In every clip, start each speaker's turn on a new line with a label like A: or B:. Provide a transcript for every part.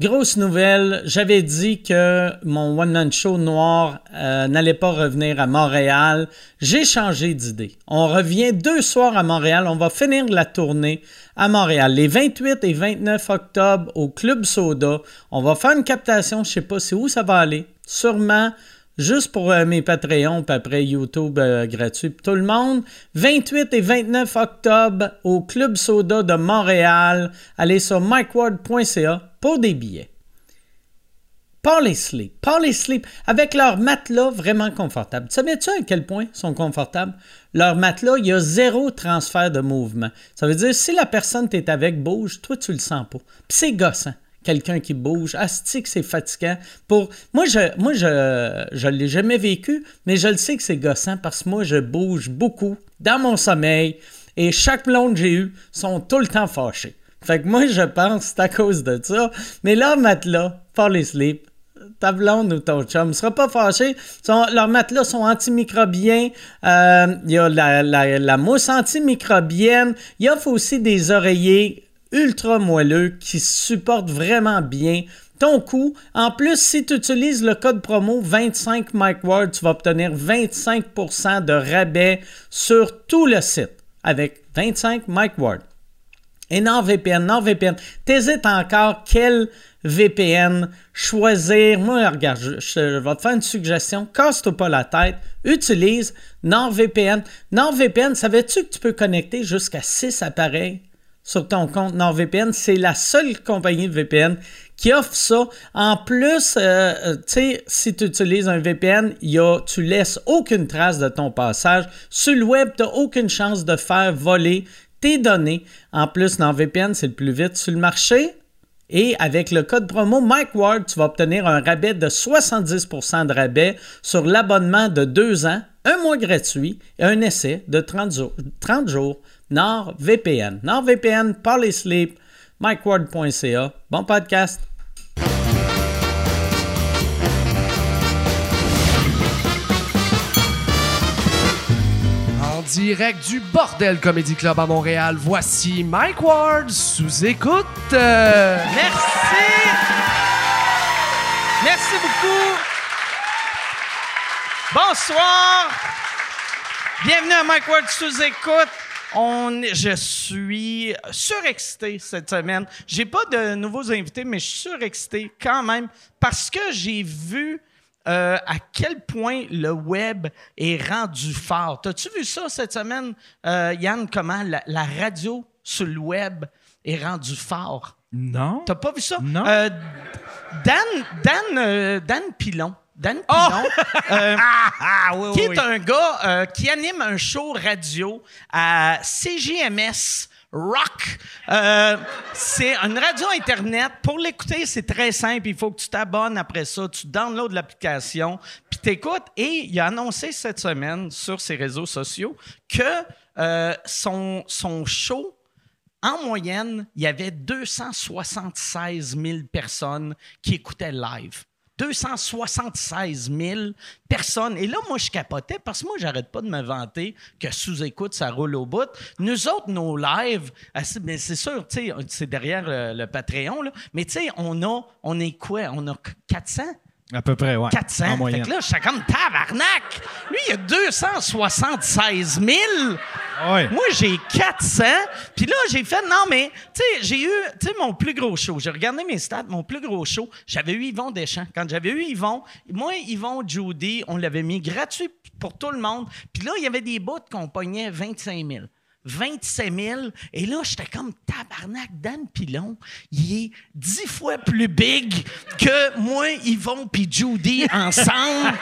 A: Grosse nouvelle, j'avais dit que mon one-man show noir euh, n'allait pas revenir à Montréal. J'ai changé d'idée. On revient deux soirs à Montréal. On va finir la tournée à Montréal. Les 28 et 29 octobre au Club Soda. On va faire une captation. Je sais pas c'est où ça va aller. Sûrement juste pour euh, mes Patreons, puis après YouTube euh, gratuit pour tout le monde. 28 et 29 octobre au Club Soda de Montréal. Allez sur mikeward.ca pour des billets. Paul et Sleep. Paul et Sleep, avec leur matelas vraiment confortable. Tu savais-tu à quel point ils sont confortables? Leur matelas, il y a zéro transfert de mouvement. Ça veut dire, si la personne que t'es avec bouge, toi, tu le sens pas. Puis c'est gossant. Quelqu'un qui bouge, asti que c'est fatigant. Pour... Moi, je moi je, je l'ai jamais vécu, mais je le sais que c'est gossant parce que moi, je bouge beaucoup dans mon sommeil et chaque blonde que j'ai eue sont tout le temps fâchées. Fait que moi, je pense que c'est à cause de ça. Mais leur matelas, fall sleep, ta blonde ou ton chum ne sera pas fâché. Son- leurs matelas sont antimicrobiens. Euh, Il y a la, la- la mousse antimicrobienne. Il offre aussi des oreillers ultra moelleux qui supportent vraiment bien ton coût. En plus, si tu utilises le code promo 25 Mike Ward, tu vas obtenir 25% de rabais sur tout le site avec 25 Mike Ward. Et NordVPN, NordVPN. T'hésites encore quel VPN choisir. Moi, regarde, je, je vais te faire une suggestion. Casse-toi pas la tête. Utilise NordVPN. NordVPN, savais-tu que tu peux connecter jusqu'à 6 appareils sur ton compte NordVPN? C'est la seule compagnie de VPN qui offre ça. En plus, euh, euh, tu sais, si tu utilises un VPN, il y a, tu laisses aucune trace de ton passage. Sur le web, tu n'as aucune chance de faire voler tes données. En plus, dans VPN, c'est le plus vite sur le marché. Et avec le code promo Mike Ward, tu vas obtenir un rabais de 70% de rabais sur l'abonnement de 2 ans, un mois gratuit et un essai de 30 jours. 30 jours NordVPN. NordVPN, Parley Sleep, MikeWard.ca. Bon podcast.
B: En direct du Bordel Comedy Club à Montréal, voici Mike Ward sous écoute. Euh,
A: Merci! Merci beaucoup! Bonsoir! Bienvenue à Mike Ward sous écoute. On, je suis surexcité cette semaine. J'ai pas de nouveaux invités, mais je suis surexcité quand même parce que j'ai vu euh, à quel point le web est rendu fort. T'as-tu vu ça cette semaine, euh, Yann, comment la, la radio sur le web est rendue fort?
C: Non.
A: T'as pas vu ça?
C: Non.
A: Euh, Dan, Dan, euh, Dan Pilon. Dan Pilon, euh, qui est un gars euh, qui anime un show radio à CJMS Rock. Euh, c'est une radio Internet. Pour l'écouter, c'est très simple. Il faut que tu t'abonnes après ça. Tu downloads l'application, puis t'écoutes. Et il a annoncé cette semaine sur ses réseaux sociaux que euh, son, son show en moyenne, il y avait 276 000 personnes qui écoutaient live. 276 000 personnes. Et là, moi, je capotais parce que moi, j'arrête pas de me vanter que sous-écoute, ça roule au bout. Nous autres, nos lives, ah, c'est- mais c'est sûr, tu sais, c'est derrière le, le Patreon, là. mais tu sais, on a, on est quoi? On a 400?
C: À peu près, ouais.
A: 400.
C: En moyenne.
A: Fait que là, j'étais comme tabarnak. Lui, il a 276 000.
C: Ouais.
A: Moi, j'ai 400. Puis là, j'ai fait, non, mais, tu sais, j'ai eu, tu sais, mon plus gros show. J'ai regardé mes stats, mon plus gros show. J'avais eu Yvon Deschamps. Quand j'avais eu Yvon, moi, Yvon, Judy, on l'avait mis gratuit pour tout le monde. Puis là, il y avait des bouts qu'on pognait 25 000. 27 000. Et là, j'étais comme tabarnak. Dan Pilon, il est dix fois plus big que moi, Yvon puis Judy ensemble.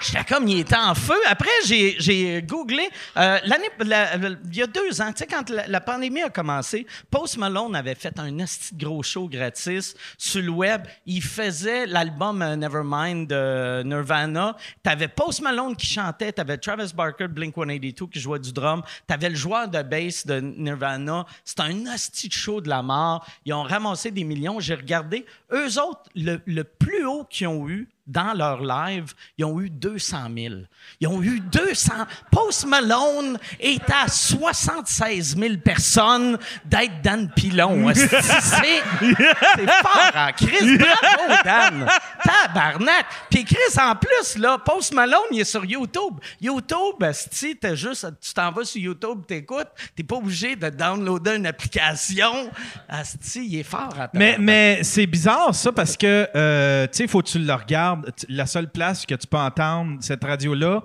A: J'étais comme, il était en feu. Après, j'ai, j'ai googlé. euh, l'année, la- la- il y a deux ans, tu sais, quand la, la pandémie a commencé, Post Malone avait fait un esti de gros show gratis sur le web. Il faisait l'album euh, Nevermind de Nirvana. T'avais Post Malone qui chantait, t'avais Travis Barker, Blink-182 qui jouait du drum, t'avais le joueur de bass de Nirvana. C'était un esti de show de la mort. Ils ont ramassé des millions. J'ai regardé. Eux autres, le, le plus haut qu'ils ont eu,
D: dans leur live, ils ont eu 200 000. Ils ont eu 200... Post Malone est à 76 000 personnes d'être Dan Pilon. Esti, C'est c'est fort en Chris. Bravo, Dan. Tabarnak. Puis Chris, en plus, là, Post Malone, il est sur YouTube. YouTube, esti, t'es juste... Tu t'en vas sur YouTube, t'écoutes. T'es pas obligé de downloader une application. Esti, il est fort en
C: Mais,
D: tabarnak.
C: mais c'est bizarre, ça, parce que, euh, tu sais, faut que tu le regardes. Tu- La seule place que tu peux entendre cette radio-là,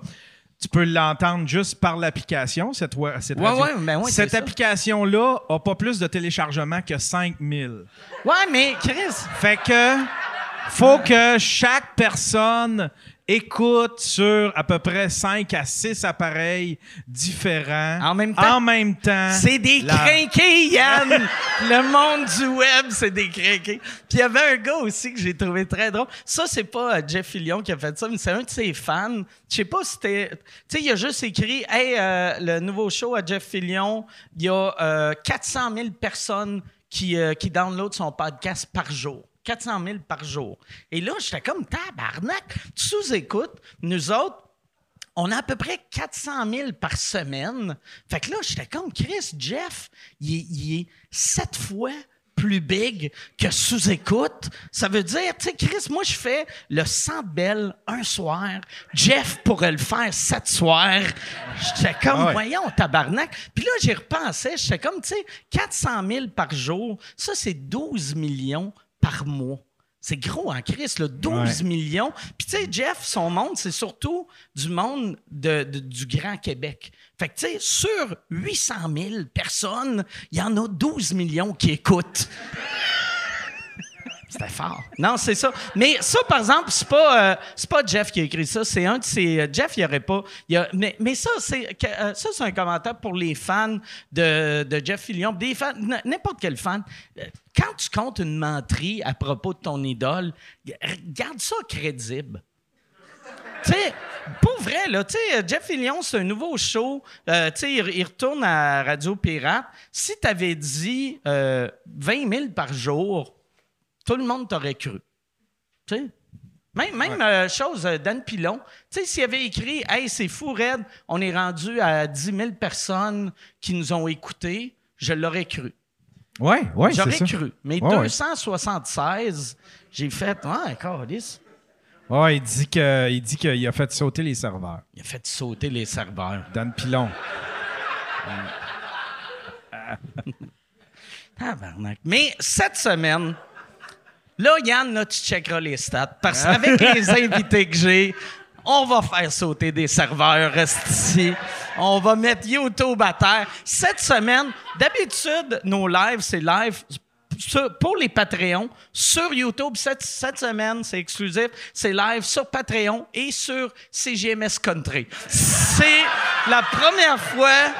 C: tu peux l'entendre juste par l'application, cette, wa- cette
D: Ouais,
C: radio.
D: ouais, ben ouais, c'est
C: cette
D: ça.
C: application-là a pas plus de téléchargements que 5000.
D: Ouais, mais Chris...
C: Fait que faut que chaque personne écoute sur à peu près 5 à 6 appareils différents
D: En même temps.
C: En même temps.
D: C'est des
C: La-
D: crinqués, Yann! le monde du web, c'est des crinqués. Puis il y avait un gars aussi que j'ai trouvé très drôle. Ça, c'est pas euh, Jeff Fillion qui a fait ça, mais c'est un de ses fans. Je sais pas si c'était... Tu sais, il a juste écrit « Hey, euh, le nouveau show à Jeff Fillion, il y a euh, 400 000 personnes qui, euh, qui downloadent son podcast par jour. » 400 000 par jour. Et là, j'étais comme « Tabarnak! » Tu sous-écoutes, nous autres, on a à peu près 400 000 par semaine. Fait que là, j'étais comme Chris, Jeff, il est, il est sept fois plus big que sous-écoute. Ça veut dire, tu sais, Chris, moi, je fais le 100 belles un soir. Jeff pourrait le faire sept soirs. J'étais comme,
C: Ah ouais.
D: voyons, tabarnak. Puis là, j'y repensais, j'étais comme, tu sais, 400 000 par jour, ça, c'est 12 millions par mois. C'est gros en crise, là, 12 millions. Puis tu sais, Jeff, son monde, c'est surtout du monde de- de- du Grand Québec. Fait que tu sais, sur 800 000 personnes, il y en a 12 millions qui écoutent. C'était fort. Non, c'est ça. Mais ça, par exemple, c'est pas, euh, c'est pas Jeff qui a écrit ça. C'est un de ses. euh, Jeff, il y aurait pas. il y a- mais, mais ça, c'est que- euh, ça, c'est un commentaire pour les fans de, de Jeff Fillion. Des fans, n- n'importe quel fan. Euh, Quand tu comptes une menterie à propos de ton idole, garde ça crédible. Tu sais, pour vrai, là, tu sais, Jeff Fillion, c'est un nouveau show. Euh, tu sais, il, il retourne à Radio Pirate. Si t'avais dit euh, 20 000 par jour, tout le monde t'aurait cru. Tu sais? Même, même euh, chose, euh, Dan Pilon. Tu sais, s'il avait écrit Hey, c'est fou, Red, on est rendu à 10 000 personnes qui nous ont écoutés, je l'aurais cru.
C: Ouais, ouais, c'est
D: J'aurais
C: ça.
D: cru. Mais
C: Ouais, ouais.
D: 276, j'ai fait Ah, câlisse.
C: Ouais, il dit que il dit qu'il a fait sauter les serveurs.
D: Il a fait sauter les serveurs.
C: Dan Pilon.
D: Tabarnak. Mais cette semaine, là, Yann, là, tu checkeras les stats. Parce qu'avec les invités que j'ai, on va faire sauter des serveurs. Reste ici. On va mettre YouTube à terre. Cette semaine, d'habitude, nos lives, c'est live sur- pour les Patreons sur YouTube. Cette, cette semaine, c'est exclusif. C'est live sur Patreon et sur CGMS Country. C'est la première fois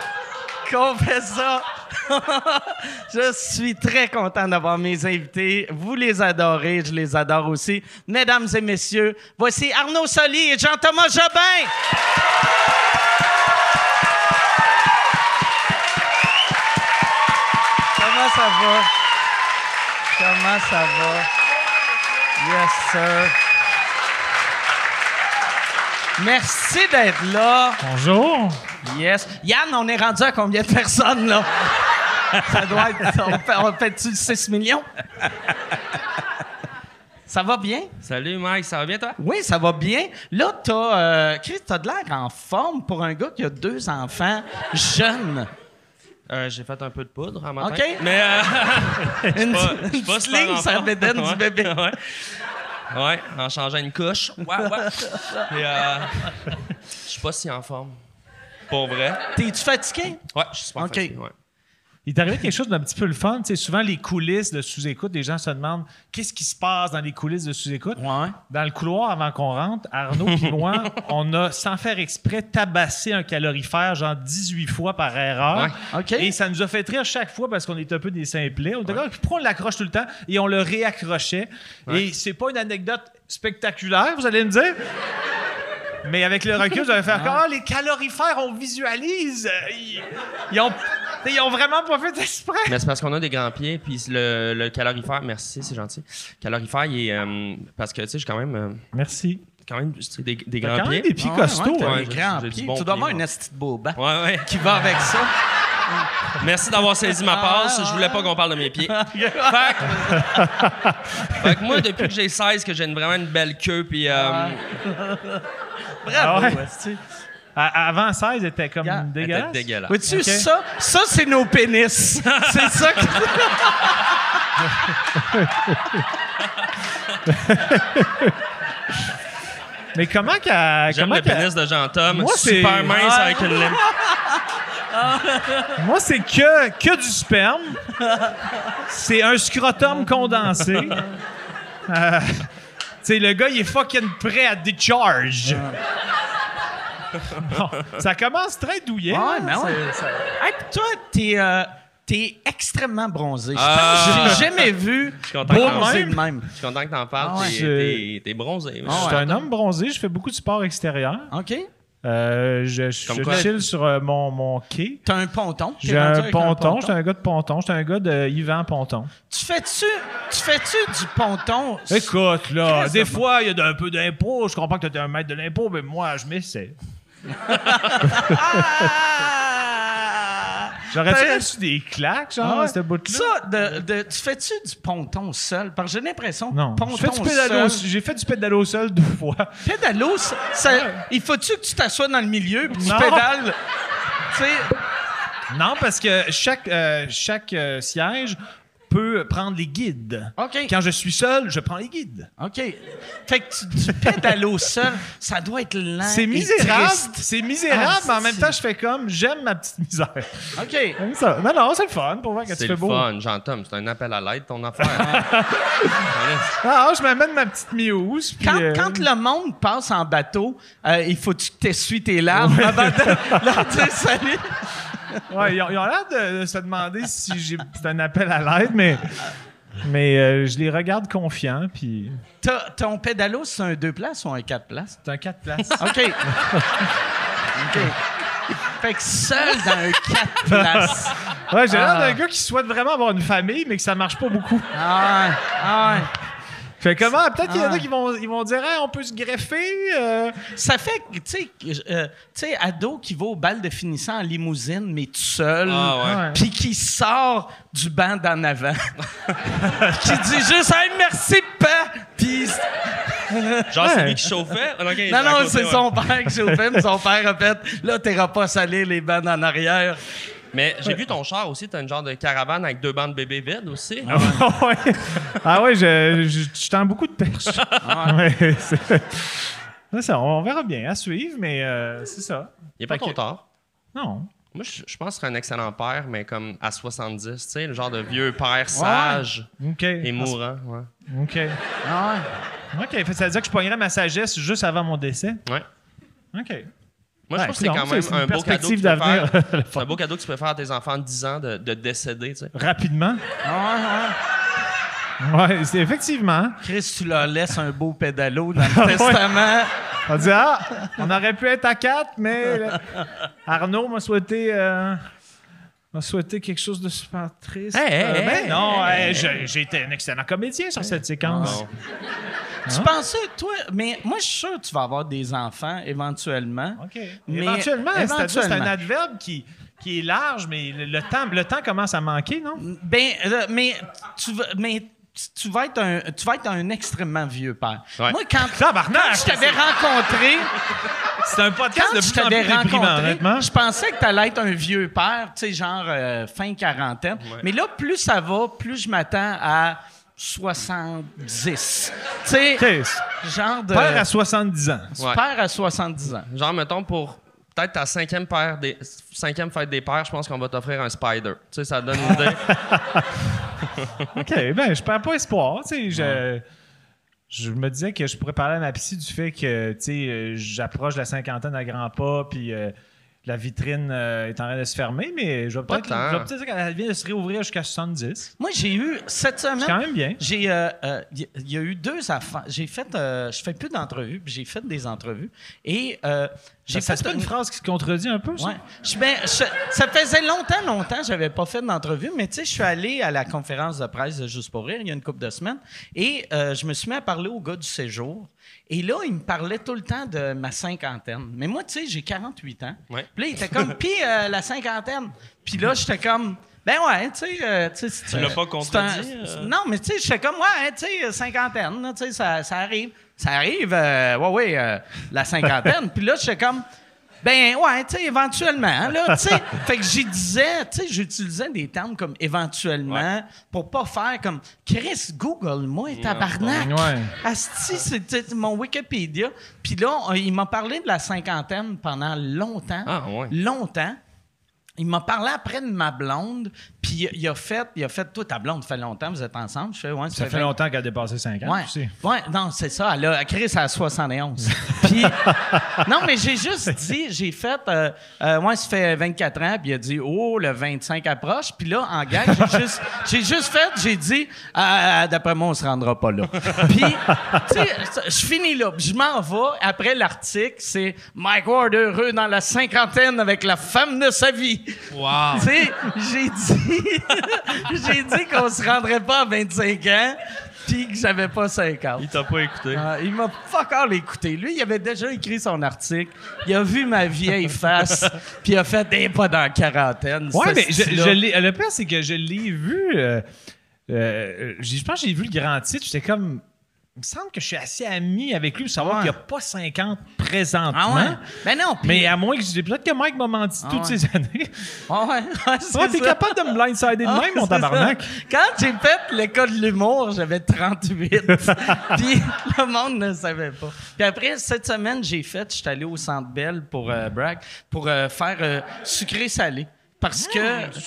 D: qu'on fait ça. je suis très content d'avoir mes invités. Vous les adorez, je les adore aussi. Mesdames et messieurs, voici Arnaud Soli et Jean-Thomas Jobin. Comment ça va? Comment ça va? Yes, sir. Merci d'être là.
C: Bonjour.
D: Yes. Yann, on est rendu à combien de personnes, là? Ça doit être. On fait, on fait-tu le 6 millions? Ça va bien?
E: Salut Mike, ça va bien toi?
D: Oui, ça va bien. Là, t'as. Euh, Chris, t'as de l'air en forme pour un gars qui a deux enfants jeunes.
E: Euh, j'ai fait un peu de poudre en matin.
D: OK. Ah,
E: Mais euh,
D: Une,
E: pas-
D: une
E: je suis pas
D: petite
E: super
D: ligne
E: en
D: sur la
E: forme.
D: bédaine du
E: Ouais,
D: bébé.
E: ouais. Ouais, en changeant une couche. Ouais, ouais. Et, euh, je suis pas si en forme. Pour vrai.
D: T'es-tu fatigué?
E: Ouais, je suis super
D: OK.
E: fatigué, ouais.
F: Il est arrivé quelque chose d'un petit peu le fun. Tu sais, souvent, les coulisses de sous-écoute, les gens se demandent qu'est-ce qui se passe dans les coulisses de sous-écoute.
D: Ouais.
F: Dans le couloir, avant qu'on rentre, Arnaud et moi, on a, sans faire exprès, tabassé un calorifère, genre 18 fois par erreur.
D: Ouais. OK.
F: Et ça nous a fait rire chaque fois parce qu'on est un peu des simplets. On était comme, pourquoi on l'accroche tout le temps? Et on le réaccrochait. Et c'est pas une anecdote spectaculaire, vous allez me dire? Euh, Mais avec le recul, vous allez faire comme, ah, les calorifères, on visualise. Ils, ils ont, T'sais, Ils ont vraiment pas fait exprès.
E: Mais c'est parce qu'on a des grands pieds, puis le, le calorifère, merci, c'est gentil. Calorifère, il est. euh, parce que, tu sais, j'ai quand même. euh,
F: Merci.
E: quand même tu sais, des, des
F: T'as
E: grands
F: quand
E: pieds.
F: même des pieds
D: Ah ouais, ouais,
F: costauds. hein.
D: t'as
E: ouais,
D: des
E: j'ai-
D: grands
E: j'ai du
D: pieds.
E: bon
D: tu dois
E: pied,
D: avoir une
E: moi.
D: esti de Ah boba
E: Ouais, ouais.
D: qui va avec ça.
E: Merci d'avoir saisi ma passe. Je voulais pas qu'on parle de mes pieds. fait, que... Fait que moi, depuis que j'ai 16, que j'ai une- vraiment une belle queue, puis. euh,
D: Bravo,
F: Ah ouais.
D: esti.
F: À- Avant 16, était comme
D: Yeah.
F: dégueulasse.
E: était dégueulasse.
D: Vois-tu,
F: Ok.
D: ça, ça c'est nos pénis. c'est ça que...
F: Mais comment qu'elle.
E: J'aime
F: comment
E: le
F: qu'elle-
E: pénis de Jean-Tom.
F: Moi, c'est-
E: Super mince
F: Ouais.
E: avec une lime.
F: Moi, c'est que, que du sperme. c'est un scrotum condensé. Euh, tu sais, le gars, il est fucking prêt à décharge. Bon, ça commence très douillet.
D: Ouais,
F: hein,
D: mais ben ouais. Hey, puis toi, t'es euh, t'es extrêmement bronzé. Je
F: Euh,
E: Ah.
D: pense que J'ai jamais vu
E: suis content que t'en
D: bronzé
F: parles.
D: de même.
E: Je suis content que t'en parles.
D: Ah ouais.
E: t'es-
F: Je- Ah,
E: T'es t'es bronzé.
F: Je suis
D: ouais.
F: un homme bronzé, je fais beaucoup de sport extérieur.
D: OK?
F: Euh, je je,
E: Comme
F: je
E: quoi?
F: chill sur euh, mon, mon quai.
D: T'as un ponton. t'es
F: J'ai
D: rendu
F: un
D: avec
F: ponton, j'étais un gars de ponton, j'étais un gars de Yvan Ponton.
D: Tu fais-tu tu fais-tu du ponton?
F: Écoute, là,
D: Chris,
F: des
D: ça-
F: fois, il y a un peu d'impôt. Je comprends que tu es un maître de l'impôt, mais moi, je m'essaie.
D: Ah!
F: J'aurais-tu
D: Ben-
F: reçu des claques, genre,
D: Ah ouais.
F: à cette bout-là?
D: Ça, de, de- tu fais-tu du ponton seul? Parce que j'ai l'impression
F: Non.
D: que ponton
F: Je fais du pédalo-
D: seul...
F: J'ai fait du pédalo seul deux fois.
D: Pédalo, ça- ça- il faut-tu que tu t'assoies dans le milieu puis tu
F: Non.
D: pédales? Tu sais,
F: Non, parce que chaque, euh, chaque euh, siège peut prendre les guides.
D: OK.
F: Quand je suis seul, je prends les guides.
D: OK. Fait que tu, tu pédalo seul, ça doit être lent.
F: C'est
D: et
F: misérable.
D: triste.
F: C'est misérable,
D: Ah,
F: mais en même
D: si.
F: temps, je fais comme j'aime ma petite misère.
D: OK.
F: J'aime ça. Non, non, c'est le fun pour voir que tu
E: C'est
F: fais
E: le
F: beau.
E: fun, Jean-Tom. C'est un appel à l'aide, ton affaire.
F: Ah, je m'amène ma petite miouse. puis,
D: Quand,
F: euh,
D: quand le monde passe en bateau, euh, il faut que tu t'essuies tes larmes avant de leur dire salut.
F: Ouais, ils ont, ils ont l'air de, de se demander si j'ai c'est un appel à l'aide, mais, mais euh, je les regarde confiants, puis
D: T'as- Ton pédalo, c'est un deux places ou un quatre places?
F: c'est un 4 places.
D: OK. OK. Fait que seul dans un quatre places.
F: Ouais, j'ai l'air
D: Ah.
F: d'un gars qui souhaite vraiment avoir une famille, mais que ça marche pas beaucoup.
D: Ah ouais, ah
F: Fait comment? Peut-être qu'il y en
D: Ah.
F: a qui vont, ils vont dire Hey, on peut se greffer. euh.
D: ouais. Ça fait que, tu sais, euh, tu sais, ado qui va au bal de finissant en limousine, mais tout seul.
E: ah
F: Ouais.
D: puis qui sort du banc d'en avant. qui dit juste hey, merci pas puis
E: ouais. Genre, c'est lui qui chauffait. Ah, ok,
D: non
E: à
D: non,
E: côté,
D: c'est
E: ouais.
D: son père que j'ai ouvert, mais son père répète là t'iras pas saler les bancs en arrière.
E: Mais j'ai vu ton char aussi. T'as une genre de caravane avec deux bancs de bébés vides aussi.
D: Ah
F: Ouais. ah ouais, je, je, je tends beaucoup de perches.
D: Ah
F: Ouais, c'est- c'est ça, on verra bien à suivre, mais euh, c'est ça.
E: Il a pas
F: Fait
E: trop
F: que-
E: tard.
F: Non.
E: Moi, je, je pense que c'est un excellent père, mais comme à 70, tu sais, le genre de vieux père sage
F: OK.
E: et mourant. Ouais.
F: OK.
D: Ah
F: OK. Fait que ça veut dire que je pognerais ma sagesse juste avant mon décès.
E: Ouais.
F: OK.
E: Moi, je
F: Ouais,
E: trouve que
F: non,
E: c'est quand
F: c'est- c'est
E: même
F: une
E: un beau cadeau. que
F: perspective
E: tu peux
F: d'avenir.
E: faire- C'est un beau cadeau que tu peux faire à tes enfants de 10 ans de, de décéder, tu sais.
F: Rapidement.
D: Ah, ah.
F: Ouais, c'est effectivement.
D: Chris, tu leur laisses un beau pédalo dans le testament.
F: On dit ah, on aurait pu être à quatre, mais le- Arnaud m'a souhaité euh, m'a souhaité quelque chose de super triste.
E: Hey, hey,
F: Euh, ben
E: hey,
F: non, hey, je- j'ai été un excellent comédien sur cette séquence.
E: Bon.
F: Hein?
D: Tu pensais toi mais moi je suis sûr que tu vas avoir des enfants éventuellement.
F: Ok.
D: Mais-
F: éventuellement, c'est-à-dire, c'est un
D: éventuellement.
F: adverbe qui qui est large, mais le, le temps le temps commence à manquer, non
D: Ben, euh, mais tu vas, mais tu- tu vas être un, tu vas être un extrêmement vieux père.
E: Ouais.
D: Moi, quand,
F: Tabarnak,
D: quand je t'avais rencontré,
F: C'est un podcast
D: quand
F: de
D: je
F: plus en
D: t'avais
F: plus déprimant,
D: rencontré,
F: honnêtement.
D: je pensais que t'allais être un vieux père, tu sais, genre euh, fin quarantaine. Mais là, plus ça va, plus je m'attends à 70. Tu sais,
F: Triste.
D: genre de
F: Père à 70 ans.
D: tu
E: Ouais.
D: perds à 70 ans.
E: Genre, mettons, pour peut-être ta cinquième, paire des, cinquième fête des pères, je pense qu'on va t'offrir un spider. Tu sais, ça donne une idée.
F: OK, ben je perds pas espoir, tu sais, je je me disais que je pourrais parler à ma psy du fait que tu sais euh, j'approche la cinquantaine à grands pas puis euh, la vitrine euh, est en train de se fermer mais je vais
E: Pas
F: peut-être
E: tant.
F: je vais peut-être dire qu'elle vient de se réouvrir jusqu'à 70.
D: Moi, j'ai eu cette semaine.
F: C'est quand même bien.
D: J'ai, il euh, euh, y- y a eu deux affaires. J'ai fait, euh, je fais plus d'entrevues, puis j'ai fait des entrevues. Et euh, J'ai
F: Ça,
D: fait
F: c'est pas
D: une-
F: une phrase qui se contredit un peu, ça?
D: Ouais. Je- ben, je- ça faisait longtemps, longtemps, j'avais pas fait d'entrevue, mais tu sais, je suis allé à la conférence de presse de Juste pour rire il y a une couple de semaines et euh, je me suis mis à parler au gars du séjour. Et là, il me parlait tout le temps de ma cinquantaine. Mais moi, tu sais, j'ai 48 ans.
E: Ouais.
D: Puis là, il était comme, puis euh, la cinquantaine. Puis là, j'étais comme, ben ouais, tu sais, euh, tu sais, c'est-
E: Tu l'as pas
D: c'est
E: contredit,
D: un-
E: euh?
D: Non, mais tu sais, j'étais comme, ouais, tu sais, euh, cinquantaine, là, tu sais, ça, ça arrive. Ça arrive, euh, ouais, ouais, euh, la cinquantaine. Puis là, j'étais comme, ben ouais, tu sais, éventuellement, là, tu sais. fait que j'y disais, tu sais, j'utilisais des termes comme éventuellement pour pas faire comme Chris, Google, moi, tabarnak.
F: Ouais.
D: Asti, c'était mon Wikipédia. Puis là, on- il m'a parlé de la cinquantaine pendant longtemps.
E: Ah, ouais.
D: Longtemps. Il m'a parlé après de ma blonde, puis il a fait, il a fait, toi, ta blonde, fait longtemps, vous êtes ensemble. Je fais, ouais,
F: Ça fait
D: vingt-
F: longtemps qu'elle a dépassé 5 ans,
D: Ouais.
F: tu sais.
D: Ouais, non, c'est ça. Elle a créé ça à 71. Puis, non, mais j'ai juste dit, j'ai fait, euh, euh, ouais, ça fait 24 ans, puis il a dit, oh, le 25 approche. Puis là, en gag, j'ai juste, j'ai juste fait, j'ai dit, Ah, ah, d'après moi, on se rendra pas là. Puis, tu sais, je finis là, puis je m'en vais. Après l'article, c'est Mike Ward heureux dans la cinquantaine avec la femme de sa vie.
E: Wow.
D: Tu sais, j'ai dit, j'ai dit qu'on se rendrait pas à 25 ans, puis que j'avais pas 50.
E: Il t'a pas écouté.
D: Ah, il m'a pas encore écouté. Lui, il avait déjà écrit son article. Il a vu ma vieille face, puis il a fait des pas dans la quarantaine.
F: Ouais,
D: ce
F: mais je,
D: style-là.
F: je l'ai- le pire, c'est que je l'ai vu. euh, euh, j'ai- je pense que j'ai vu le grand titre. J'étais comme. Il me semble que je suis assez ami avec lui pour savoir
D: Ouais.
F: qu'il n'y a pas 50
D: Ah
F: présentement.
D: ouais? Ben non, puis-
F: Hein? Mais euh, à moins que je peut-être que Mike m'a menti
D: Ah
F: toutes
D: ouais.
F: ces années.
D: Ah ouais, ouais, c'est
F: Ouais, t'es
D: ça.
F: capable de me blindsider de
D: Ah,
F: même, mon
D: c'est ça.
F: tabarnak.
D: Quand j'ai fait l'école de l'humour, j'avais 38. puis le monde ne savait pas. Puis après, cette semaine, j'ai fait, je suis allé au Centre Bell pour euh, brag, pour euh, faire euh, sucré-salé. Parce que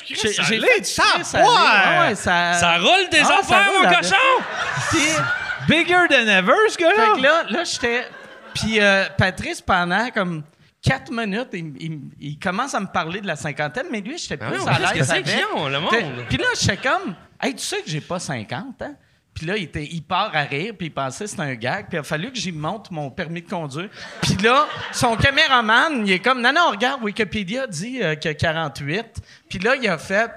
D: j'ai- j'ai
F: salé,
D: fait du sucré-salé.
F: tabarouette!
D: Ah ouais, ça,
E: Ça roule des
D: Ah, ça
E: affaires,
D: roule,
E: mon
D: la-
E: cochon!
D: Puis-
F: Bigger than ever, ce
D: Fait que
F: gars-là.
D: là, là j'étais. Puis euh, Patrice, pendant comme quatre minutes, il, il- il commence à me parler de la cinquantaine, mais lui, j'étais
E: Ben
D: plus
E: oui,
D: à
E: qu'est-ce que
D: l'aise
E: c'est
D: avec.
E: qu'ils ont, le monde?
D: Fait- Puis là, j'étais comme, hey, tu sais que j'ai pas 50, hein? Puis là, il, était, il part à rire, puis il pensait que c'était un gag. Puis il a fallu que j'y monte mon permis de conduire. Puis là, son caméraman, il est comme, non, non, regarde, Wikipédia dit euh, qu'il a 48. Puis là, il a fait,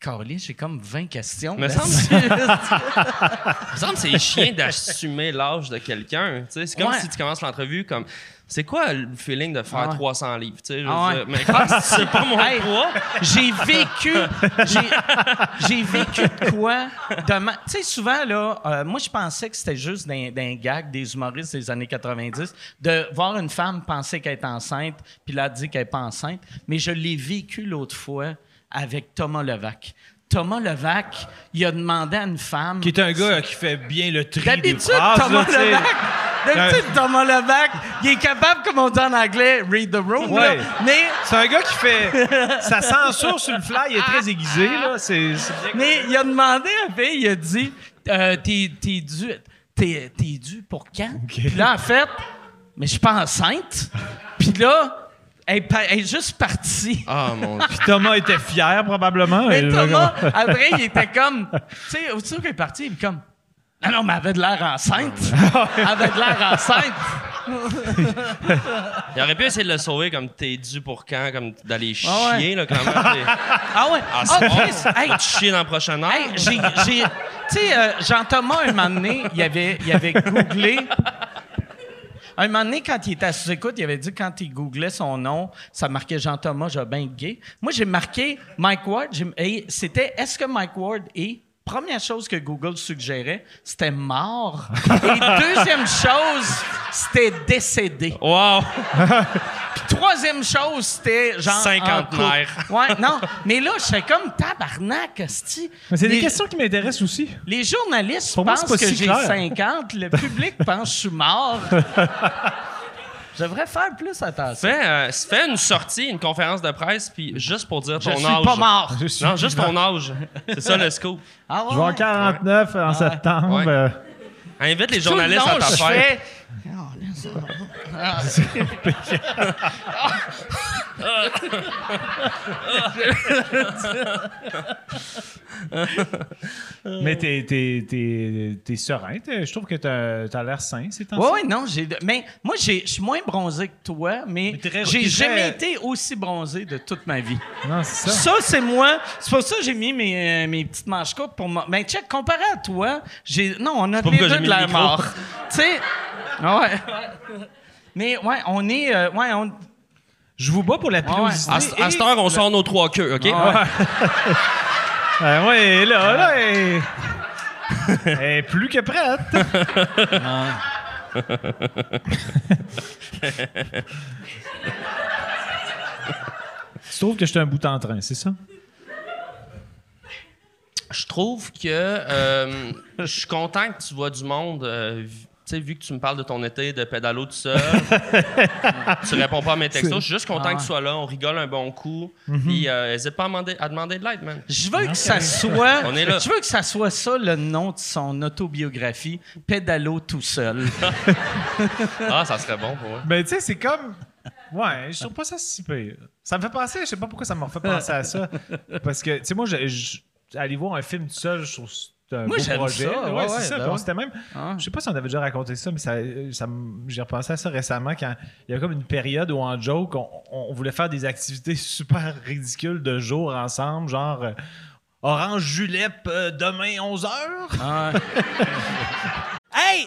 D: Carly, j'ai comme 20 questions.
E: Me
D: là-dessus.
E: Il me semble que c'est chiant d'assumer l'âge de quelqu'un. tu sais. C'est comme
D: Ouais.
E: si tu commences l'entrevue comme. C'est quoi le feeling de faire
D: Ah ouais.
E: 300 livres? tu sais, je veux
D: Ah ouais.
E: dire, Mais quand tu sais pas mon
D: Hey.
E: poids,
D: J'ai vécu. j'ai- J'ai vécu de quoi? de ma- Tu sais, souvent, là, euh, moi, je pensais que c'était juste d'un, d'un gag des humoristes des années 90, de voir une femme penser qu'elle est enceinte, puis là, dit qu'elle n'est pas enceinte. Mais je l'ai vécu l'autre fois avec Thomas Levac. Thomas Levac, il a demandé à une femme.
F: Qui est un gars euh, qui fait bien le tri des
D: D'habitude,
F: phrases.
D: Thomas
F: là, tu sais.
D: Levac. D'habitude, Thomas Levac, il est capable, comme on dit en anglais, read the room. là.
F: Ouais.
D: Mais
F: C'est un gars qui fait. Sa censure sur le fly est très aiguisée, là. C'est. c'est bien-
D: Mais il a demandé à Phil, il a dit euh, T'es t'es dû, t'es- t'es dû pour quand Puis là, en fait, mais je suis pas enceinte. Puis là, elle, est pa- elle est juste partie.
E: Ah mon dieu.
F: Thomas était fier, probablement.
D: Mais
F: Et-
D: Thomas, après, il était comme. Tu sais, au-dessus qu'elle est partie, il est comme. Ah non, mais elle avait de l'air enceinte. Elle avait de l'air enceinte.
E: Il aurait pu essayer de le sauver comme t'es dû pour quand, comme d'aller chier,
D: Ah ouais.
E: là, quand même. t'es-
D: Ah ouais.
E: À
D: Ah,
E: ce moment,
D: Chris, hey,
E: tu chier dans le prochain heure.
D: Hey, j'ai. j'ai- Tu sais, euh, Jean-Thomas, un moment donné, il avait, il avait googlé. Un moment donné, quand il était à sous-écoute, il avait dit quand il googlait son nom, ça marquait Jean-Thomas Jobin Gay. Moi, j'ai marqué Mike Ward. j'ai- et C'était Est-ce que Mike Ward est. Première chose que Google suggérait, c'était mort. Et deuxième chose, c'était décédé.
E: Wow!
D: Troisième chose, c'était genre. en
E: Cinquantenaire.
D: couple. Ouais, non. Mais là, je fais comme tabarnak, esti.
F: Mais c'est des
D: Les-
F: questions qui m'intéressent aussi.
D: les journalistes
F: Pour moi,
D: pensent
F: c'est pas
D: que
F: si
D: j'ai
F: clair.
D: 50, le public pense que je suis mort. Je devrais faire plus attention.
E: Fais, euh, fais une sortie, une conférence de presse, puis juste pour dire
D: Je
E: ton
D: suis
E: âge.
D: pas mort.
E: Non, juste ton âge. C'est ça le scoop.
D: Ah ouais?
F: Je vais en 49 en septembre.
E: Ouais.
F: euh,
E: Invite les
D: Tout le
E: journalistes
D: long,
E: à ta
D: je
E: fête.
D: fais- Ah, là, ça va. Ah.
F: Mais t'es, t'es, t'es- t'es serein. t'es- je trouve que t'as, t'as l'air sain ces temps-ci.
D: Oui, oui, non, j'ai. Mais moi, j'ai- je suis moins bronzé que toi, mais,
C: Mais t'es très-
D: j'ai
C: t'es très-
D: jamais été aussi bronzé de toute ma vie.
F: Non, c'est ça.
D: Ça, c'est moi. C'est pour ça que j'ai mis mes, euh, mes petites manches courtes pour moi. Ben, check, comparé à toi, j'ai. Non, on a
E: pas
D: les
E: pourquoi
D: deux
E: j'ai
D: de
E: mis le
D: l'air
E: micro.
D: mort. tu sais. Ouais. Mais, ouais, on est. euh, ouais, on.
F: Je vous bats pour la
D: ouais. Ah,
F: pilosité.
E: À, ce- à cette heure, on sort nos trois queues, OK?
F: Ah ouais, là, là, elle- elle est plus que prête. tu trouves que je suis un bout en train, c'est ça?
E: Je trouve que euh, je suis content que tu vois du monde. euh, vi- tu sais, vu que tu me parles de ton été de pédalo tout seul, tu réponds pas à mes textos. Je suis juste content que
D: Ah.
E: tu sois là. On rigole un bon coup.
D: Mhm.
E: Puis, euh, n'hésite pas à demander, à demander de l'aide, man.
D: Je veux que ça soit.
E: On est là.
D: Je veux que ça soit ça le nom de son autobiographie, Pédalo tout seul.
E: Ah, ça serait bon pour moi.
F: Ben, tu sais, c'est comme. Ouais, je trouve pas ça si pire. Ça me fait penser, je sais pas pourquoi ça me fait penser à ça. Parce que, tu sais, moi, je- je- aller voir un film tout seul, je trouve que c'est un
D: Moi,
F: beau
D: j'aime
F: projet.
D: ça,
F: Ouais,
D: ouais,
F: c'est
D: ouais,
F: ça.
D: ben
F: Puis on
D: ouais.
F: s'était même.
D: Ah.
F: Je sais pas si on avait déjà raconté ça, mais ça, euh, ça me- j'ai repensé à ça récemment quand il y a comme une période où, en joke, on, on voulait faire des activités super ridicules de jour ensemble, genre. euh, Orange Julep euh, demain 11h.
D: Hey,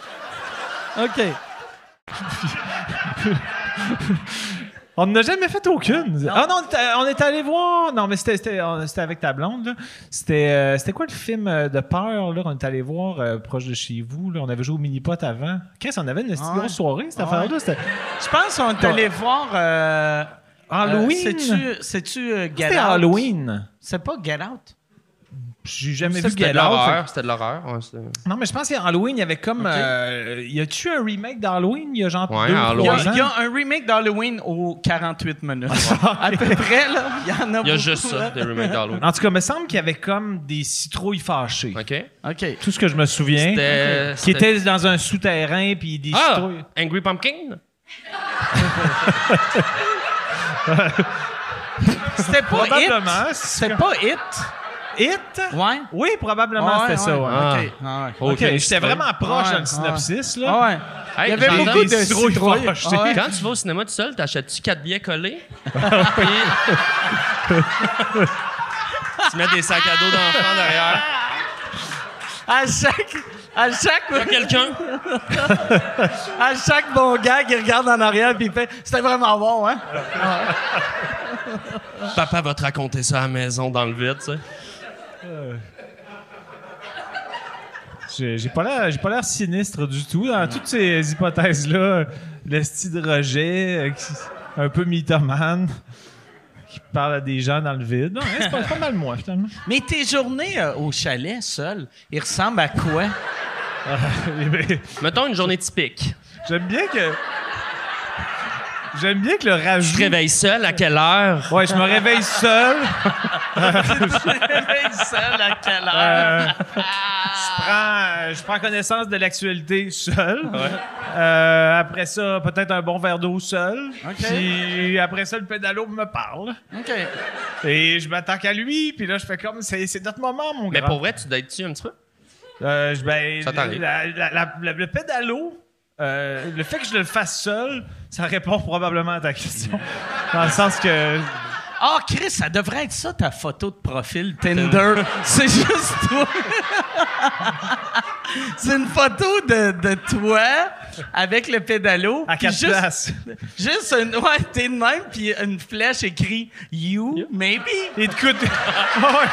D: Ha, ha! OK.
F: On n'a jamais fait aucune. Ah non, on était- on est allé voir. Non, mais c'était- c'était on- c'était avec ta blonde. là. C'était euh, c'était quoi le film euh, de peur là qu'on est allé voir euh, proche de chez vous là. On avait joué au mini pot avant. Qu'est-ce qu'on avait une petite
D: Ah ouais.
F: grosse soirée cette
D: Ah ouais.
F: affaire là. C'était
D: Je pense qu'on est allé voir. euh,
F: Halloween.
D: euh, C'est-tu, c'est-tu euh, Get
F: C'était
D: Out?
F: Halloween.
D: C'est pas Get Out.
F: J'ai jamais
E: Ça,
F: vu
E: C'était
F: Get
E: de
F: Out.
E: l'horreur. C'était de l'horreur. ouais, c'était-
F: Fait- Non, mais je pense qu'Halloween, il y avait comme. euh, y a-tu un remake d'Halloween Il y a genre
E: Ouais,
F: deux
D: Il
F: ou
D: y,
E: Halloween.
F: trois
D: a,
F: ans?
D: il y a un remake d'Halloween aux 48 minutes. à peu près, là. Il y en a
E: Il y a
D: beaucoup,
E: juste ça,
D: là.
E: des remakes d'Halloween.
F: En tout cas, il me semble qu'il y avait comme des citrouilles fâchées.
E: OK?
D: OK.
F: Tout ce que je me souviens.
E: C'était-
F: Qui
E: c'était-
F: étaient dans un souterrain, puis des
E: Ah!
F: citrouilles.
E: Angry Pumpkin?
D: C'était pas It.
F: Probablement.
D: C'était pas It.
F: It?
D: Ouais.
F: Oui, probablement,
D: Ouais,
F: c'était ça.
D: ouais.
F: ouais.
E: Ah.
D: OK. Ah ouais.
F: OK, j'étais vraiment proche
D: Ouais,
F: dans le synopsis.
D: Ah
F: Là.
D: ouais.
E: Hey,
D: Il y avait
E: j'entends
D: beaucoup de
E: des
D: citrouilles.
F: fâchées.
D: Ah ouais.
E: Quand tu vas au cinéma tout seul, t'achètes-tu quatre billets collés? Puis- tu mets des sacs à dos d'enfants derrière.
D: À chaque... À chaque...
E: Pas quelqu'un?
D: À chaque bon gars qui regarde en arrière puis il fait c'était vraiment bon hein.
E: Papa va te raconter ça à la maison dans le vide, tu sais.
F: J'ai j'ai pas l'air- j'ai pas l'air sinistre du tout. Dans toutes ces hypothèses-là, le style de rejet, euh, qui- un peu mythomane, qui parle à des gens dans le vide. Non, hein, c'est pas, pas mal moi, finalement.
D: Mais tes journées euh, au chalet seul, ils ressemblent à quoi
F: Eh ben,
E: Mettons une journée typique.
F: J'aime bien que... J'aime bien que le rajout...
E: Tu te réveilles seul, à quelle heure?
F: Ouais, je me réveille seul.
D: seul à quelle
F: Euh, je, prends, euh, je prends connaissance de l'actualité seul. Euh, après ça, peut-être un bon verre d'eau seul. Puis après ça, le pédalo me parle.
D: Ok.
F: Et je m'attaque à lui. Puis là, je fais comme c'est c'est notre moment, mon
E: Mais
F: gars.
E: pour vrai, tu dates-tu un petit peu?
F: Euh, je- ben,
E: Ça t'arrive.
F: la- la- la- la- le pédalo, euh, le fait que je le fasse seul, ça répond probablement à ta question. Dans le sens que.
D: Ah Chris, ça devrait être ça ta photo de profil Tinder. C'est juste toi. C'est une photo de, de toi avec le pédalo.
F: À
D: puis
F: quatre
D: juste,
F: places.
D: Juste une, ouais, t'es de même puis une flèche écrit you maybe.
F: Il te coûte. Ouais.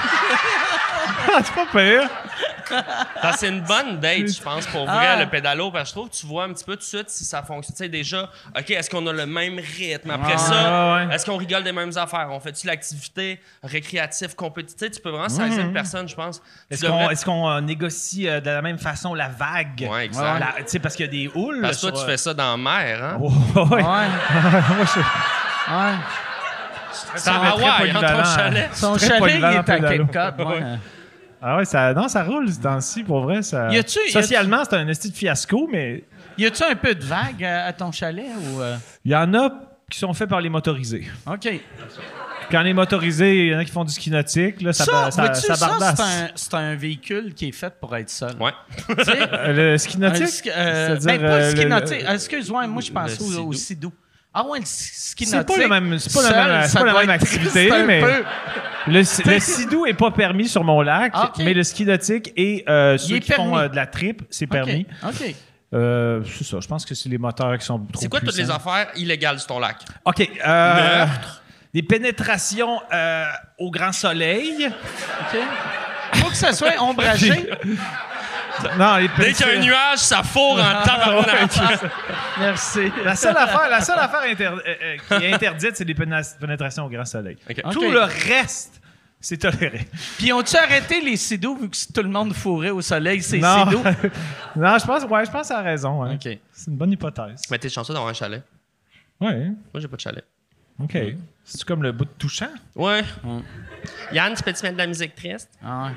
F: Ah, c'est pas pire.
E: Ça, c'est une bonne date, je pense, pour vrai,
D: Ah.
E: le pédalo, parce que je trouve que tu vois un petit peu tout de suite si ça fonctionne. Tu sais, déjà, OK, est-ce qu'on a le même rythme? Après
F: Ouais,
E: ça,
F: ouais, ouais.
E: est-ce qu'on rigole des mêmes affaires? On fait-tu l'activité récréative, compétitive? Tu peux vraiment saisir une personne, je pense. Tu
F: Mhm. Est-ce
E: devrais-
F: qu'on est-ce qu'on, euh, négocie euh, de la même façon la vague?
E: Ouais, exact.
F: La- tu sais, parce qu'il y a des houles. euh,
E: Parce que toi, tu fais ça dans la mer, hein?
F: ouais.
D: Ouais.
F: Moi, je-
D: Ouais.
E: C'est en
F: mais très
E: Hawaï, hein, ton
F: polyvalent.
E: chalet.
D: Son
F: très
D: chalet, il est
F: polyvalent,
D: à
F: Pédalo.
D: Cape Cod. ouais.
F: Ah ouais, ça, non, ça roule ce temps-ci, pour vrai. Ça...
D: Y a-tu- y a-tu-
F: Socialement, c'est un esti de fiasco, mais
D: Y a-tu un peu de vague à, à ton chalet ou. euh?
F: il y en a qui sont faits par les motorisés.
D: OK.
F: Quand les motorisés, il y en a qui font du ski nautique, là, ça, ça, ça,
D: vois-tu,
F: ça
D: ça,
F: bardasse.
D: c'est un- c'est un, véhicule qui est fait pour être seul.
E: Ouais.
D: Tu sais,
F: Euh, Le ski nautique?
D: un ski- euh,
F: C'est-à-dire,
D: ben, pas le
F: euh,
D: ski
F: le-
D: nautique. Excuse-moi, moi, je pensais
E: le
D: au, au
E: sidou.
D: sidou. Ah ouais, le ski
F: C'est
D: nautique.
F: pas le même- c'est pas la
D: seul,
F: même- c'est
D: ça
F: pas la
D: doit
F: même
D: être triste
F: activité,
D: un
F: mais-
D: peu.
F: Le, le sidou est pas permis sur mon lac,
D: Ah, ok.
F: mais le ski nautique et euh, ceux
D: est
F: qui font
D: permis.
F: euh, de la trip, c'est permis.
D: OK. OK.
F: Euh, c'est ça, je pense que c'est les moteurs qui sont trop
E: C'est quoi toutes les
F: puissants.
E: affaires illégales sur ton lac?
F: OK. euh,
E: Meurtre.
F: des pénétrations euh, au grand soleil.
D: OK. Faut que ça soit ombragé.
F: Non, les
E: Dès qu'il y a un
F: pénétrations-
E: nuage, ça fourre en tabarnak.
D: Merci.
F: La seule affaire, la seule affaire inter- euh, euh, qui est interdite, c'est les péné- pénétrations au grand soleil.
E: OK.
D: OK.
F: Tout le reste, c'est toléré.
D: Puis ont-tu arrêté les sidous vu que c'est tout le monde fourrait au soleil, c'est
F: non.
D: sidou?
F: non, je pense, ouais, je pense que ça a raison. hein.
D: OK.
F: C'est une bonne hypothèse.
E: Mais t'es chanceux d'avoir un chalet.
F: Ouais,
E: Moi, j'ai pas de chalet.
F: OK. C'est comme le bout de touchant.
E: Ouais.
F: Mm.
E: Yann, tu peux-tu mettre de la musique triste?
D: Ah ouais.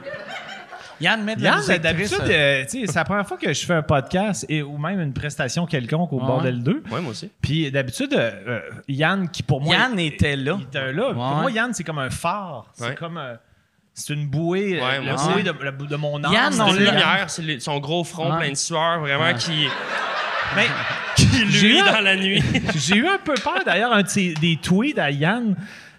D: Yann, mets de la
F: Yann,
D: musique
F: d'habitude,
D: triste.
F: euh, tu sais, c'est la première fois que je fais un podcast et, ou même une prestation quelconque au
D: Ouais.
F: Bordel 2.
E: Ouais, moi aussi.
F: Puis d'habitude, euh, euh, Yann, qui pour moi.
D: Yann était là.
F: Il était là. Pour moi, Yann, c'est comme un phare. C'est
E: Ouais.
F: comme. euh, c'est une bouée. euh,
E: Ouais,
F: la
E: moi
F: bouée
E: aussi.
F: de, la bou- de mon âme.
D: Yann,
F: C'est
D: on
E: C'est
F: une
E: une
D: le-
F: lumière.
E: lumière, c'est le- son gros front
D: Ouais.
E: plein de sueur, vraiment, qui,
F: Mais
E: qui
F: J'ai
E: luit
F: eu un-
E: dans la nuit.
F: j'ai eu un peu peur d'ailleurs un de ses- des tweets à Yann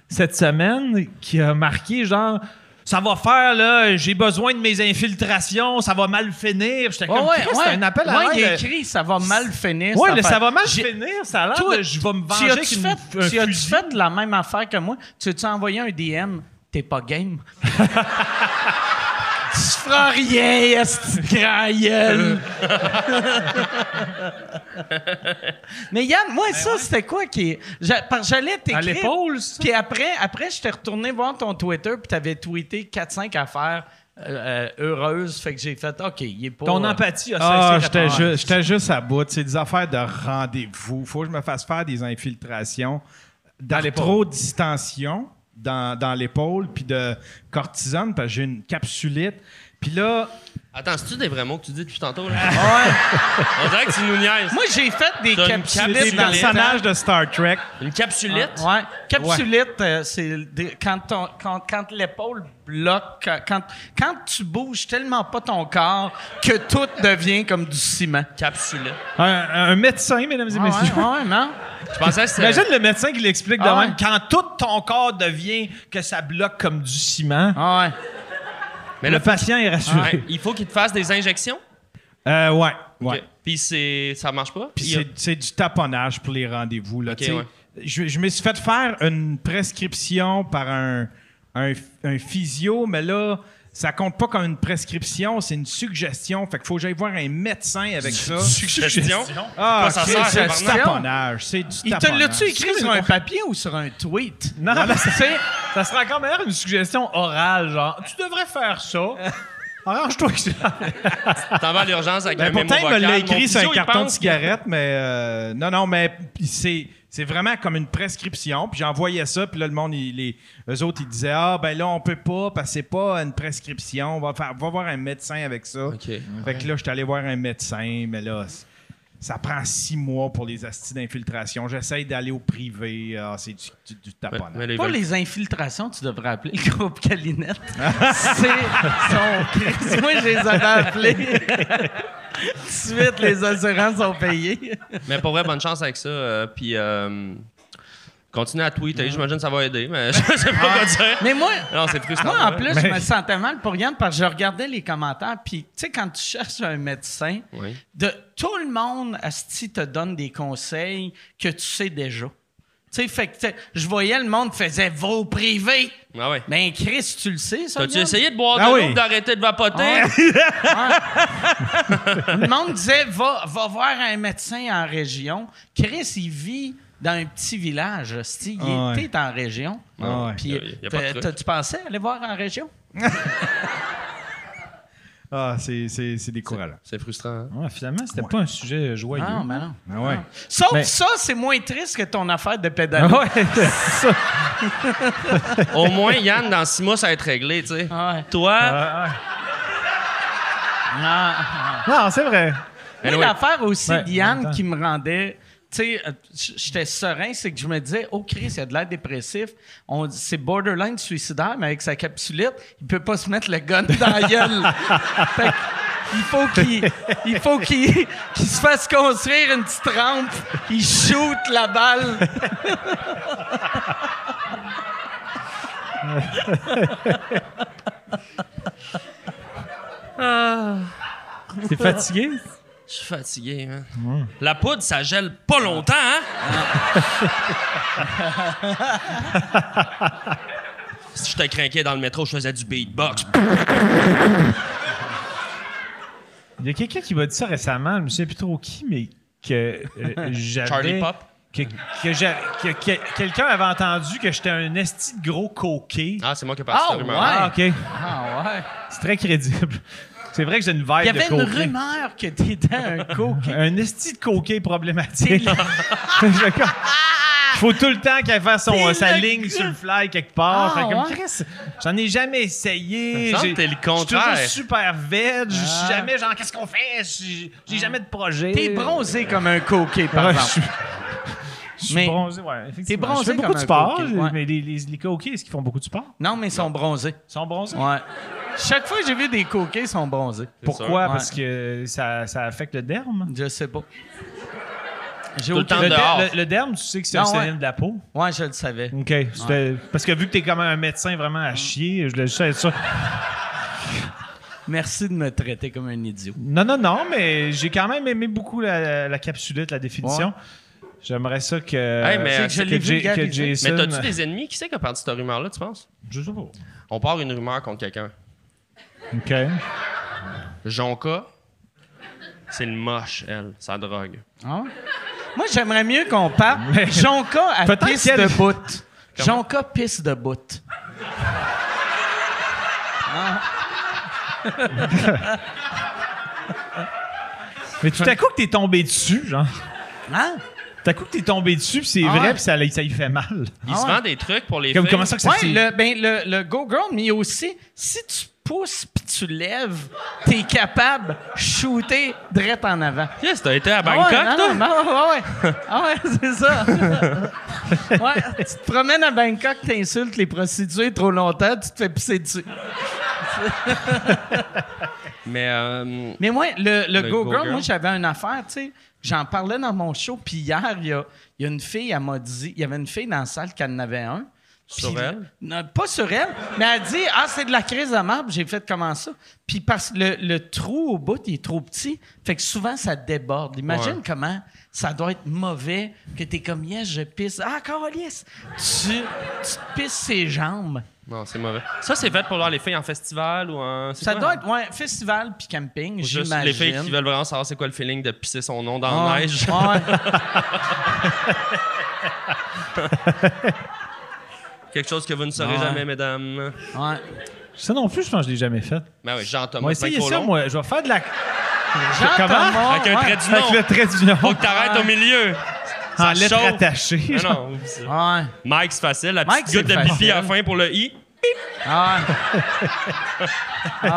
F: cette semaine qui a marqué genre ça va faire là, j'ai besoin de mes infiltrations, ça va mal finir. J'étais
D: Ouais,
F: comme
D: ouais,
F: Christ,
D: ouais.
F: c'est un appel à euh,
D: Ouais,
F: l'aide.
D: il a écrit ça va mal finir.
F: Ouais,
D: cette
F: le ça
D: affaire.
F: va mal
D: J'ai-
F: finir, ça a l'air
D: Toi,
F: de je vais me
D: Tu
F: venger
D: as-tu
F: avec une,
D: fait,
F: un
D: tu as-tu
F: fusil.
D: fait la même affaire que moi? Tu as envoyé un DM? T'es pas game? tu feras rien, esti de grand
C: Euh,
D: gueule. Mais Yann, moi, ça, c'était quoi qui. j'a- Parce que j'allais
F: Ben à
D: t'écrire.
F: l'épaule. ça?
D: Puis après, après je t'ai retourné voir ton Twitter, puis t'avais tweeté 4-5 affaires euh, euh, heureuses. Fait que j'ai fait, OK, il est pas.
F: Ton
D: euh,
F: empathie a
C: Ah,
F: cessé
C: j'étais
F: d'être-
C: ju- j'étais juste à bout. C'est des affaires de rendez-vous. Faut que je me fasse faire des infiltrations d'arthrodisstension dans, dans l'épaule, puis de cortisone, parce que j'ai une capsulite. Puis là,
E: Attends, c'est-tu des vrais mots que tu dis depuis tantôt? Là? On dirait que tu nous niaises.
D: Moi, j'ai fait des
E: T'as une
C: des
D: capsulites
E: capsulite
D: dans le temps.
C: personnages de Star Trek.
E: Une capsulite?
D: Ah, ouais. Capsulite, euh, c'est des- quand, ton- quand, quand l'épaule bloque, quand- quand, quand tu bouges tellement pas ton corps que tout devient comme du ciment.
E: Capsulite.
F: Un, un médecin, mesdames et
D: Ah ouais,
F: messieurs.
D: ah ouais, non?
E: Je pensais que
F: Imagine
E: c'était...
F: le médecin qui l'explique de
D: Ah
F: même.
D: ouais.
F: Quand tout ton corps devient que ça bloque comme du ciment,
D: Ah ouais.
E: Mais
F: le
E: là,
F: patient est
E: ouais,
F: rassuré.
E: il faut qu'il te fasse des injections?
F: Euh, ouais, ouais.
E: Ok. Puis c'est... ça marche pas?
C: Puis
E: Il y a-
C: c'est- c'est du taponnage pour les rendez-vous. là,
E: Ok,
C: tu sais.
E: ouais.
C: je, je me suis fait faire une prescription par un, un, un physio, mais là, ça compte pas comme une prescription, c'est une suggestion. Fait qu'il faut que j'aille voir un médecin avec ça.
E: Suggestion?
C: Ah,
E: Pas ça
C: Chris,
E: sert,
C: c'est du
E: suggestion.
C: taponnage. C'est du
D: Il te
C: taponnage.
D: l'a-tu écrit sur un papier ou sur un tweet?
F: Non, mais c'est- ça serait encore meilleur une suggestion orale, genre tu devrais faire ça. Arrange-toi avec ça.
E: T'en vas à l'urgence avec
C: Ben,
E: un
C: pourtant, il
E: mémo
C: me
E: vocal.
C: l'a
E: Mon
C: écrit sur
E: physio,
C: un
E: il
C: carton de
E: pense-
C: cigarette, mais euh, non, non, mais c'est, c'est vraiment comme une prescription. Puis j'envoyais ça, puis là, le monde, il- les, eux autres, ils disaient Ah, ben là, on peut pas, parce que c'est pas une prescription. On va, faire, va voir un médecin avec ça.
E: OK.
C: Fait que là, je suis allé voir un médecin, mais là, c- ça prend six mois pour les astis d'infiltration. J'essaye d'aller au privé. Ah, c'est du, du, du
E: Ouais,
C: taponnage.
E: mais là, ils
D: Pour
E: veulent-
D: les infiltrations, tu devrais appeler le groupe Calinette. C'est
C: Ah,
D: son Christ. Moi, je les avais appelés. Tout de suite, les assurances sont payées.
E: Mais pour vrai, bonne chance avec ça. euh, puis euh, continue à tweeter. J'imagine que ça va aider, mais je sais pas quoi dire.
D: Mais moi,
E: Non, c'est frustrant.
D: Moi, en plus,
F: Mais-
D: je me sentais mal pour Yann parce que je regardais les commentaires. Puis, tu sais, quand tu cherches un médecin,
E: Oui.
D: de, tout le monde, Asti, te donne des conseils que tu sais déjà. sais, fait que tu sais, je voyais le monde faisait vos privés.
E: Ah ouais.
D: Ben, Chris, tu le sais, ça.
E: T'as-tu
D: Guillaume?
E: essayé de boire
C: Ah
E: de l'eau,
C: oui.
E: pis d'arrêter de vapoter?
F: Ah
D: Le monde disait va, va voir un médecin en région. Chris, il vit dans un petit village. hostie. Il
C: Ah ouais.
D: était en région.
C: Ah ouais.
D: Puis,
E: Y a- y a pas de
D: t'as-
E: truc.
D: t'as- tu pensais aller voir en région?
C: Ah, c'est, c'est, c'est décourageant.
E: C'est frustrant. hein?
F: Ouais, finalement, c'était pas un sujet joyeux.
E: Mm-hmm.
D: Non, mais non.
C: Ah ouais.
D: Sauf
F: Mais-
D: ça, c'est moins triste que ton affaire de
F: Ah
D: pédalo.
F: ouais, c'est ça.
E: Au moins, Yann, dans six mois, ça va être réglé, tu sais.
D: Ah ouais.
E: Toi,
F: Ah,
D: Ah, ah.
F: ah. Non, c'est vrai.
D: Moi,
E: Anyway.
D: l'affaire aussi
F: Ouais,
D: de
F: en
D: Yann
F: même temps.
D: qui me rendait. Tu sais, euh, j- j'étais serein, c'est que je me disais, oh Chris, il a de l'air dépressif. On- C'est borderline suicidaire, mais avec sa capsulite, il peut pas se mettre le gun dans la gueule. Fait que, il faut qu'il il faut qu'il qu'il se fasse construire une petite rampe, il shoot la balle.
F: T'es fatigué?
E: je suis fatigué, man. La poudre, ça gèle pas longtemps, hein?
F: Ah.
E: si je te craquais dans le métro, je faisais du beatbox.
F: Il y a quelqu'un qui m'a dit ça récemment, je ne sais plus trop qui, mais que euh, j'avais...
E: Charlie Pop?
F: Que, que j'a- que- que- quelqu'un avait entendu que j'étais un esti de gros coquet.
E: Ah, c'est moi qui ai passé
D: Ah,
E: la rumeur.
D: ouais.
F: Ah, OK.
D: Ah ouais.
F: C'est très crédible. C'est vrai que j'ai une vibe
D: Il y avait
F: de
D: une
F: coquet.
D: rumeur que t'étais un coquin.
F: Un esti de coquet problématique. Je- Il faut tout le temps qu'elle fasse son,
D: T'es
F: sa
D: le
F: ligne sur le fly quelque part.
D: Ah,
F: Fait comme,
D: ouais?
F: Chris, j'en ai jamais essayé.
E: Ça me semble
F: J'ai-
E: que t'es le
F: Je
E: contraire.
F: suis toujours super veg. Je suis
D: Ah.
F: jamais genre, qu'est-ce qu'on fait? J'ai j'ai jamais de projet.
D: T'es bronzé comme un coquet, par
F: Ouais, je
D: exemple.
F: suis- Je suis
D: Mais-
F: bronzé, ouais. effectivement.
D: bronzé
F: Je fais beaucoup
D: comme
F: de
D: un
F: sport,
D: coquet, ouais.
F: mais les, les, les coquets, est-ce qu'ils font beaucoup de sport?
D: Non, mais ils sont bronzés.
F: Ils sont bronzés?
D: Ouais. Chaque fois que j'ai vu des coquets, ils sont bronzés.
F: Pourquoi?
E: sûr.
F: Parce que ça, ça affecte le derme.
D: Je sais pas. J'ai
E: Tout le
D: aucune-
E: temps
F: Le,
E: de- dehors.
F: der- le- le derme, tu sais que c'est un
D: Non, ouais.
F: synonyme de la peau.
D: Ouais, je le savais.
F: OK. C'était- Parce que vu que t'es comme un médecin vraiment à chier, je voulais juste être sûr.
D: Merci de me traiter comme un idiot.
F: Non, non, non, mais j'ai quand même aimé beaucoup la, la capsulette, la définition. J'aimerais ça que.
E: Hey,
F: que
E: mais, euh, c'est
F: que
E: que
F: Jay- que
D: vulgarisé.
F: Jason-
E: Mais t'as-tu des ennemis? Qui c'est qui a parti cette rumeur-là, tu penses?
F: Je sais pas.
E: On part une rumeur contre quelqu'un.
F: OK.
E: Jonka, c'est le moche, elle, sa drogue.
D: Hein? Moi, j'aimerais mieux qu'on parle.
F: Mais-
D: Jonca à
F: Peut-être
D: pisse
F: qu'elle-
D: de bout. Jonca pisse de bout.
F: Mais tout à coup que t'es tombé dessus, genre.
D: Hein?
F: Tout à coup que t'es tombé dessus, puis c'est
D: Ah ouais.
F: vrai, puis ça, ça y fait mal.
E: Il
D: Ah
E: se
D: ouais.
E: vend des trucs pour les
F: Comme,
E: filles.
F: comment ça que ça
D: Ouais,
F: s'est-
D: le, ben, le, le Go Girl, mais aussi, si tu pousses puis tu lèves, t'es capable de shooter direct en avant.
E: Yes, t'as été à Bangkok,
D: ah ouais, non,
E: toi?
D: non, non, ouais, ouais. Ah ouais, c'est ça. ouais, tu te promènes à Bangkok, t'insultes les prostituées trop longtemps, tu te fais pisser dessus.
E: Mais euh,
D: Mais moi, le, le,
E: Le
D: Go,
E: Go
D: Girl,
E: Girl.
D: moi, j'avais une affaire, tu sais. J'en parlais dans mon show, puis hier, il y a, il y a une fille, elle m'a dit... Il y avait une fille dans la salle qui en avait un.
E: Sur
D: Puis-
E: elle?
D: Non, pas sur elle, mais elle dit « Ah, c'est de la crise à marbre. J'ai fait comment ça? Puis parce que le, le trou au bout, il est trop petit. Fait que souvent, ça déborde. Imagine
E: Ouais.
D: comment ça doit être mauvais que t'es comme « Yes, je pisse. Ah, Carlis! Tu, tu te pisses ses jambes.
E: non, c'est mauvais. Ça, c'est fait pour voir les filles en festival ou en. c'est
D: Ça
E: quoi?
D: doit être, ouais, festival puis camping,
E: Ou juste
D: j'imagine.
E: les filles qui veulent vraiment savoir c'est quoi le feeling de pisser son nom dans
D: Ah,
E: la neige.
D: ouais.
E: Quelque chose que vous ne saurez
D: Ouais.
E: jamais, mesdames.
D: Ouais.
F: Ça non plus, je pense que je l'ai jamais fait.
E: Ben oui, Jean-Thomas.
F: Moi, essayez
E: Pincolon.
F: ça, moi. Je vais faire de la.
D: Jean
F: Comment?
D: Thomas,
E: Avec un
D: ouais.
E: trait du
F: Avec le
E: nom.
F: trait du nom.
E: Faut que t'arrêtes au milieu.
F: en lettres
E: chauffe.
F: attachées.
E: Non,
F: genre.
E: non, oublie ça.
D: Ouais.
E: Mike, c'est facile. La
D: Mike,
E: petite goutte
D: c'est
E: de pipi
D: facile.
E: à la fin pour le i.
D: Ouais. ouais.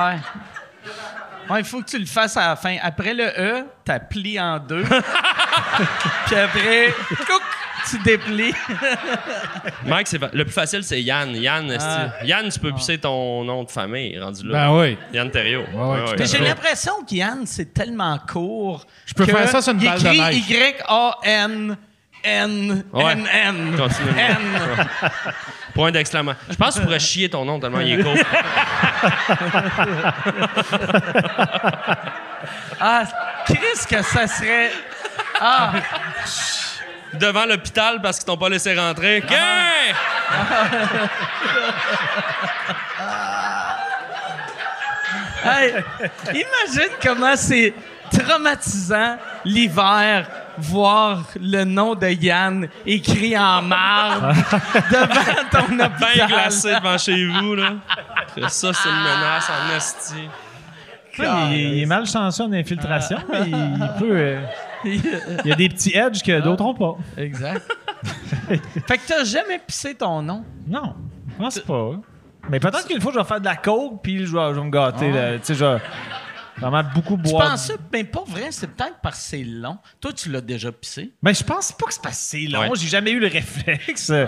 D: Ouais, il faut que tu le fasses à la fin. Après le E, t'as plié en deux. Puis après, couc, tu déplies.
E: Mike, c'est fa- le plus facile, c'est Yann. Yann, esti.
D: Euh.
E: Yann, tu peux
D: Ah.
E: pisser ton nom de famille, rendu là.
G: Ben oui.
E: Yann Thériault. Ouais, ouais.
D: Mais j'ai l'impression qu'Yann, c'est tellement court.
G: Je peux
D: que
G: faire ça sur une
D: il
G: balle de
D: écrit
G: neige.
D: Y-A-N. N,
E: Ouais.
D: N, N,
E: Continue.
D: N.
E: Point d'exclamation. Je pense que tu pourrais chier ton nom tellement il est court.
D: Ah, Chris, que ça serait. Ah,
E: devant l'hôpital parce qu'ils t'ont pas laissé rentrer. Gay!
D: Hey, imagine comment c'est traumatisant l'hiver voir le nom de Yann écrit en marbre devant ton
E: Bien
D: hôpital.
E: glacé devant chez vous, là. Ça, c'est une menace en esti.
F: Ah, Il, est- il est malchanceux en infiltration,
D: Ah.
F: mais il, il peut. euh, il y a des petits edges que d'autres n'ont pas.
D: Ah. exact. fait que t'as jamais pissé ton nom.
F: Non, je pense pas. Mais peut-être qu'une fois, je vais faire de la coke, puis je vais, je vais me gâter. là. Tu sais, je vais vraiment beaucoup
D: Ah. Tu
F: boire.
D: pensais, mais pour vrai, c'est peut-être parce que c'est long. Toi, tu l'as déjà pissé.
F: Mais je pense pas que c'est passé long.
E: Ouais.
F: J'ai jamais eu le réflexe euh,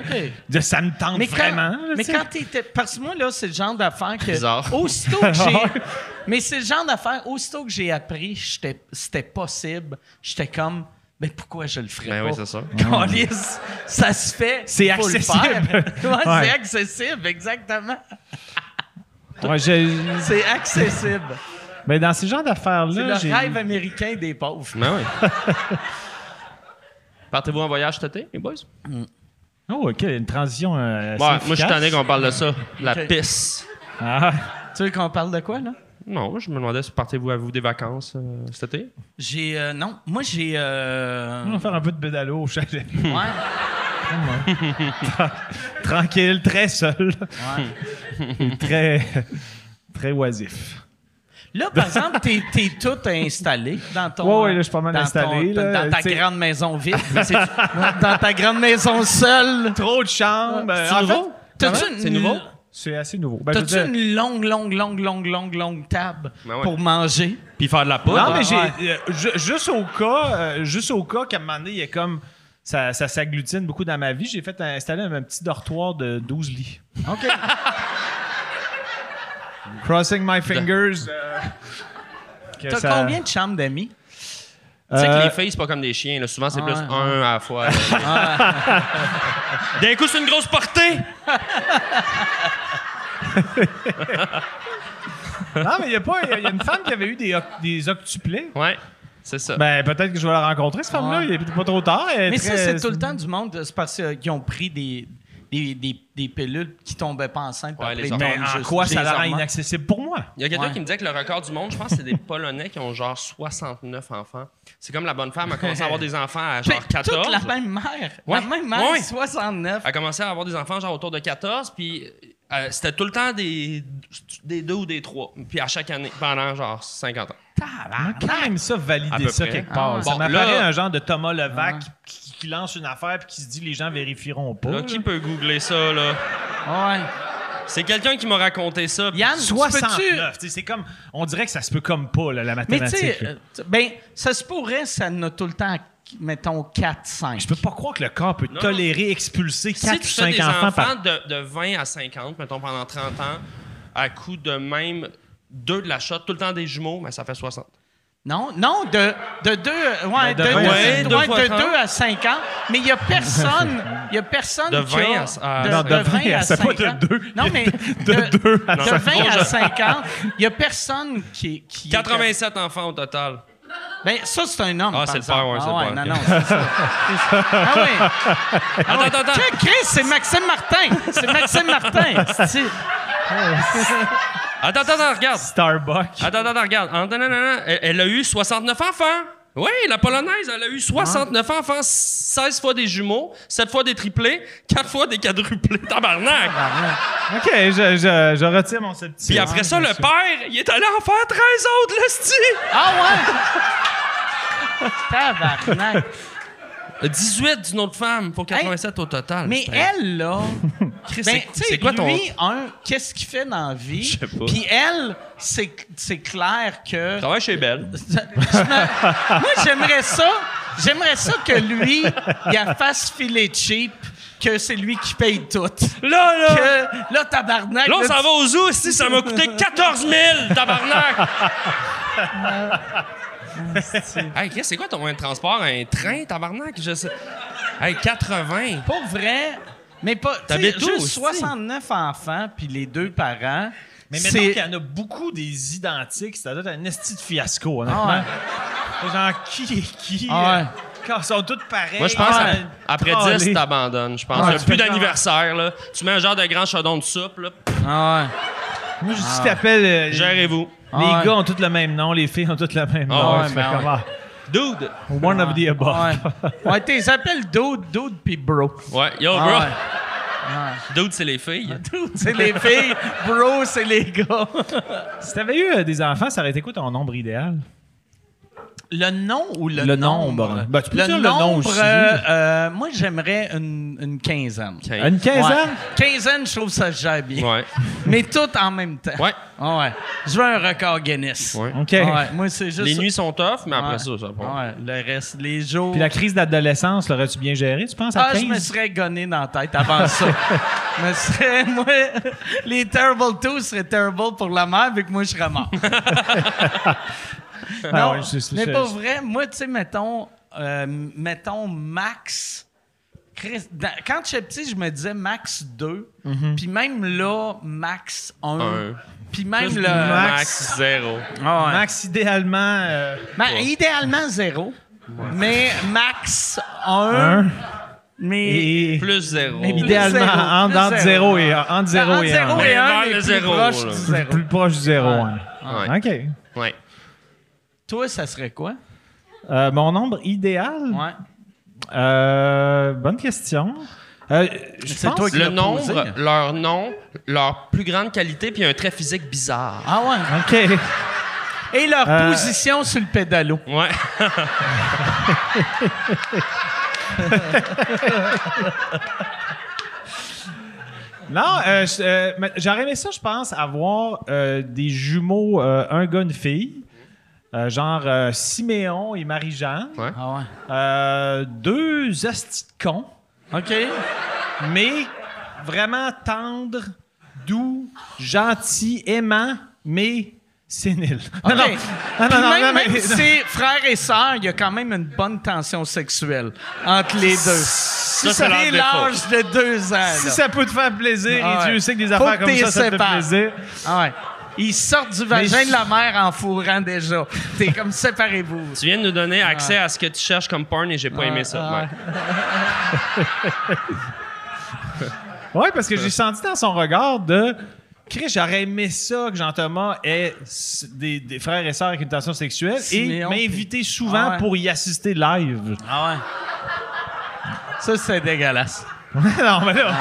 F: de ça me tente
D: Mais quand,
F: vraiment. là,
D: mais
F: tu sais.
D: quand t'étais. Parce que moi, là, c'est le genre d'affaire que.
E: Bizarre.
D: Aussitôt que j'ai.
F: Ouais.
D: mais c'est le genre d'affaire, aussitôt que j'ai appris, j'étais- c'était possible, j'étais comme. Ben pourquoi je le ferais
E: Ben
D: pas?
E: oui, c'est ça.
D: Câlisse, ça se fait.
F: C'est
D: faut le
F: accessible.
D: faire. Ouais, C'est
F: Ouais.
D: accessible, exactement.
F: Ouais, je-
D: C'est accessible.
F: Mais dans ces genres
D: C'est
F: d'affaires-là,
D: le
F: j'ai.
D: rêve américain des pauvres.
E: Ben oui. Partez-vous en voyage cet été, les boys?
F: Oh, ok, une transition. euh, assez
E: Ouais, moi, je suis
F: efficace.
E: tanné qu'on parle de ça. de La
D: Ok.
E: pisse.
F: Ah,
D: Tu veux qu'on parle de quoi, là?
E: Non, moi, je me demandais si partez-vous à vous des vacances euh, cet été?
D: J'ai. euh, non, moi, j'ai. euh,
F: on va faire un peu de pédalo au chalet.
D: ouais.
F: Tranquille, très seul. Et très. Très oisif.
D: Là, par exemple, t'es, t'es tout installé dans ton.
F: Ouais, ouais, là, je suis pas mal
D: dans ton-
F: installé,
D: Dans,
F: là,
D: dans ta
F: tu sais.
D: grande maison vide. Mais c'est- dans ta grande maison seule.
F: Trop de chambres.
D: Euh,
F: euh,
D: C'est
F: Ah, ben, en
D: nouveau?
F: fait,
D: T'as-tu
F: comment?
D: une-
E: C'est nouveau?
F: C'est assez nouveau. Ben, je veux
D: T'as-tu
F: dire-
D: une longue, longue, longue, longue, longue, longue table
E: Ben ouais.
D: pour manger?
F: Euh,
E: Puis faire de la poudre?
F: Non, mais j'ai.
D: Ah, Ouais.
F: euh, ju- juste au cas, euh, juste au cas qu'à un moment donné, il y a comme. Ça, ça s'agglutine beaucoup dans ma vie. J'ai fait un- installer un, un petit dortoir de 12 lits. OK. Crossing my fingers. euh, que
D: T'as
F: ça-
D: combien de chambres d'amis?
E: Tu sais que les
F: Euh,
E: filles, c'est pas comme des chiens. là. Souvent, c'est
D: Ah,
E: plus
D: ouais,
E: un à la fois. D'un coup, c'est une grosse portée!
F: Non, mais il y a pas. Il y, a- il y a une femme qui avait eu des, oc- des octuplets.
E: Ouais, c'est ça.
F: Ben, peut-être que je vais la rencontrer, cette femme-là. Il n'est pas trop tard. Elle est
D: Mais ça,
F: très-
D: c'est tout le temps du monde. C'est parce euh, qu'ils ont pris des, des, des, des pilules qui tombaient pas enceintes. puis
E: Ouais,
D: après,
E: les
D: ils
E: hormones.
D: tombent
E: Mais
F: En
D: juste-
F: quoi ça
D: les
F: la rend
D: hormones.
F: inaccessible pour moi?
E: Il y a quelqu'un
D: Ouais.
E: qui me disait que le record du monde, je pense que c'est des Polonais qui ont genre 69 enfants. C'est comme la bonne femme a commencé à avoir des enfants à
D: Puis
E: genre
D: toute
E: 14.
D: la même mère.
E: Ouais.
D: La même mère,
E: Ouais.
D: 69.
E: Elle a commencé à avoir des enfants genre autour de 14, puis euh, c'était tout le temps des, des deux ou des trois, puis à chaque année, pendant genre 50 ans.
F: On a quand même ça
E: À
F: valider
E: peu
F: ça
E: près.
F: quelque part.
E: Ah ouais.
F: Ça
E: Bon,
F: m'apparaît
E: là-
F: un genre de Thomas Levac qui, qui lance une affaire puis qui se dit les gens vérifieront pas.
E: Là,
F: là.
E: qui peut googler ça, là?
D: Ouais.
E: C'est quelqu'un qui m'a raconté ça. puis-
D: Yann, tu peux-tu
F: 69, tu sais, c'est comme on dirait que ça se peut comme pas là, la
D: Mais tu
F: mathématique.
D: sais,
F: là.
D: euh, tu- ben, ça se pourrait, ça n'a tout le temps, mettons, 4, 5.
F: je peux pas croire que le corps peut
E: Non.
F: tolérer expulser 4
E: si
F: ou
E: tu fais
F: 5
E: des
F: enfants,
E: enfants
F: par
E: de, de 20 à 50, mettons pendant 30 ans, à coup de même deux de la shot, tout le temps des jumeaux, mais ça fait 60.
D: Non, non, de 2 de deux, euh, ouais,
F: de
D: de,
F: vingt
D: de-
F: à
D: ouais,
E: cinq.
D: de
E: Ben, deux fois
D: deux
E: trente.
D: à 5 ans, mais il n'y a personne, il y a personne
E: De
D: qui
E: vingt
D: a-
E: à- à-
D: de,
E: non,
D: de
E: de
D: vingt
F: vingt à-
D: à
F: c'est
D: 5
F: pas
D: ans.
F: de deux,
D: Non, mais
F: de deux à
D: de
F: cinq
D: 20 à 5 ans, il n'y a personne qui... qui
E: 87 enfants au total.
D: Ben, ça, c'est un homme,
E: Ah,
D: par
E: c'est le
D: exemple.
E: père, ouais, c'est le
D: ah, ouais,
E: père,
D: non,
E: ok.
D: non, c'est ça. ah ouais.
E: Attends, attends, attends.
D: Check, Chris, c'est Maxime Martin. C'est Maxime Martin. C'est-
E: Attends, attends, attends, regarde.
F: Starbucks.
E: Attends, attends, attends, regarde. Ah, non, non, non, non. Elle, elle a eu 69 enfants. Oui, la Polonaise, elle a eu 69
D: Ah.
E: enfants, 16 fois des jumeaux, 7 fois des triplés, 4 fois des quadruplés. Tabarnak!
D: Ah,
F: OK, je, je, je retire mon scepticisme.
E: Puis après ça, le père, il est allé en faire 13 autres, le style!
D: Ah ouais! Tabarnak.
E: 18 d'une autre femme pour 87 au total.
D: Mais
E: C'est-
D: elle, là...
E: Chris,
D: Ben,
E: c'est-
D: tu sais,
E: c'est quoi ton.
D: lui, un, qu'est-ce qu'il fait dans la vie?
E: Je sais pas.
D: Puis elle, c'est c'est clair que...
E: Travaille chez Belle.
D: Je me- Moi, j'aimerais ça. J'aimerais ça que lui, il a fasse filer cheap, que c'est lui qui paye tout.
E: Là, là!
D: Que, là, tabarnak...
E: Là, on
D: là,
E: s'en
D: tu-
E: va au zoo, si ça m'a coûté 14 000, tabarnak! hey, Chris, c'est quoi ton moyen de transport? Un train, tabarnak? Je sais. Hey, 80.
D: Pour vrai, mais pas... tu sais,
E: T'habites où,
D: juste
E: aussi?
D: 69 enfants, puis les deux parents...
F: Mais
D: c'est-
F: mettons qu'il y en a beaucoup des identiques, ça doit être un esti de fiasco, honnêtement.
D: Ah ouais.
F: Genre, qui est qui?
D: Ah
F: euh,
D: ouais.
F: Ils sont tous pareils.
E: Moi, je pense,
F: Ah,
E: à- après
F: Ah,
E: 10,
F: les-
E: t'abandonnes. Je pense.
F: Ah,
E: Il y a
F: tu
E: plus
F: fais
E: d'anniversaire, là. Tu mets un genre de grand chaudon de soupe, là.
F: Ah ouais. Moi, je si t'appelles. euh,
E: Gérez-vous.
F: Les
D: Ah ouais.
F: gars ont tous le même nom, les filles ont toutes le même
E: Ah
F: nom.
E: ouais,
F: Tu
E: mais
F: fais
E: ouais.
F: comment?
E: Dude!
F: One of the above.
D: Ah Ouais, ouais t'es appelles Dude, Dude pis Bro.
E: Ouais, yo,
D: Ah
E: bro.
D: ouais.
E: Dude, c'est les filles.
D: Dude, c'est les filles, Bro, c'est les gars.
F: Si t'avais eu euh, des enfants, ça aurait été quoi ton nombre idéal?
D: Le nom ou le,
F: Le
D: nombre?
F: nombre. Ben, tu peux
D: le
F: dire le nom
D: nombre,
F: aussi.
D: euh, euh, moi, j'aimerais une, une quinzaine.
E: Ok.
F: Une quinzaine?
D: Ouais. Quinzaine, je trouve ça se gère bien.
E: Ouais.
D: Mais tout en même temps.
E: Ouais.
D: Ah ouais. Je veux un record Guinness.
E: Ouais.
F: OK.
D: Ah Ouais, moi, c'est juste.
E: Les nuits sont tough, mais après
D: Ouais.
E: ça, ça prend.
D: Ouais, le reste, les jours.
F: Puis la crise d'adolescence, l'aurais-tu bien gérée, tu penses,
D: Ah,
F: à
D: je
F: 15?
D: me serais gonné dans la tête avant ça. Je me serais, moi, les Terrible Two seraient terrible pour la mère, vu que moi, je serais mort.
F: Ah
D: non,
F: ouais, c'est- c'est-
D: mais
F: c'est-
D: pas vrai. Moi, tu sais, mettons, euh, mettons Max. Chris- dans- quand j'étais petit, je me disais Max 2.
F: Mhm.
D: Puis même là, Max 1.
E: Un.
D: Puis même
E: Plus
D: le.
E: Max, zéro.
D: Ah ouais.
F: Max, idéalement, euh,
D: Ma- Idéalement 0. Mais Max 1.
F: un.
D: Mais.
F: Et,
E: Plus zéro.
D: Mais
E: Ouais.
F: idéalement,
D: zéro,
F: entre,
D: plus
F: entre
D: zéro.
F: zéro et un. Entre zéro
D: Entre
F: et
D: zéro
F: un.
D: et
E: Mais
D: un,
E: vers
D: mais
E: le
D: plus
E: zéro,
D: proche
E: là.
D: du
F: Plus-
D: zéro.
F: Plus proche du zéro. hein.
E: Ouais.
F: OK.
E: Ouais.
D: Toi, ça serait quoi?
F: Euh, mon nombre idéal?
D: Ouais.
F: Euh, bonne question. Euh, je
D: C'est
F: pense-
D: toi qui-
E: Le
D: l'as posé.
E: nombre, leur nom, leur plus grande qualité, puis un trait physique bizarre.
D: Ah ouais.
F: OK.
D: Et leur
F: Euh,
D: position sur le pédalo.
E: Ouais.
F: Non, euh, je- euh, mais j'aurais aimé ça, je pense, avoir euh, des jumeaux, euh, un gars, une fille. Euh, genre euh, Siméon et Marie-Jeanne.
E: Ouais.
D: Ah ouais.
F: Euh, deux hosties de cons,
D: OK.
F: mais vraiment tendres, doux, gentils, aimants, mais séniles. Non, non,
D: OK.
F: non,
D: Puis
F: non,
D: même,
F: non, mais-
D: même si c'est frères et sœurs, il y a quand même une bonne tension sexuelle entre les deux. Ça,
E: c'est leur défaut.
D: l'âge de deux ans.
F: Si
D: là.
F: ça peut te faire plaisir,
D: Ah
F: et
D: ouais.
F: Dieu sait que des
D: Faut
F: affaires
D: que
F: comme
D: t'es
F: ça, ça te fait
D: séparé.
F: plaisir.
D: Ah ouais. Ils sortent du vagin
F: Mais
D: de la mère en fourrant déjà. T'es comme séparez-vous.
E: Tu viens de nous donner accès à ce que tu cherches comme porn et j'ai pas aimé ça.
D: ah,
E: ouais.
F: Oui, parce que j'ai senti dans son regard de. Chris, j'aurais aimé ça que Jean-Thomas ait s- des, des frères et sœurs avec une tension sexuelle et
D: Siméon,
F: m'inviter souvent
D: Ah ouais.
F: pour y assister live.
D: Ah ouais. Ça, c'est dégueulasse.
F: non, mais là,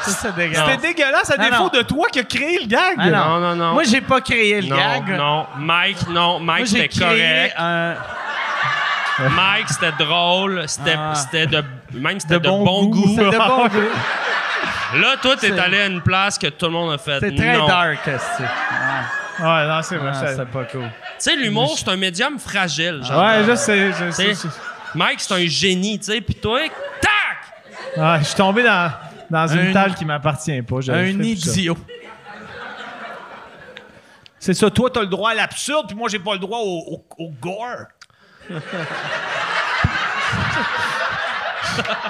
D: Ça, c'est dégueulasse.
F: c'était dégueulasse à
D: Non,
F: défaut
D: non.
F: de toi qui as créé le gag.
D: Ah
E: Non, non, non.
D: Moi, j'ai pas créé le
E: Non,
D: gag.
E: non. Mike, non.
D: Moi,
E: Mike,
D: j'ai
E: c'était
D: créé
E: correct.
D: un...
E: Mike, c'était drôle. C'était
D: Ah.
E: c'était de... Même c'était de,
F: bon
E: bon,
F: goût.
E: goût.
D: de bon goût.
E: Là, toi, t'es
D: C'est-
E: allé à une place que tout le monde a fait.
D: C'est très
E: non.
D: dark, c'est.
F: Ouais, non, c'est vrai.
D: Ah,
F: ça-
D: c'est pas cool.
E: Tu sais, l'humour, c'est un médium fragile. genre.
F: Ouais, je sais. Je, sais,
E: Tu
F: je-
E: sais, Mike, c'est un génie, tu sais. Puis toi, tac!
F: Ouais, Ah, je suis tombé dans, dans une
D: Un-
F: table qui m'appartient pas. j'avais fait
D: Un
F: tout ça.
D: idiot.
F: C'est ça, toi, t'as le droit à l'absurde, puis moi, j'ai pas le droit au, au- au gore.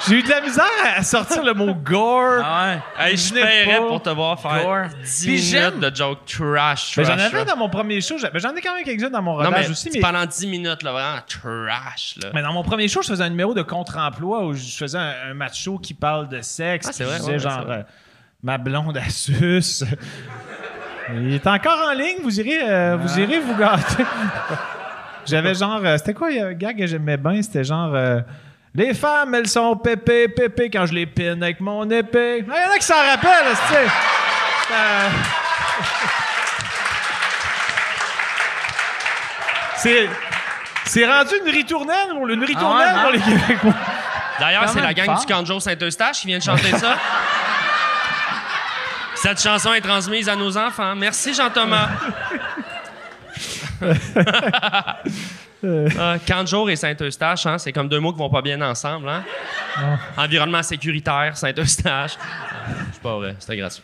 F: j'ai eu de la misère à sortir le mot gore.
D: Ah ouais.
E: Hey, je
F: Venez
E: paierais
F: pas.
E: pour te voir faire
D: Gore.
E: 10
D: Puis j'aime-
E: minutes de joke trash.
F: Ben,
E: trash,
F: j'en avais
E: trash.
F: dans mon premier show. j'a- ben, J'en ai quand même quelques-uns dans mon
E: Non, mais
F: rodage aussi. Mais,
E: pendant 10 minutes, là, vraiment trash, là.
F: mais dans mon premier show, je faisais un numéro de contre-emploi où je faisais un, un match show qui parle de sexe.
E: Ah, c'est
F: puis
E: vrai,
F: je disais
E: ouais, ouais,
F: genre,
E: c'est vrai.
F: euh, ma blonde à suce. Il est encore en ligne. Vous irez, euh,
E: Ah.
F: vous, irez vous gâter. J'avais genre. euh, c'était quoi un gag que j'aimais bien? C'était genre. euh, les femmes, elles sont pépé, pépé quand je les pine avec mon épée. Il y en a qui s'en rappellent, tu sais. Euh, C'est. C'est rendu une ritournelle, ou une ritournelle
D: Ah ouais,
F: pour les Québécois.
E: D'ailleurs,
D: Quand
E: c'est la
D: même
E: gang
D: fort.
E: du Canjo Saint-Eustache qui vient de chanter ça. Cette chanson est transmise à nos enfants. Merci, Jean-Thomas. Euh, Canjo et Saint-Eustache, hein, c'est comme deux mots qui vont pas bien ensemble. Hein?
F: Ah.
E: Environnement sécuritaire, Saint-Eustache. C'est pas vrai, c'était gratuit.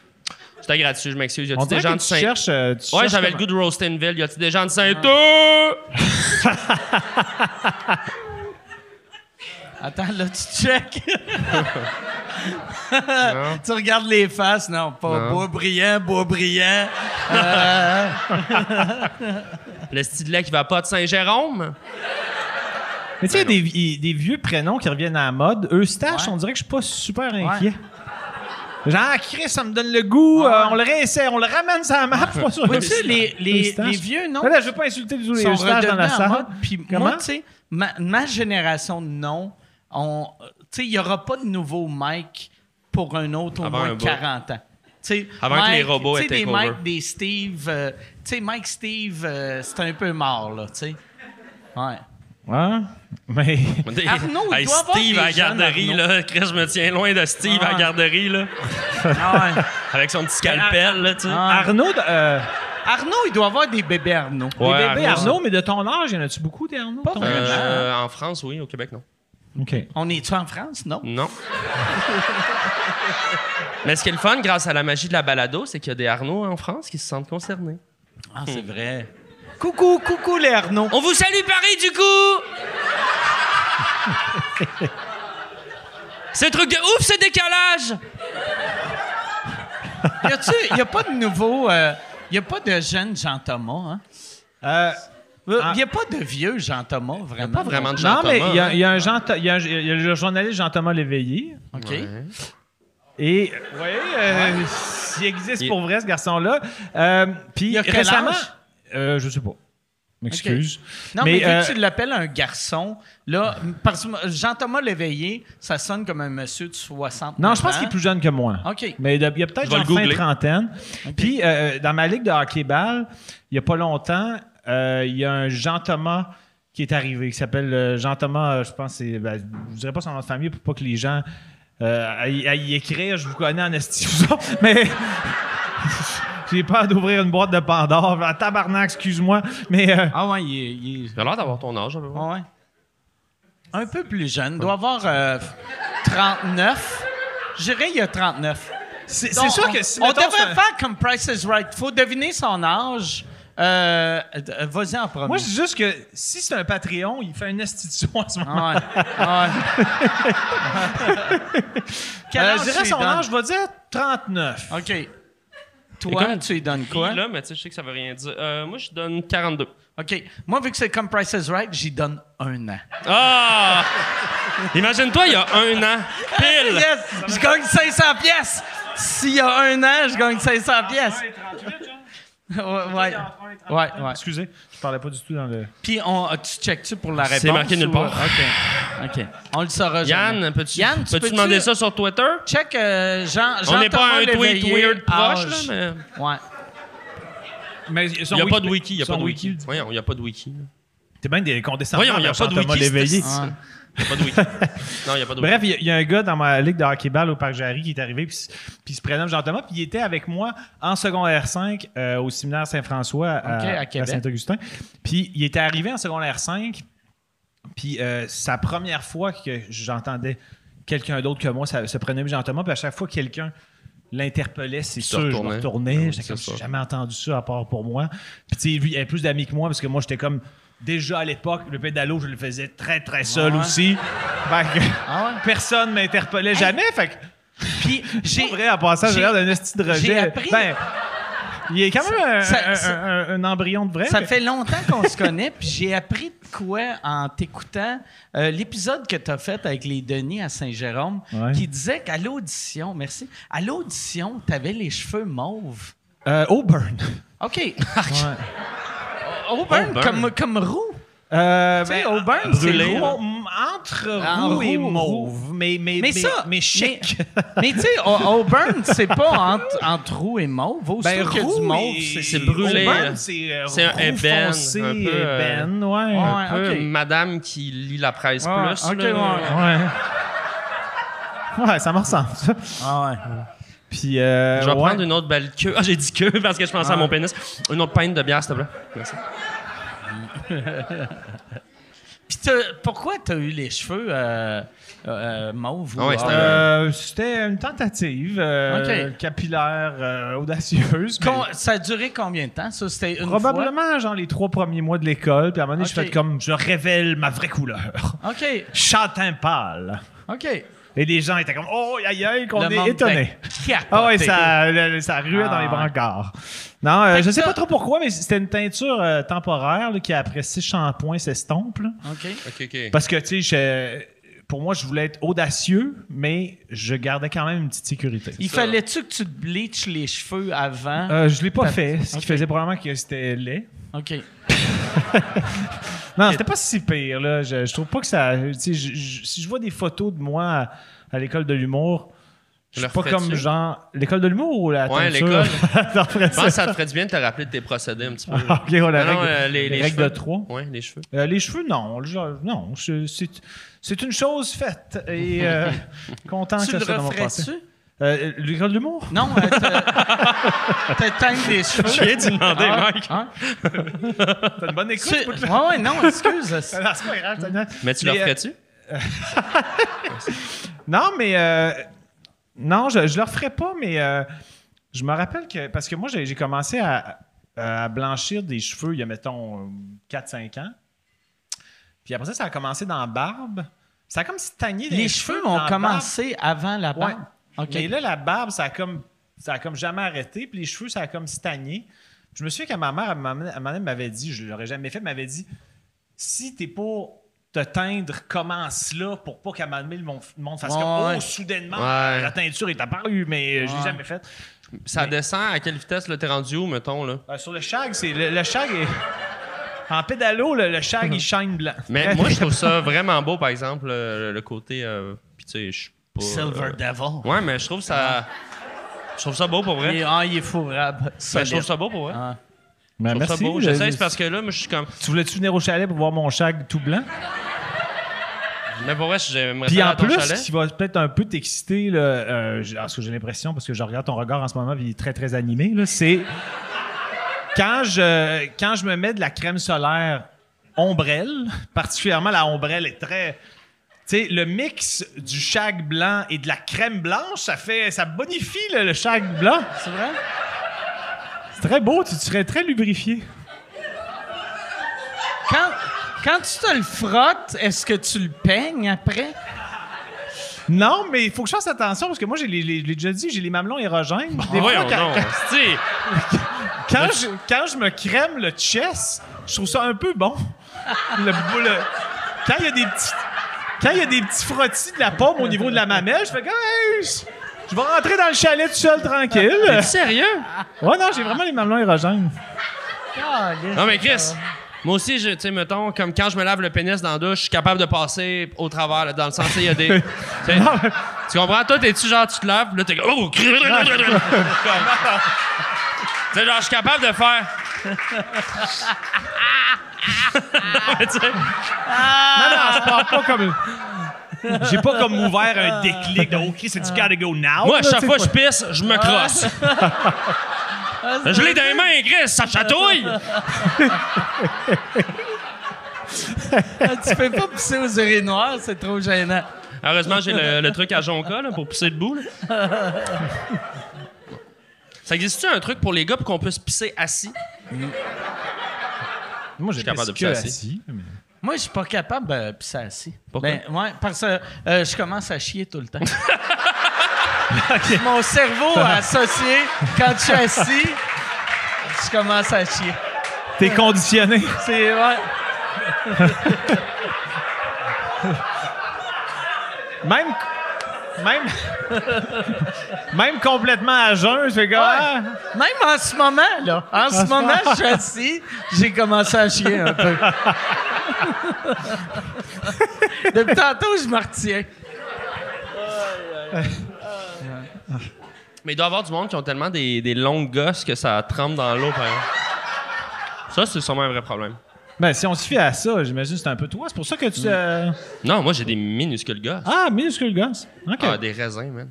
E: C'était gratuit, je m'excuse. Y a
F: On
E: des
F: dirait
E: gens
F: que
E: de
F: tu
E: Saint...
F: cherches. Ah. euh, tu
E: Ouais,
F: cherches
E: j'avais le
F: comment-
E: goût de Roastinville. Y a-tu des gens de Saint-Eustache?
D: Attends, là, tu check. tu regardes les faces. Non, pas
E: Non.
D: beau brillant, beau brillant.
E: Le style de lait qui va pas de Saint-Jérôme?
F: Mais tu sais, des, vi- des vieux prénoms qui reviennent à la mode, Eustache, on dirait que je suis pas super inquiet. Genre, Chris, ça me donne le goût, euh, on le réessaie, on le ramène sur la map. pas sur
D: Ouais, tu sais, les, les,
F: Eustache.
D: les vieux noms
F: Mais là, je veux pas insulter tous les
D: sont
F: Eustaches dans la
D: redevenus en
F: salle.
D: mode. Puis moi,
F: Comment?
D: tu sais, ma, ma génération de noms, on- tu sais, il n'y aura pas de nouveau Mike pour un autre au
E: Avant un
D: moins
E: bout.
D: 40 ans. Tu sais,
E: Avant que
D: Mike-
E: les robots
D: tu sais,
E: aient
D: des
E: takeover.
D: Mike, des Steve. euh, tu sais, Mike Steve, euh, c'est un peu mort, là, tu sais. Ouais.
F: Hein? Mais.
E: Des-
D: Arnaud, il
E: Hey,
D: doit avoir
E: Steve
D: des
E: à la
D: jeunes
E: garderie,
D: Arnaud.
E: là. Chris, je me tiens loin de Steve à la garderie, là.
D: Ah ouais.
E: Avec son petit scalpel, là, tu sais.
D: Ah.
F: Arnaud, de- euh,
D: Arnaud, il doit avoir des bébés Arnaud.
F: les
E: Ouais,
F: bébés
E: Arnaud,
F: Arnaud, mais de ton âge, y en a-tu beaucoup des Arnaud? ton âge?
E: Euh, en France, oui. Au Québec, non.
F: OK.
D: On est-tu en France? Non.
E: Non. Mais ce qui est le fun, grâce à la magie de la balado, c'est qu'il y a des Arnaud en France qui se sentent concernés.
D: Ah, c'est vrai. Coucou, coucou les Arnaud.
E: On vous salue, Paris, du coup! c'est un truc de ouf, ce décalage!
D: Y a-tu, y a pas de nouveau. euh, y a pas de jeune Jean-Thomas, hein?
F: Euh, Ah.
D: Il n'y a pas de vieux Jean-Thomas, vraiment.
E: Pas vraiment de
F: non,
E: Jean-Thomas.
F: mais il y, a-
E: hein.
F: y a un Jean- y a un- y a le journaliste Jean-Thomas Léveillé.
D: OK.
F: Et vous voyez, euh, s'il existe
E: Il-
F: pour vrai ce garçon-là. Euh, Puis
D: Il a quel
F: récemment,
D: âge?
F: euh, je sais pas. M'excuse.
D: Non, mais, vu
F: euh,
D: que tu l'appelles un garçon, là, parce que Jean-Thomas Léveillé, ça sonne comme un monsieur de 60
F: non, je pense qu'il est plus jeune que moi.
D: OK.
F: Mais de- il y a peut-être
E: Je vais
F: genre
E: le
F: fin
E: googler.
F: trentaine. Puis euh, dans ma ligue de hockey-ball, il n'y a pas longtemps, euh, il y a un Jean-Thomas qui est arrivé, qui s'appelle euh, Jean-Thomas, euh, je pense, c'est, ben, je ne dirais pas son nom de famille pour pas que les gens euh, aillent- aillent y écrire, je vous connais en esti, vous autres, mais j'ai peur d'ouvrir une boîte de Pandore, Ah, tabarnak, excuse-moi, mais... euh,
D: Ah ouais, il est... il est-
E: J'ai l'air d'avoir ton âge, à peu près.
D: ah ouais. Un peu plus jeune. doit avoir euh, 39. Je dirais il y a 39.
F: c'est,
D: Donc,
F: c'est sûr
D: on-
F: que si,
D: On
F: mettons, c'est un-
D: devrait faire comme Price is Right. faut deviner son âge. Euh, euh, vas-y en premier.
F: Moi, je dis juste que si c'est un Patreon, il fait une institution en ce moment.
D: Ah ouais. Ah ouais. Quel
F: Euh,
D: âge
F: je
D: tu
F: dirais
D: lui
F: son
D: donnes?
F: âge, je vais dire 39.
D: OK.
E: Et
D: Toi,
E: comme
D: tu lui donnes
E: Puis
D: quoi?
E: là, mais tu sais, je sais que ça veut rien dire. Euh, moi, je donne 42.
D: OK. Moi, vu que c'est comme Price is Right, j'y donne un an.
E: Ah! Imagine-toi, il y a un an, pile!
D: Yes! Je gagne 500 pièces! S'il y a un an, je gagne 500 pièces! ouais, ouais. ouais, ouais.
F: Excusez, je parlais pas du tout dans le.
D: Puis, on, ah, tu checkes-tu pour la réponse?
E: C'est marqué nulle
D: ou- euh,
E: part.
D: OK. OK. On le saura jamais.
E: Yann, peux-tu
D: Yann, tu
E: peux
D: peux-tu-
E: demander ça sur Twitter?
D: Check euh, Jean, Jean
E: On n'est pas
D: Thomas
E: un tweet
D: Léveillé,
E: weird proche, là,
D: âge.
E: mais...
D: Ouais.
F: Mais
E: Il n'y a pas de wiki, il n'y a pas de wiki. Voyons, il n'y a pas de wiki.
F: T'es bien des condescendants.
E: Voyons, il n'y a
F: vers
E: pas de
F: Jean-Thomas
E: wiki.
F: Léveillé.
E: c'est- Il n'y a pas de wiki. Non, il n'y a pas de wiki.
F: Bref, il y a- il y, a un gars dans ma ligue de hockey-ball au Parc Jarry qui est arrivé, puis s- puis il se prénomme Jean-Thomas, puis il était avec moi en secondaire 5 euh, au séminaire Saint-François à,
D: Ok, à
F: à
D: Québec.
F: Saint-Augustin. Puis il était arrivé en secondaire 5, puis euh, c'est la première fois que j'entendais quelqu'un d'autre que moi ça- se prénommer Jean-Thomas, puis à chaque fois que quelqu'un l'interpellait, c'est
E: se
F: sûr, je me
E: retournait.
F: retournais,
E: Ah oui,
F: j'étais comme,
E: c'est
F: j'ai
E: ça.
F: jamais entendu ça à part pour moi. Puis tu sais, lui, il avait plus d'amis que moi, parce que moi, j'étais comme, déjà à l'époque, le pédalo, je le faisais très, très seul
D: Ouais.
F: aussi. Fait que-
D: Ah ouais.
F: personne m'interpellait jamais. Fait que,
D: Puis,
F: j'ai
D: j'ai.
F: vrai, en passant, j'ai
D: j'ai-
F: l'air d'un esti de rejet.
D: j'ai appris-
F: Ben, il est quand même un,
D: Ça-
F: un-
D: ça-
F: un- un embryon de vrai.
D: Ça
F: mais-
D: fait longtemps qu'on se connaît, puis j'ai appris de quoi en t'écoutant euh, l'épisode que tu as fait avec les Denis à Saint-Jérôme,
F: Ouais.
D: qui disait qu'à l'audition, merci, à l'audition, tu avais les cheveux mauves.
F: Euh, Auburn.
D: OK.
F: Ouais.
D: Auburn,
E: Auburn.
D: Comme, comme roux.
F: Euh,
D: Tu sais,
F: ben,
D: Auburn,
F: c'est
E: brûlé,
F: roux, entre
D: En
F: roux et
D: roux,
F: mauve. Mais, mais,
D: Mais ça.
F: mais chic.
D: Mais, mais tu sais, au- Auburn, c'est pas entre, entre roux et mauve. Au
F: Ben,
D: qu'il y a du
F: roux,
D: mauve,
F: mais-
D: c'est.
E: c'est brûlé,
F: Auburn,
E: là.
F: c'est euh,
E: C'est un
F: roux
E: ébène,
F: foncé,
E: un peu, euh,
F: ébène, ouais.
D: Ouais.
E: Un peu
D: ok.
E: madame qui lit la presse
D: Ah,
E: plus.
D: ok,
E: là.
D: ouais.
F: Ouais. Ouais, ça me ressemble, ça.
D: Ah ouais.
F: Puis, euh,
E: Je vais
F: ouais.
E: prendre une autre belle queue. Ah, j'ai dit queue parce que je pensais à mon pénis. Une autre pinte de bière, s'il te plaît. Merci.
D: Puis t'as- pourquoi t'as eu les cheveux euh, euh, mauves? ou
E: Ah ouais, c'était-
D: or-
F: Euh, C'était une tentative euh,
D: Ok.
F: capillaire, euh, audacieuse. mais
D: Con- Ça a duré combien de temps? Ça, c'était une
F: probablement, genre, les trois premiers mois de l'école. Puis à un moment donné, je
D: Ok.
F: fais comme, je révèle ma vraie couleur.
D: fois? OK.
F: Chantin pâle.
D: OK.
F: Et les gens étaient comme, oh, aïe, aïe, qu'on
D: Le monde
F: est étonnés.
D: était capoté.
F: Ah oui, ça, le- ça ruait
D: Ah
F: dans les
D: ouais.
F: brancards. Non, euh,
D: Fait que
F: je sais
D: ça-
F: pas trop pourquoi, mais c'était une teinture euh, temporaire là, qui, après six shampoings, s'estompe. là.
D: OK.
E: OK, OK.
F: Parce que, tu sais, je- pour moi, je voulais être audacieux, mais je gardais quand même une petite sécurité.
D: Il
E: ça.
D: fallait-tu que tu te bleaches les cheveux
E: hein?
D: avant?
F: Euh, je l'ai pas
D: T'as-
F: fait, ce qui
D: Ok.
F: faisait probablement que c'était laid.
D: OK.
F: Non, c'était pas si pire. Là. Je, je trouve pas que ça. tu sais, je- je- si je vois des photos de moi à, à l'école de l'humour, je suis
E: Leur
F: pas comme
E: ferais-tu?
F: genre. L'école de l'humour ou la
E: Ouais,
F: teinture?
E: l'école.
F: Leur ferais-tu?
E: Je pense que ça te ferait du bien de te rappeler de tes procédés un petit peu.
F: Ah, ok, ouais, la
E: Non, non,
F: règle-
E: euh, les, les
F: règle
E: cheveux.
F: de trois.
E: Ouais, les cheveux.
F: Euh, les cheveux, non. Le genre- non, je- c'est c'est une chose faite. Et euh, content
D: tu
F: que
D: le
F: ça soit dans mon passé.
D: referais-tu?
F: Euh, L'école de l'humour?
D: Non, euh, te- te teindre les cheveux. Je viens de demander, Mike.
F: T'as une bonne
D: Tu... Ouais, ouais, non, excuse. c'est-
F: Non, c'est pas grave, t'as une-
E: Mais tu le
F: Mais, euh,
E: referais-tu?
F: Non, mais. euh, non, je, je le referais pas, mais euh, je me rappelle que. Parce que moi, j'ai j'ai commencé à, à blanchir des cheveux il y a, mettons, euh, 4-5 ans. Puis après ça, ça a commencé dans la barbe. Ça a comme si tagné
D: Les cheveux ont commencé avant la barbe.
F: Ouais.
D: OK.
F: Mais là, la barbe, Ah, ça a comme, ça a comme jamais arrêté. Puis les cheveux, ça a comme stagné. Je me souviens qu'à ma mère, elle m'amenait- elle m'amenait- m'avait dit, je l'aurais jamais fait, m'avait dit si t'es pour te teindre, commence là pour pas qu'à un moment donné, le monde, le monde fasse
D: Ouais,
F: comme
D: ouais.
F: Oh, soudainement,
E: Ouais.
F: la teinture est apparue, mais euh, je l'ai
D: Ouais.
F: jamais faite.
E: Ça descend à quelle vitesse là, t'es rendu où, mettons, là?
F: Euh, sur le shag, c'est le, le shag est. En pédalo, le, le shag, il shine blanc.
E: Mais moi, je trouve ça vraiment beau, par exemple, euh, le, le côté. euh, Puis, tu sais, je suis pas.
D: Silver
E: euh,
D: Devil.
E: Ouais, mais je trouve ça. Je trouve ça beau pour vrai.
D: Il est, ah, il est fourrable.
E: Ben, je trouve ça beau pour vrai.
D: Ah.
E: Je
F: Mais
E: trouve ça beau. J'essaie, c'est parce que là, moi, je suis comme.
F: Tu voulais-tu venir au chalet pour voir mon shag tout blanc?
E: Mais pour vrai, j'aimerais
F: Puis
E: ça aller
F: en
E: à ton
F: plus,
E: chalet.
F: qui va peut-être un peu t'exciter, là, euh, j- parce que j'ai l'impression, parce que je regarde ton regard en ce moment, puis il est très, très animé, là, c'est quand je, quand je me mets de la crème solaire ombrelle, particulièrement la ombrelle est très... Tu sais, le mix du shag blanc et de la crème blanche, ça fait, ça bonifie le, le shag blanc.
D: C'est vrai?
F: C'est très beau, tu tu serais très lubrifié.
D: Quand, quand tu te le frottes, est-ce que tu le peignes après?
F: Non, mais il faut que je fasse attention parce que moi, j'ai les- les- je l'ai déjà dit, j'ai les mamelons érogènes. Des
E: Ah,
F: fois,
E: voyons
F: quand-
E: donc, hostie.
F: Quand je, quand je me crème le chest, je trouve ça un peu bon. Le, bou- le- quand il y a des petits quand il y a des petits frottis de la pomme au niveau de la mamelle, je fais comme Hey, je, je vais rentrer dans le chalet tout seul tranquille.
E: Sérieux?
F: Ouais non, j'ai vraiment les mamelons érogènes.
E: Non, mais Chris, moi aussi, je- tu sais, mettons, comme quand je me lave le pénis dans la douche, je suis capable de passer au travers, là, dans le sens, il y a des. tu sais, tu comprends? Toi, t'es-tu genre, tu te laves, là, t'es comme. Oh! Tu sais, genre, je suis capable de faire. Tu sais,
F: Non non, je parle pas comme j'ai pas comme ouvert un déclic de OK, c'est du gotta go now.
D: Oh,
E: moi, à
F: là,
E: chaque
F: tu sais,
E: fois que je pisse, je
D: Ah.
E: me crosse. Je l'ai dans les mains, Chris, ça chatouille!
D: Ah, tu peux pas pousser aux urinoirs, c'est trop gênant.
E: Heureusement, j'ai le, le truc à Jonca là, pour pisser debout. là. Ça existe-tu un truc pour les gars pour qu'on puisse pisser assis?
F: Mm. Moi,
E: je
F: j'ai
E: suis capable de
F: que
E: pisser
F: assis. mais-
D: Moi, je suis pas capable euh, de pisser assis.
E: Pourquoi?
D: Ben, ouais, parce que euh, je commence à chier tout le temps. Mon cerveau a associé, quand je suis assis, je commence à chier.
F: T'es conditionné.
D: C'est... Ouais.
F: Même même même complètement à jeun, je fais comme Ah,
D: Même en ce moment, là. En ce moment, je suis assis, j'ai commencé à chier un peu. Depuis tantôt, je me retiens.
E: Mais il doit y avoir du monde qui ont tellement des, des longues gosses que ça trempe dans l'eau. par exemple. Ça, c'est sûrement un vrai problème.
F: Ben, si on se fie à ça, j'imagine que c'est un peu toi. C'est pour ça que tu. euh,
E: Non, moi, j'ai des minuscules gosses. Ah,
F: Ah, minuscule gosse. OK.
E: des raisins, man.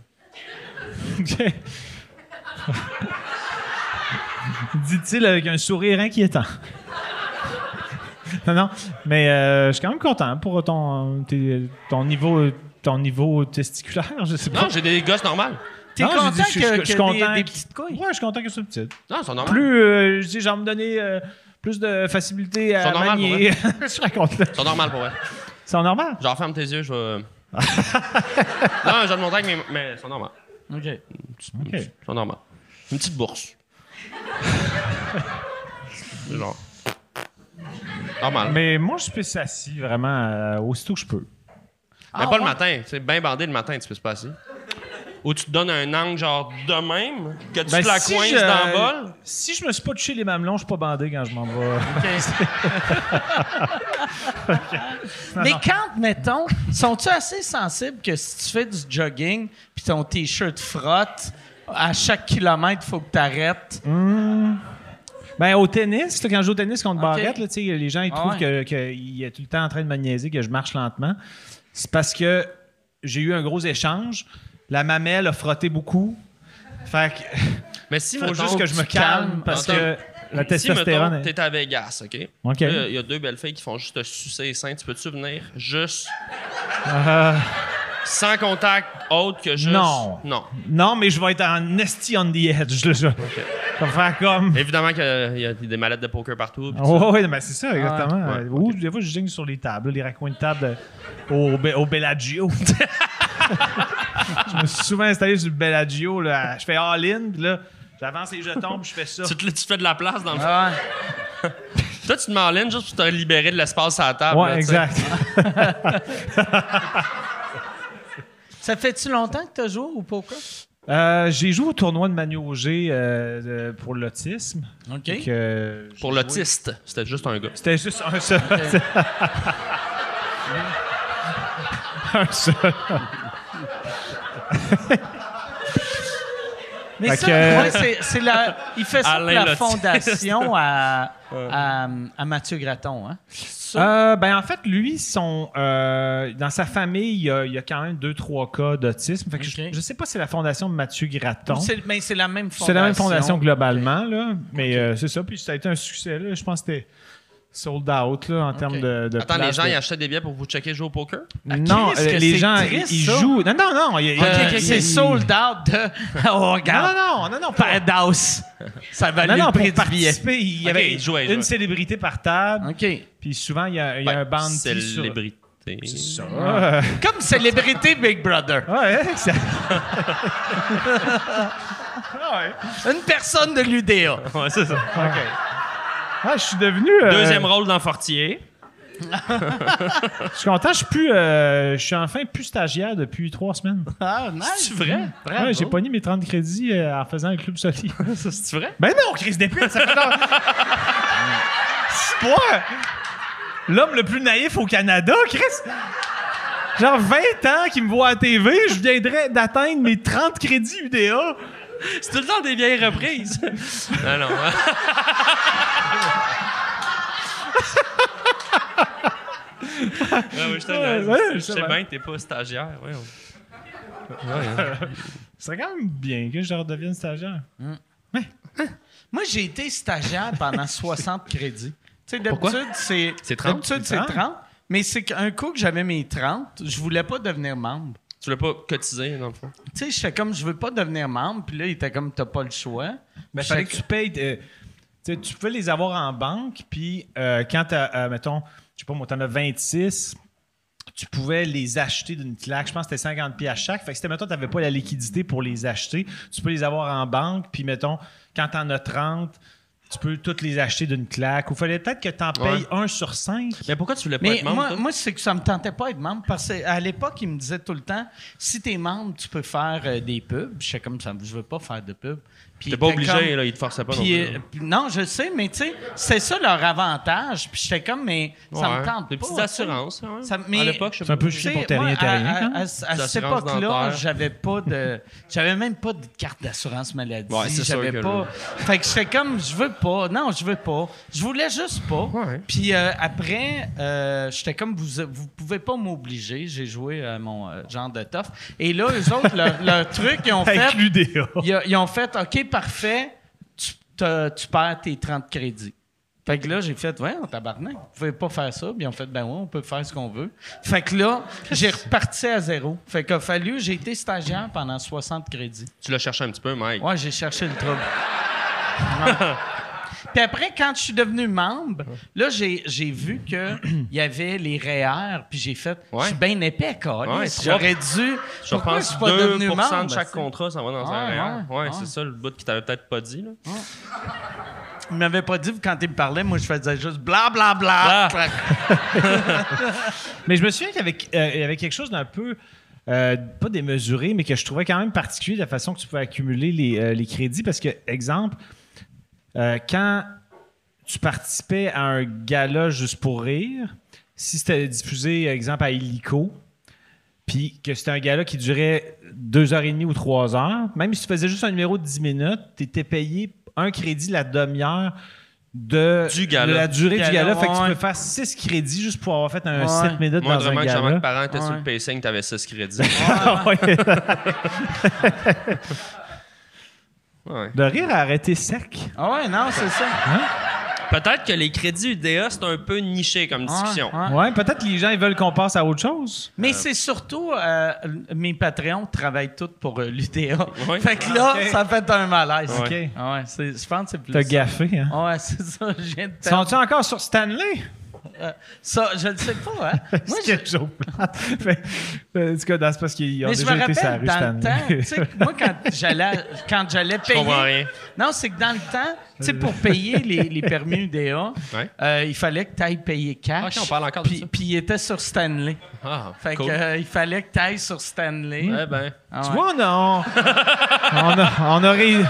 F: OK. Dit-il avec un sourire inquiétant. non, non. Mais euh, je suis quand même content pour ton, tes- ton, niveau, ton niveau testiculaire. Je sais pas.
E: Non, j'ai des gosses normales.
D: T'es
F: Non, j'ai
D: content
F: dit, je suis-
D: que,
F: je- je
D: que
F: suis
D: des-
F: content
D: des,
F: que-
D: petites couilles?
F: Ouais, je suis content que ce soit petit.
E: Non, ils sont normales.
F: Plus, euh, je dis, genre, me donner euh, plus de facilité à
E: Sont normales,
F: manier. je raconte là.
E: Ils sont normales pour vrai.
F: C'est normal.
E: Genre, ferme tes yeux, je vais. Non, un jeu de montagne, mais, mais ils sont normaux.
D: OK.
F: OK.
E: Ils sont normaux. Une petite bourse. Genre. Normal. Mais,
F: Mais moi, je suis assis vraiment euh, aussitôt que je peux.
E: pas le matin. C'est bien bandé le matin, tu peux se passer. Ou tu te donnes un angle genre de même, que tu
F: Ben,
E: te la
F: si
E: coinces
F: je-
E: dans le bol.
F: Si je me suis pas touché les mamelons, je suis pas bandé quand je m'en vais.
D: Mais quand, mettons, sont-tu assez sensibles que si tu fais du jogging puis ton T-shirt frotte, à chaque kilomètre, il faut que tu arrêtes?
F: Hmm. Ben, au tennis, là, quand je joue au tennis contre Barrette, là, tu sais, les gens ils
D: Ah
F: trouvent
D: ouais.
F: que- qu'il est tout le temps en train de me niaiser, que je marche lentement. C'est parce que j'ai eu un gros échange. La mamelle a frotté beaucoup. Fait que
E: Mais si,
F: faut
E: mettons,
F: juste que je me
E: tu
F: calme parce
E: Attends.
F: que la
E: Si, mettons,
F: testostérone. est-
E: t'es euh, à Vegas, OK? Là,
F: OK.
E: Il y a deux belles filles qui font juste te sucer les seins. Tu peux-tu venir juste... Sans contact autre que juste...
F: Ah. Non.
E: Non.
F: Non, mais je vais être en esti on the edge. Là, je... Ça va faire comme.
E: Évidemment qu'il y a- il y a des malades de poker partout. pis tout ça.
F: Oh, oui, mais c'est ça, exactement.
E: ouais,
F: Ou des fois, je gigne sur les tables, les raccoins de table euh, au, Be- au Bellagio. je me suis souvent installé sur le Bellagio. Là, je fais all-in, puis là, j'avance les jetons, puis je fais ça.
E: Tu, te- tu te fais de la place dans le...
D: Ah,
E: Toi, tu te mets en ligne juste pour te libérer de l'espace à la table. là,
F: ouais,
E: tu sais.
F: exact.
D: Ça fait-tu longtemps que tu as joué au poker?
F: Euh, J'ai joué au tournoi de Manu Auger euh, de- pour l'autisme.
D: OK.
F: Fait que, euh,
E: Pour
F: j'ai joué-
E: l'autiste, c'était juste un gars.
F: C'était juste un seul. un seul.
D: Mais
F: Fait
D: ça,
F: que-
D: ouais, c'est- c'est la, il fait ça pour
E: Alain
D: la
E: Lottis.
D: fondation à, à, à Mathieu Graton. Hein?
F: Euh, ben en fait, lui, son, euh, dans sa famille, il y, a, il y a quand même deux, trois cas d'autisme. Fait que
D: Ok.
F: je, je sais pas si c'est la fondation de Mathieu Gratton.
D: C'est- Mais c'est la même fondation.
F: C'est la même fondation globalement, là. Mais euh, c'est ça. Puis ça a été un succès, là. Je pense que c'était sold out, là, en termes de, de
E: Attends, les
F: place,
E: gens,
F: là.
E: ils achetaient des billets pour vous checker jouer au poker?
F: Non,
D: Christ,
F: euh,
D: que
F: les
D: c'est
F: gens,
D: triste,
F: ils
D: ça.
F: jouent. Non, non, non. il y a-
D: OK,
F: il-
D: OK,
F: Euh, il-
D: c'est sold out de. Oh,
F: Non,
D: regarde.
F: non, non, non. pour-
D: Pas d'os. Ça valait
F: Non, non,
D: le prix
F: pour
D: du billet.
F: participer, il y
E: Ok,
F: avait
E: ils jouaient, ils
F: une
E: jouaient.
F: célébrité par table.
D: OK.
F: Puis souvent, il y a, il y a un
E: Ben,
F: bounty sur...
E: Célébrité.
F: Ah,
D: Comme célébrité Big Brother.
F: ouais, exact. Ah ouais.
D: Une personne de l'UDA.
E: Ouais, c'est ça.
F: OK. Ah, je suis devenu. euh,
E: Deuxième rôle dans Fortier.
F: Je suis content, je suis plus. euh, je suis enfin plus stagiaire depuis trois semaines.
D: Ah, nice.
E: C'est vrai?
F: Ouais, j'ai pogné mes 30 crédits euh, en faisant le club Soli.
E: C'est vrai?
F: ben non, crise des putes, ça fait dans- C'est moi l'homme le plus naïf au Canada, Chris. Genre 20 ans qu'il me voit à TV, je viendrais d'atteindre mes 30 crédits UDA.
E: C'est tout le temps des vieilles reprises. Ah non, non. ouais, ouais, je te le
F: Ouais, ouais,
E: dis. Je
F: ça
E: sais
F: va.
E: bien que t'es pas stagiaire. Ouais, on-
F: Ce serait quand même bien que je redevienne stagiaire.
D: Moi, j'ai été stagiaire pendant 60 crédits. Tu sais, d'habitude, c'est
E: C'est 30?
D: d'habitude, c'est
F: Hein?
D: 30. Mais c'est qu'un coup que j'avais mes 30, je voulais pas devenir membre.
E: Tu l'as pas cotisé, dans le fond.
D: Tu sais, je fais comme, je veux pas devenir membre. Puis là, il était comme, t'as pas le choix.
F: Mais
D: Puis
F: fallait que
D: j'étais
F: tu payes. euh, tu sais, tu peux les avoir en banque, puis euh, quand t'as, euh, mettons, je sais pas, moi, t'en as 26, tu pouvais les acheter d'une claque. Je pense que c'était 50$ à chaque. Fait que si, mettons, t'avais pas la liquidité pour les acheter, tu peux les avoir en banque, puis mettons, quand t'en as 30, tu peux toutes les acheter d'une claque. Ou fallait peut-être que t'en payes
E: Ouais.
F: un sur cinq.
E: Mais pourquoi tu voulais pas
D: Mais
E: être membre?
D: moi,
E: toi?
D: moi, c'est que ça me tentait pas d'être membre parce qu'à l'époque, ils me disaient tout le temps si t'es membre, tu peux faire euh, des pubs. Je sais comme ça, je veux pas faire de pub. Puis
E: T'es pas
D: ils
E: obligé,
D: étaient comme-
E: là, il te forçait pas. non
D: Puis,
E: plus,
D: euh,
E: là.
D: puis non, je sais, mais tu sais, c'est ça leur avantage. Puis j'étais comme, mais ça
E: Ouais.
D: me tente
E: Des
D: pas.
E: petites assurances, ouais.
D: Ça-
E: À
D: mais-
E: l'époque, je sais
F: C'est un
E: pas.
F: peu
D: Tu sais,
F: chier pour hein? tes
D: moi,
F: rien,
D: à-
F: t'as rien,
D: à, à- à
E: assurances
D: cette époque-là,
E: dentaires.
D: j'avais pas de, j'avais même pas de carte d'assurance maladie.
E: Ouais, c'est sûr
D: j'avais
E: que
D: pas. Fait que j'étais comme, je veux pas. Non, je veux pas. Je voulais juste pas.
E: Ouais.
D: Puis euh, après, euh, j'étais comme, vous, vous pouvez pas m'obliger. J'ai joué à mon euh, genre de tough. Et là, eux autres, leur, leur truc, ils ont fait,
F: Avec l'UDA.
D: ils, a- ils ont fait, OK, parfait, tu, t'as- tu perds tes 30 crédits. Fait que là, j'ai fait, ouais, on tabarnak, vous pouvez pas faire ça. Puis ils ont fait, ben ouais, on peut faire ce qu'on veut. Fait que là, j'ai reparti à zéro. Fait qu'il a fallu, j'ai été stagiaire pendant 60 crédits.
E: Tu l'as cherché un petit peu, Mike.
D: Ouais, j'ai cherché le trouble. Ouais. Puis après, quand je suis devenu membre, là, j'ai j'ai vu qu'il y avait les REER, puis j'ai fait, je
E: Ouais.
D: suis bien épais, câlisse.
E: Ouais, c'est
D: J'aurais dû.
E: Je
D: Pourquoi je
E: pense
D: suis pas devenu
E: 2
D: membre?
E: de chaque
D: tu sais?
E: contrat, ça va dans
D: Ouais,
E: un REER.
D: ouais,
E: Ouais,
D: ouais.
E: c'est ça le bout qui t'avait peut-être pas dit. Là.
D: Il m'avait pas dit quand il me parlait, moi, je faisais juste bla bla bla.
F: Mais je me souviens qu'il y avait, euh, il y avait quelque chose d'un peu. euh, pas démesuré, mais que je trouvais quand même particulier de la façon que tu pouvais accumuler les, euh, les crédits. Parce que, exemple, euh, quand tu participais à un gala juste pour rire, si c'était diffusé, exemple, à Illico, puis que c'était un gala qui durait deux heures et demie ou trois heures, même si tu faisais juste un numéro de 10 minutes, tu étais payé un crédit la demi-heure de,
E: Du gala.
F: de la durée
D: Gala,
F: du gala. Fait que
D: ouais.
F: tu peux faire six crédits juste pour avoir fait un
D: Ouais.
F: 7 minutes
E: Moi,
F: dans un
E: vraiment, que
F: gala.
E: Jean-Marc Parent était sur
D: Ouais.
E: le pacing, t'avais 6 crédits.
F: Ouais.
E: Ouais.
F: De rire à arrêter sec.
D: Ah ouais, non, c'est ça.
E: Peut-être que les crédits UDA, c'est un peu niché comme discussion.
D: Ouais, ouais.
F: Ouais, peut-être que les gens ils veulent qu'on passe à autre chose.
D: Mais c'est surtout, euh, mes Patreons travaillent tous pour euh, l'UDA.
E: Ouais.
D: Fait que là,
F: Ok.
D: ça fait un malaise.
F: OK.
E: Ouais.
D: Ah Ouais, c'est- je pense que c'est plus.
F: T'as
D: ça. Ah
F: gaffé, hein?
D: Ouais, c'est ça, je viens de perdre.
F: Sont-ils encore sur Stanley?
D: Ça, je ne sais pas, hein. Moi, je-
F: Quel joke. Fait- en tout cas, dans- c'est parce qu'ils ont
D: mais je me
F: déjà été sur la
D: rappelle
F: rue
D: dans le temps,
F: Stanley.
D: tu sais, moi, quand j'allais, quand j'allais
E: Je comprends
D: payer.
E: rien.
D: Non, c'est que dans le temps, tu sais, pour payer les, les permis UDA,
E: Ouais.
D: euh, il fallait que tu ailles payer cash.
E: Ok, on parle encore de
D: puis,
E: ça.
D: Puis il était sur Stanley.
E: Ah,
D: Fait
E: cool.
D: que, euh, il fallait que tu ailles sur Stanley.
E: Eh ben,
D: Ah
F: Tu
D: ouais.
F: vois, on a, on, a, on, a ré-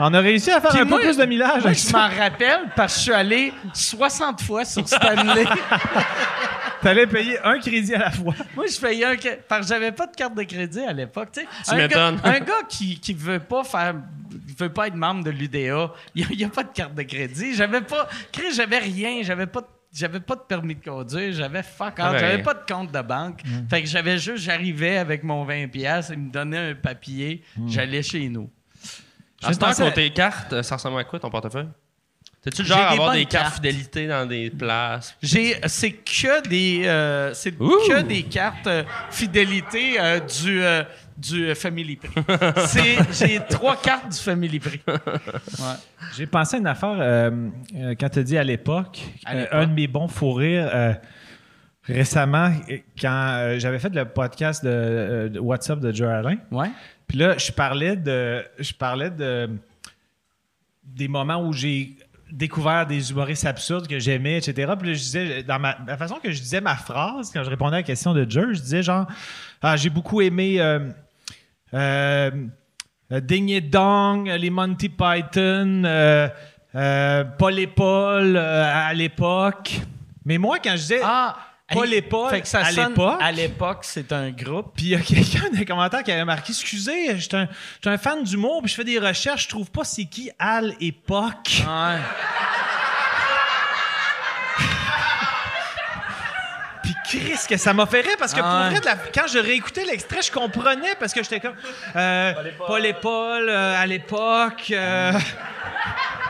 F: on a réussi à faire
D: Puis
F: un
D: moi-
F: peu plus de millage.
D: Moi,
F: avec
D: je
F: ça.
D: m'en rappelle parce que je suis allé 60 fois sur Stanley.
F: T'allais payer un crédit à la fois.
D: Moi, je payais un. ca- Parce que j'avais pas de carte de crédit à l'époque. Tu sais.
E: Tu
D: Un gars-
E: m'étonnes.
D: Un gars qui, qui veut pas faire. veut pas être membre de l'UDA, il n'y a, pas de carte de crédit. J'avais pas. Chris, j'avais rien. J'avais pas de- j'avais pas de permis de conduire, j'avais fuck all,
E: Ouais.
D: j'avais pas de compte de banque. Fait que j'avais juste, j'arrivais avec mon 20$, piastres, ils me donnaient un papier, j'allais chez nous.
E: à ce
F: Je pensais-
E: temps, tes cartes, ça ressemble à quoi ton portefeuille? T'es-tu le
D: J'ai
E: genre
D: des
E: à avoir
D: bonnes
E: des cartes
D: cartes.
E: fidélité dans des places?
D: J'ai, c'est que des, euh, c'est
E: Ouh!
D: que des cartes euh, fidélité euh, du, euh, du euh, Family Prix. C'est- j'ai trois cartes du Family Prix.
F: J'ai pensé à une affaire euh, euh, quand tu dit à l'époque,
D: À
F: euh,
D: l'époque.
F: un de mes bons fous rires euh, récemment, euh, quand euh, j'avais fait le podcast de, euh, de WhatsApp de Joe Alain.
D: Ouais.
F: Puis là, je parlais de. Je parlais de. Des moments où j'ai découvert des humoristes absurdes que j'aimais, etc. Puis là, je disais, dans ma, la façon que je disais ma phrase, quand je répondais à la question de Joe, je disais genre, ah, j'ai beaucoup aimé. euh, euh, euh, Ding et Dong, euh, les Monty Python, euh, euh, Paul et Paul euh, à l'époque. Mais moi, quand je disais
D: Ah,
F: Paul
D: hey,
F: et Paul
D: fait que ça
F: à
D: sonne-
F: l'époque,
D: À l'époque, c'est un groupe.
F: puis il y a quelqu'un dans les commentaires qui avait marqué Excusez, je suis un, je suis un fan d'humour, puis je fais des recherches, je trouve pas c'est qui Al et Puck.
D: Ouais.
F: Puis Chris, que ça m'a fait rire parce que
D: Ah.
F: pour vrai, de la- quand je réécoutais l'extrait, je comprenais parce que j'étais comme euh, Paul et Paul euh, à l'époque. euh.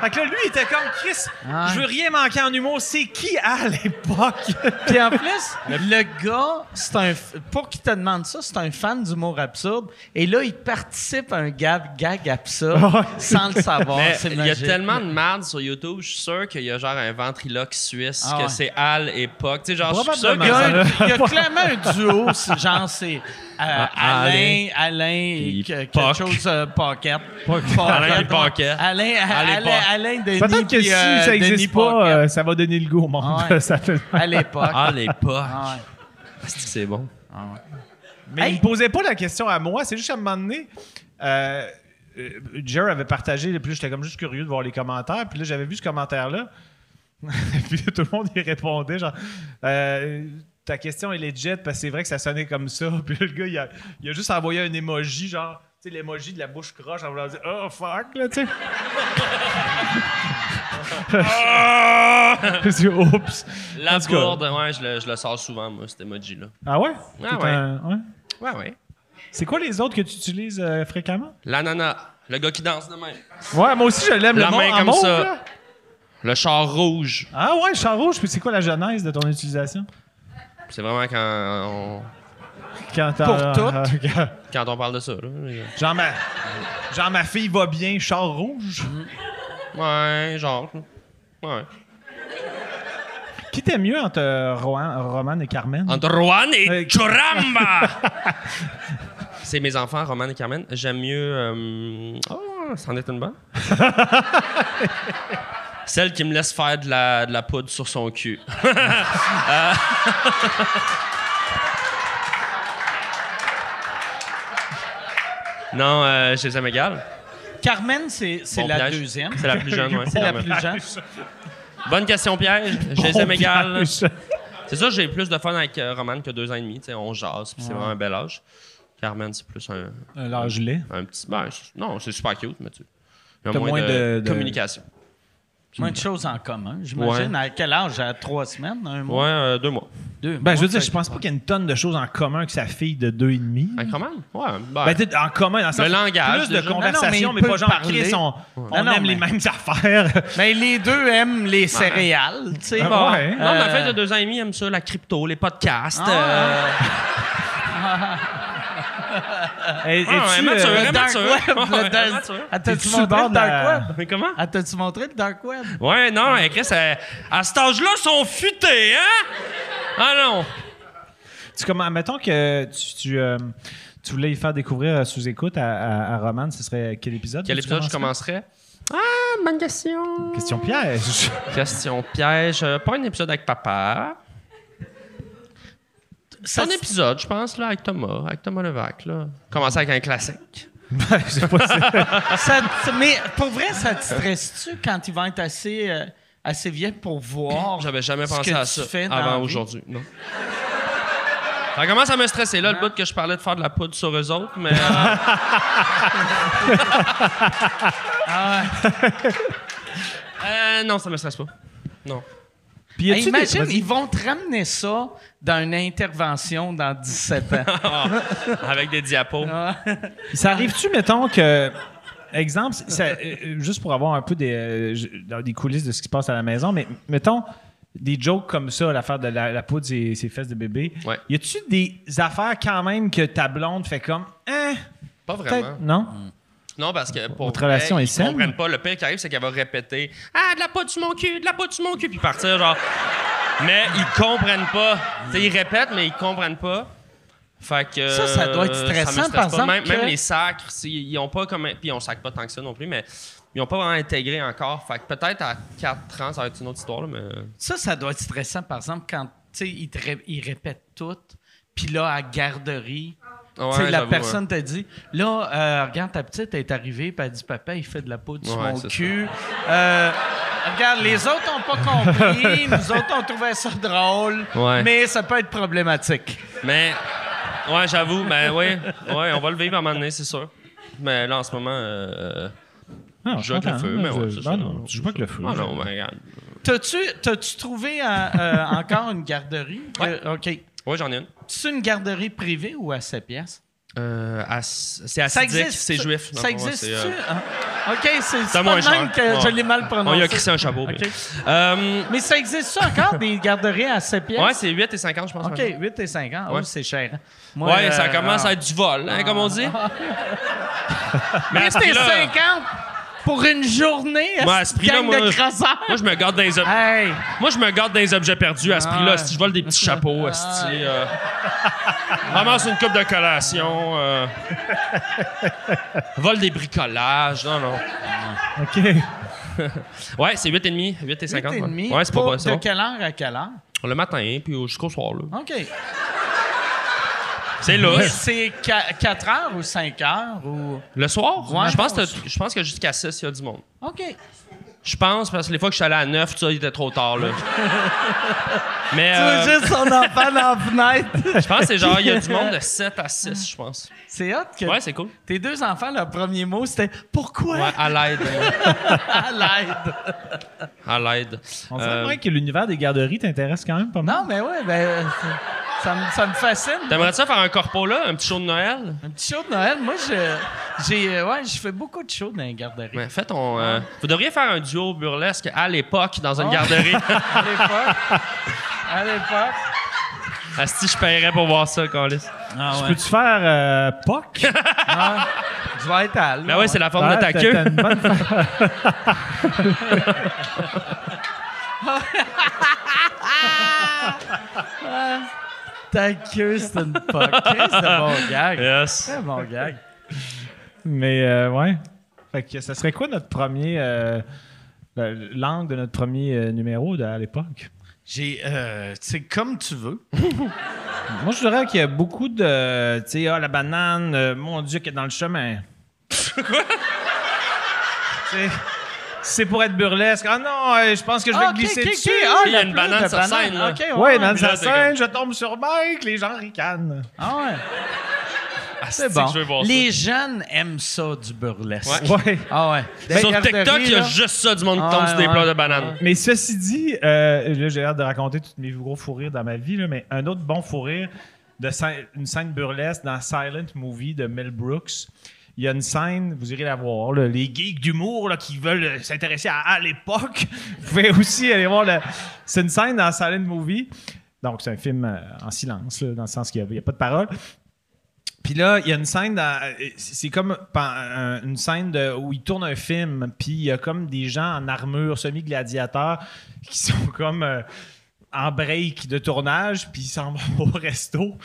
F: Fait que là, lui, il était comme Chris,
D: Ah.
F: je veux rien manquer en humour, c'est qui à l'époque?
D: Puis en plus, le gars, c'est un, f- pour qu'il te demande ça, c'est un fan d'humour absurde. Et là, il participe à un gag, gag
F: Ah Ouais.
D: absurde sans le savoir.
E: Mais
D: C'est
E: il y a
D: magique.
E: tellement de merde sur YouTube, je suis sûr qu'il y a genre un ventriloque suisse,
D: Ah
E: que
D: ouais.
E: c'est Al et Puck. Tu sais, genre, je suis sûr
F: Probablement.
D: Il y, a
E: que...
D: un- il y a clairement un duo, c'est- genre c'est euh, Alain,
E: Ah, Alain.
D: Alain et
E: Puis
D: que- quelque
E: Poc.
D: chose euh, Pocket.
E: Alain et
D: Pocket, ouais.
E: Pocket.
D: Alain,
E: Alain,
D: Alain,
E: Poc.
D: Alain, Denis.
F: Peut-être que
D: puis,
F: si
D: euh,
F: ça
D: Denis
F: existe
D: Pocket.
F: pas, euh, ça va donner le goût au monde.
D: Ouais.
F: Ça fait-
D: À l'époque.
E: Al et Puck.
D: Ah ouais.
E: Est-ce que C'est bon.
F: Mais
D: Hey!
F: il ne posait pas la question à moi, c'est juste à un moment donné. Euh, euh, Jer avait partagé, puis là, j'étais comme juste curieux de voir les commentaires, puis là, j'avais vu ce commentaire-là. puis là, tout le monde y répondait, genre, euh, ta question est legit, parce que c'est vrai que ça sonnait comme ça. Puis là, le gars, il a, il a juste envoyé un emoji, genre, tu sais, l'emoji de la bouche croche, en voulant dire, oh fuck, là, tu sais. Ah! Je dis, Oups.
E: La
F: En tout cas.
E: bourde, ouais, je le, je le sors souvent, moi, cet emoji-là.
F: Ah ouais?
E: Ah
F: T'es
E: ouais.
F: un- ouais?
E: Ouais, ouais.
F: C'est quoi les autres que tu utilises euh, fréquemment?
E: L'ananas, le gars qui danse de même.
F: Ouais, moi aussi, je l'aime.
E: La
F: le
E: main
F: mon- en
E: comme
F: mauve,
E: ça.
F: là.
E: Le char rouge.
F: Ah ouais, char rouge. Puis c'est quoi la genèse de ton utilisation?
E: C'est vraiment quand on,
F: Quand t'as-
D: Pour tout.
F: euh, quand-
E: quand on parle de ça. Là.
F: genre, ma... genre, ma fille va bien, char rouge.
E: Ouais, genre. Ouais.
F: Qui t'aime mieux entre euh, Rohan- Roman et Carmen?
E: Entre Rouen
F: Euh,
E: et Choramba! C'est mes enfants, Roman et Carmen. J'aime mieux. euh, Oh, c'en est une bonne. Celle qui me laisse faire de la, de la poudre sur son cul. Euh, non, euh, je les aime égales.
D: Carmen, c'est c'est
E: Bon
D: la
E: piège.
D: deuxième.
E: C'est la plus jeune, oui.
D: C'est la plus jeune.
E: Bonne question, Piège. Je les aime
F: Bon
E: égales.
F: piège.
E: C'est ça, j'ai plus de fun avec euh, Roman que deux ans et demi. tu sais, on jase, puis c'est vraiment un bel âge. Carmen, c'est plus un,
F: Un large lait.
E: un petit. Ben, c'est- non, c'est super cute, mais tu. Il y
F: T'as
E: a moins,
F: moins
E: de,
F: de- de-
E: communication.
D: Moins de choses en commun, j'imagine. À quel âge? À trois semaines? Un
E: Ouais,
D: mois?
E: euh, deux mois.
D: Deux
F: Ben,
D: mois,
F: je veux dire,
D: fait-
F: je pense pas qu'il y a une tonne de choses en commun avec sa fille de deux et demi.
D: Mm.
E: Avec Roman? Ouais. Ben,
F: Ben, t'sais, en commun, dans le sens-
E: langage,
F: Plus de
E: déjà.
D: Non,
F: conversation,
D: non, mais
F: mais,
D: il
F: pas
D: peut
F: genre
D: parler.
F: Chris, on, on
D: Non, non,
F: aime les
D: mais-
F: mêmes affaires.
D: Mais les deux aiment les céréales, tu sais.
F: Ah,
D: Bon,
F: ouais.
E: non, ma
D: euh,
E: fille de deux ans et demi aime ça, la crypto, les podcasts.
D: Ah,
E: euh,
F: Et-
E: ouais,
F: es-tu,
E: mature,
F: euh,
E: hein,
D: Dark
E: mature.
D: Web,
E: Ouais,
D: le Dark-
E: mature.
D: Ah,
F: T'es-tu
D: T'as-tu
F: sur le
D: montré
F: bord
D: le
F: de
D: Dark
F: la-
D: Web?
E: Mais comment?
D: Ah, T'as-tu montré le Dark Web?
E: Ouais, non, mais Chris, euh, à cet âge-là, ils sont futés, hein? Ah non!
F: Tu comment, mettons que tu, tu, euh, tu voulais y faire découvrir euh, sous écoute à, à, à Roman, ce serait quel épisode?
E: Quel
F: que tu
E: épisode je
F: commencerais?
E: commencerai? Ah, bonne question!
F: Question piège.
E: Question piège. Euh, Pas un épisode avec papa. C'est
D: Ça,
E: un épisode, je pense, là, avec Thomas, avec Thomas Levac. Là. Commencer avec un classique.
F: Ben, je sais pas si-
D: Ah, ça te- mais pour vrai, ça te stresse-tu quand ils vont être assez, euh, assez vieux pour voir?
E: J'avais jamais
D: Ce
E: pensé
D: que
E: à
D: tu
E: ça
D: fais dans la
E: avant
D: vie.
E: aujourd'hui. Non. Ça commence à me stresser,
D: Hein?
E: là, le bout que je parlais de faire de la poudre sur eux autres, mais. euh,
D: Ah
E: euh, non, ça me stresse pas. Non.
F: Puis y a-tu
D: Hey,
F: des-
D: imagine,
F: vas-y.
D: ils vont te ramener ça dans une intervention dans 17 ans.
E: Ah, Avec des diapos.
D: Ah.
F: Ça arrive-tu, mettons, que. Exemple, ça- euh, juste pour avoir un peu des, euh, je- dans des coulisses de ce qui se passe à la maison, mais mettons des jokes comme ça, l'affaire de la, la poudre et ses fesses de bébé.
E: Ouais.
F: Y a-tu des affaires quand même que ta blonde fait comme. Hein,
E: Pas
F: peut-être.
E: vraiment.
F: Non?
E: Non, parce que pour
F: Votre
E: vrai,
F: relation est
E: ils
F: saine?
E: comprennent pas. Le pire qui arrive, c'est qu'elle va répéter Ah, de la poudre sur mon cul, de la poudre sur mon cul, puis partir, genre. mais ils comprennent pas. Tu sais, ils répètent, mais ils comprennent pas. Fait que.
D: Ça, ça doit être
E: euh, ça me
D: stressant,
E: stresse
D: par
E: pas.
D: exemple,
E: Même, même
D: que-
E: les sacres, si- ils ont pas comme. Puis on sacre pas tant que ça non plus, mais ils ont pas vraiment intégré encore. Fait que peut-être à 4 ans, ça va être une autre histoire, là, mais.
D: Ça, ça doit être stressant, par exemple, quand tu sais, ils, te ré- ils répètent tout, puis là, à la garderie,
E: Ouais,
D: tu sais, la
E: j'avoue,
D: personne t'a dit Là, euh, regarde, ta petite est arrivée, puis elle dit Papa, il fait de la peau sur
E: Ouais,
D: mon
E: c'est
D: cul. Euh, regarde, les autres n'ont pas compris, nous autres, on trouvait ça drôle,
E: hein. Ouais.
D: mais ça peut être problématique.
E: hein. Mais. Ouais, j'avoue, mais oui. Ouais, on va le vivre à un moment donné, c'est sûr. Mais là, en ce moment. euh,
F: Non,
E: je joue avec le
F: comprends,
E: feu,
F: hein,
E: mais ouais,
F: je-
E: c'est
F: ben
E: ça.
F: non, tu joues pas avec le feu.
E: Ah non, ben, regarde.
D: T'as-tu t'as-tu trouvé euh, euh, encore une garderie
E: Ouais.
D: Euh, OK.
E: Oui, j'en ai une.
D: C'est une garderie privée ou à 7 piastres
E: Euh, à- c'est
D: Ça
E: acidique,
D: existe.
E: c'est juif. Non,
D: Ça
E: ouais,
D: existe-tu?
E: c'est, euh,
D: Ah, OK, c'est c'est
E: c'est
D: pas
E: moins
D: le même
E: cher.
D: que je
E: Ouais.
D: l'ai mal
E: On
D: prononcé.
E: y a crissé un chapeau.
D: OK.
E: Euh,
D: Mais ça existe ça encore, des garderies à 7 pièces?
E: ouais, c'est 8 et 50, je pense.
D: OK, 8 et 50.
E: Ouais.
D: Oh, c'est cher. Moi,
E: Ouais, ça
D: euh,
E: commence
D: ah.
E: à être du vol, hein, comme on dit. Mais à
D: 8
E: ce
D: et
E: prix-là,
D: 50 pour une journée,
E: Moi, à
D: cette
E: ce prix-là,
D: gang
E: moi,
D: de
E: je-
D: crosseurs.
E: Moi, je me garde dans les ob-
D: Hey,
E: moi, je me garde dans les objets perdus à ce
D: Ah.
E: prix-là. Si je vole des petits chapeaux, si euh, ramasse une coupe de collation, euh, vole des bricolages, non, non.
F: OK.
E: Ouais, c'est 8,5, 8 et 50.
D: 8 et
E: ouais.
D: demi.
E: Ouais, c'est pas
D: pour-
E: bon, c'est
D: De
E: bon.
D: quelle heure à quelle heure?
E: Le matin, puis au- jusqu'au soir, là.
D: OK. Mais
E: C'est lousse.
D: c'est 4 heures ou 5 heures ou...
E: Le soir? Ben,
D: Ouais.
E: je, pense que, t'as- je pense que jusqu'à 6, il y a du monde.
D: OK.
E: Je pense, parce que les fois que je suis allé à 9, tout ça, il était trop tard, là. Mais
D: Tu
E: euh,
D: veux juste son enfant dans la fenêtre.
E: je pense que c'est genre, il y a du monde de 7 à 6, je pense.
D: C'est hot que
E: Ouais, c'est cool.
D: tes deux enfants, leur premier mot, c'était « Pourquoi?
E: Ouais, à l'aide. hein.
D: à l'aide.
E: À l'aide.
F: On dirait
E: Euh,
F: moins que l'univers des garderies t'intéresse quand même pas mal.
D: Non, mais ouais, ben, c'est- ça, me, ça me fascine.
E: T'aimerais ça faire un corpo, là? Un petit show de Noël?
D: Un petit show de Noël, moi, je, j'ai, euh, ouais, je fais beaucoup de shows dans les garderies.
E: Mais faites, on... euh, vous devriez faire un duo burlesque à l'époque dans une
D: Oh.
E: garderie.
D: À l'époque. à l'époque.
E: Asti, je paierais pour voir ça, Carlis.
D: Ah
F: Peux-tu faire euh, POC?
D: Je vais être à l'eau.
E: Ben ouais, c'est la forme
F: Ah,
E: de ta
F: t'as-
E: queue.
F: t'as une bonne fa-
D: Ta queue, c'est une poque. Chris, C'est un bon gag.
E: Yes.
D: C'est un bon gag.
F: Mais euh, ouais. Fait que ça serait quoi notre premier. euh, le- L'angle de notre premier euh, numéro de- à l'époque.
D: J'ai. euh, c'est comme tu veux.
F: Moi, je dirais qu'il y a beaucoup de. Tu sais, ah, la banane, euh, mon Dieu, qui est dans le chemin. C'est- C'est pour être burlesque. Ah non, euh, je pense que je vais
D: Ah, ok,
F: glisser
D: ok, ok.
F: dessus.
D: Ah,
E: Il y a
D: le
E: une
D: plus
E: banane
D: de
E: sur scène, là.
D: Ok, ouais,
F: Ouais,
D: ouais.
F: dans sa
E: là, t'es
F: scène, je tombe sur Mike, les gens ricanent.
D: Ah ouais.
E: Ah,
D: C'est
E: que
D: bon.
E: je veux voir ça.
D: Les jeunes aiment ça, du burlesque.
E: Ouais.
F: Ouais.
D: Ah ouais.
E: Sur TikTok, il y a
D: juste...
E: juste ça du monde qui
D: Ah,
E: tombe sur des
D: ouais.
E: pleurs de bananes.
F: Mais ceci dit, euh, là, j'ai hâte de raconter tous mes gros fous rires dans ma vie, là, mais un autre bon fou rire de scè- une scène burlesque dans Silent Movie de Mel Brooks. Il y a une scène, vous irez la voir, là, les geeks d'humour là, qui veulent euh, s'intéresser à, à l'époque. Vous pouvez aussi aller voir. le- C'est une scène dans Silent Movie. Donc, c'est un film euh, en silence, là, dans le sens qu'il n'y a, il y a pas de parole. Puis là, il y a une scène, dans- euh, c'est c'est comme pan- un- une scène de- où il tourne un film, puis il y a comme des gens en armure semi-gladiateurs qui sont comme euh, en break de tournage, puis ils s'en vont au resto.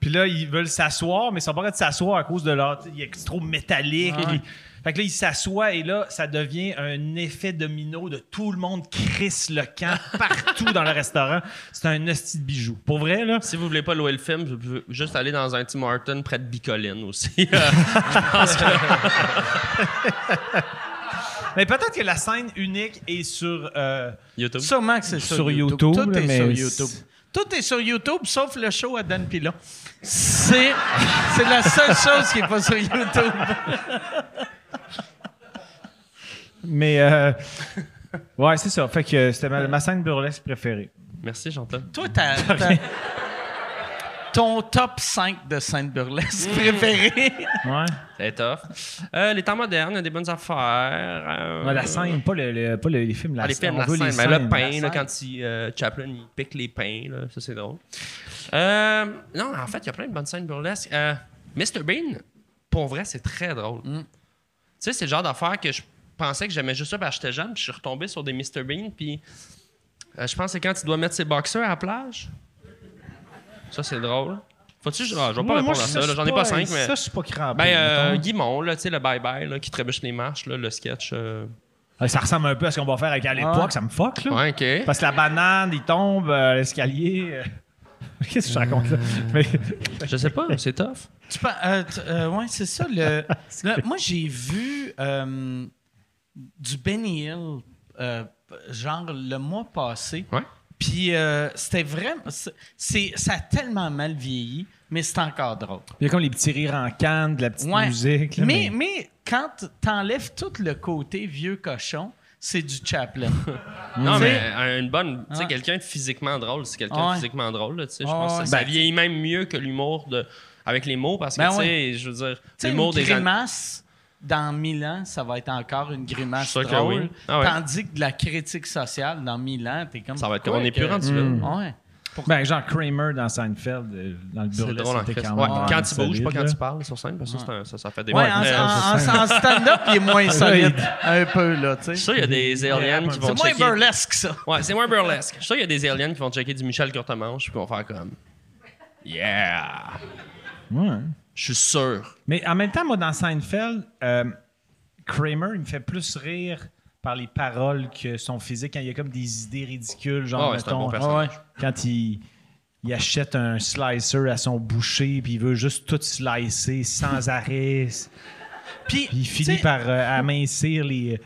F: Puis là, ils veulent s'asseoir, mais ils sont pas capables de s'asseoir à cause de leur... tu sais, Il est trop métallique. puis- Fait que là, ils s'assoient et là, ça devient un effet domino de tout le monde crisse le camp partout dans le restaurant. C'est un hostie de bijou. Pour vrai, là,
E: Si vous voulez pas louer le film, vous pouvez juste aller dans un Tim Horton près de Bicoline aussi. Je pense que
F: Mais peut-être que la scène unique est sur. euh,
E: YouTube.
D: Sûrement que c'est sur,
F: Sur
D: YouTube.
F: YouTube,
D: Tout
F: là,
D: est
F: mais
D: sur
F: c'est-
D: YouTube. Tout est sur YouTube, sauf le show à Dan Pilon. C'est, c'est la seule chose qui n'est pas sur YouTube.
F: Mais. euh, ouais, c'est ça. Fait que euh, c'était ma, ma scène burlesque préférée.
E: Merci, Jean-Paul.
D: Toi, t'as, t'as- ton top 5 de scène burlesque préféré.
F: Ouais.
E: C'est tough. Euh, les temps modernes, il y a des bonnes affaires. euh,
F: Ouais, la scène, pas, le, le- pas le- les films. La,
E: Ah, les films,
F: on
E: la
F: veut
E: scène.
F: les
E: Ben, le
F: scènes.
E: pain, là, quand il, euh, Chaplin il pique les pains, là, ça c'est drôle. Euh, non, en fait, il y a plein de bonnes scènes burlesques. Euh, Mr. Bean, pour vrai, c'est très drôle.
F: Mm.
E: Tu sais, c'est le genre d'affaire que je pensais que j'aimais juste ça parce que j'étais jeune, puis je suis retombé sur des Mr. Bean, puis euh, je pense que c'est quand il doit mettre ses boxeurs à la plage. Ça, c'est drôle. Faut-tu. Ah, je vais pas
F: Ouais,
E: répondre
F: moi,
E: à
F: je-
E: ça,
F: je
E: là,
F: suis
E: j'en ai pas cinq, mais.
F: Ça, Ah, je suis pas crampé.
E: Ben, euh,
F: mettons.
E: Guimond, là, tu sais, le bye-bye, là, qui trébuche les marches, là, le sketch. euh.
F: Ah, Ça ressemble un peu à ce qu'on va faire avec à l'époque. Ça me fuck, là.
E: Ouais, ok.
F: Parce que la banane, il tombe euh, à l'escalier. euh. Qu'est-ce que je raconte, là?
E: Hmm.
F: Mais,
E: Je sais pas, c'est tough.
D: Tu pa- euh, tu- euh, ouais, c'est ça. Le, le- moi, j'ai vu euh, du Benny Hill, euh, genre le mois passé.
E: Ouais.
D: Puis euh, c'était vraiment. c'est- C'est, ça a tellement mal vieilli, mais c'est encore drôle.
F: il y a comme les petits rires en canne, de la petite
D: Ouais.
F: musique. là,
D: mais, mais quand t'enlèves tout le côté vieux cochon, c'est du Chaplin.
E: Non,
D: Tu
E: mais
D: sais-
E: un- une bonne. Tu sais,
D: Ouais.
E: quelqu'un de physiquement drôle, c'est quelqu'un
D: Ouais.
E: de physiquement drôle, là, tu sais. Je
D: Ouais,
E: pense que ça,
D: ouais.
E: ça
D: Ben,
E: vieillit même mieux que l'humour de. Avec les mots, parce que,
D: Ben
E: tu sais,
D: ouais.
E: je veux dire,
D: Tu sais, une
E: l'humour des gens.
D: grimace, dans mille ans, ça va être encore une grimace
E: Je suis sûr que
D: drôle.
E: oui. Ah ouais.
D: Tandis que de la critique sociale, dans mille ans, t'es comme...
E: Ça va être comme
D: Quoi
E: on est plus
D: que- Hmm.
E: rendu là.
D: Ouais.
F: Ben, genre Kramer dans Seinfeld, euh, dans le
E: C'est
F: bureau,
E: drôle en
F: c'était
E: Christ.
F: quand
E: Ouais,
F: même.
E: Quand tu bouges, pas quand
F: solide,
E: tu parles sur scène, parce que ça, c'est un- ça, ça fait des.
D: Ouais, hein,
E: Ouais,
D: en,
E: mais-
D: en- en- en stand-up, il est moins solide. un peu, là, tu
E: Je suis
D: sais.
E: sûr, il y a des aliens qui
D: C'est
E: vont
D: moins
E: checker.
D: burlesque, ça.
E: Ouais, c'est moins burlesque. Je suis sûr, il y a des aliens qui vont checker du Michel Courtemanche, puis qui vont faire comme. Yeah!
F: Ouais.
E: Je suis sûr.
F: Mais en même temps, moi, dans Seinfeld, euh, Kramer, il me fait plus rire par les paroles que son physique quand il y a comme des idées ridicules, genre,
E: Ah ouais, c'est un
F: mettons,
E: bon personnage.
F: ah ouais, quand il, il achète un slicer à son boucher, puis il veut juste tout slicer sans arrêt.
D: Puis,
F: Puis il
D: tu
F: finit
D: sais,
F: par euh, amincir les,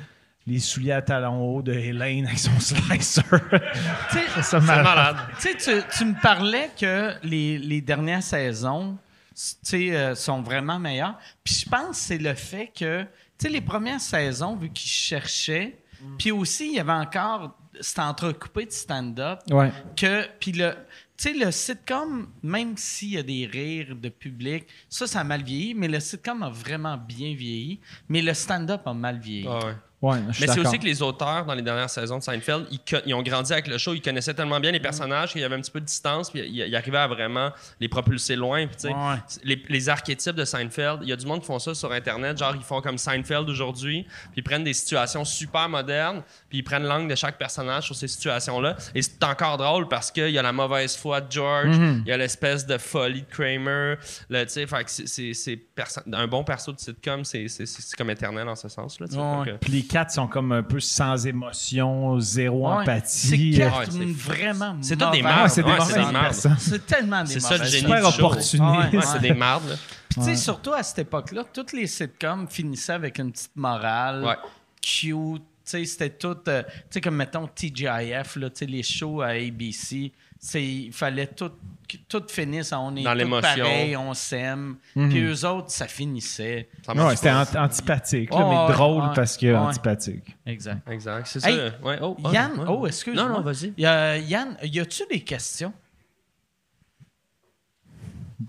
F: les souliers à talons hauts de Hélène avec son slicer.
D: tu sais,
F: Ça
E: C'est
F: m'a-
E: malade.
D: Tu sais, tu, tu me parlais que les, les dernières saisons tu sais, euh, sont vraiment meilleures. Puis je pense que c'est le fait que, tu sais, les premières saisons, vu qu'ils cherchaient,
E: Mm.
D: puis aussi, il y avait encore cet entrecoupé de stand-up.
F: Ouais.
D: que puis le tu sais le sitcom même s'il y a des rires de public ça ça a mal vieilli mais le sitcom a vraiment bien vieilli mais le stand-up a mal vieilli
E: Ah ouais.
F: Ouais, je suis
E: Mais c'est
F: d'accord.
E: aussi que les auteurs, dans les dernières saisons de Seinfeld, ils, co- ils ont grandi avec le show, ils connaissaient tellement bien les personnages qu'il y avait un petit peu de distance, puis ils, ils arrivaient à vraiment les propulser loin. puis tu sais,
A: Ouais.
E: les, les archétypes de Seinfeld, il y a du monde qui font ça sur Internet, genre ils font comme Seinfeld aujourd'hui, puis ils prennent des situations super modernes, puis ils prennent l'angle de chaque personnage sur ces situations-là. Et c'est encore drôle parce qu'il y a la mauvaise foi de George, il y a l'espèce de folie de Kramer, le- tu sais, fait que c'est- c'est- c'est perso- un bon perso de sitcom, c'est c'est- c'est- c'est comme éternel en ce sens-là. tu sais,
A: Ouais.
E: fait que-
F: Puis les quatre sont comme un peu sans émotion, zéro
D: Ouais.
F: empathie.
D: C'est quatre
E: euh, Ah Ouais, c'est-
D: vraiment
E: c'est toutes des
D: mauvaises.
E: mardes.
F: c'est des
E: Ouais,
F: mauvaises
E: c'est des mardes.
F: personnes.
D: C'est tellement des
E: C'est ça le
D: mauvaises Ah
E: génie
F: Super
E: du show.
F: opportuniste.
D: Ouais.
E: Ouais, c'est des mardes. là.
D: Puis, tu sais, surtout à cette époque-là, toutes les sitcoms finissaient avec une petite morale
E: Ouais.
D: cute. Tu sais, c'était tout. euh, tu sais, comme mettons TGIF, là, tu sais, les shows à ABC, c'est- il fallait tout, que tout finisse. On est
E: Dans
D: tous
E: l'émotion.
D: pareils, on s'aime.
F: Mhm.
D: Puis eux autres, ça finissait.
E: Ça
F: Ouais,
E: marche
F: c'était
E: pas.
F: ant- antipathique, là,
D: Ouais, ouais,
F: mais drôle
D: ouais,
F: parce que
D: ouais.
F: antipathique.
D: Exact.
E: Exact, c'est
D: Hey,
E: ça. Ouais, oh, oh,
D: Yann,
E: ouais.
D: oh, excuse-moi.
E: Non, non, vas-y.
D: Y a- Yann, y a-tu des questions?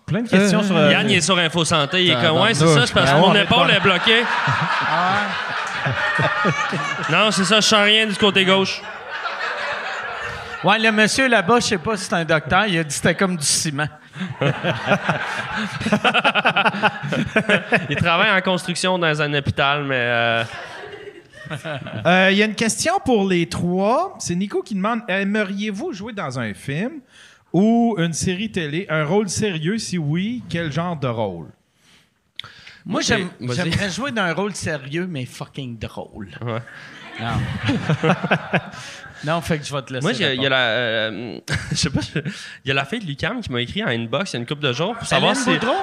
F: Plein de questions sur.
D: Ah.
F: euh,
E: Yann, il est sur Info Santé. Il est comme, ouais, Ah, c'est
F: Tabarnouche.
E: ça, c'est parce que
F: Ben
E: mon
F: ouais, on
E: épaule
F: est
E: est bloquée. Non, c'est ça, je sens rien du côté gauche.
D: Ouais, le monsieur là-bas, je sais pas si c'est un docteur, il a dit que c'était comme du ciment.
E: Il travaille en construction dans un hôpital, mais. euh,
C: Euh, Il y a une question pour les trois. C'est Nico qui demande aimeriez-vous jouer dans un film ou une série télé, un rôle sérieux Si oui, quel genre de rôle
D: Moi, j'aime-
E: vas-y.
D: j'aimerais jouer dans un rôle sérieux, mais fucking drôle.
E: Ouais.
D: Non. non, fait que je vais te laisser.
E: Moi, j'ai- il y
D: répondre.
E: a la. euh, je sais pas, je- il y a la fille de Lucam qui m'a écrit en inbox il y a une couple de jours pour savoir
D: Hélène
E: si.
D: Boudreau?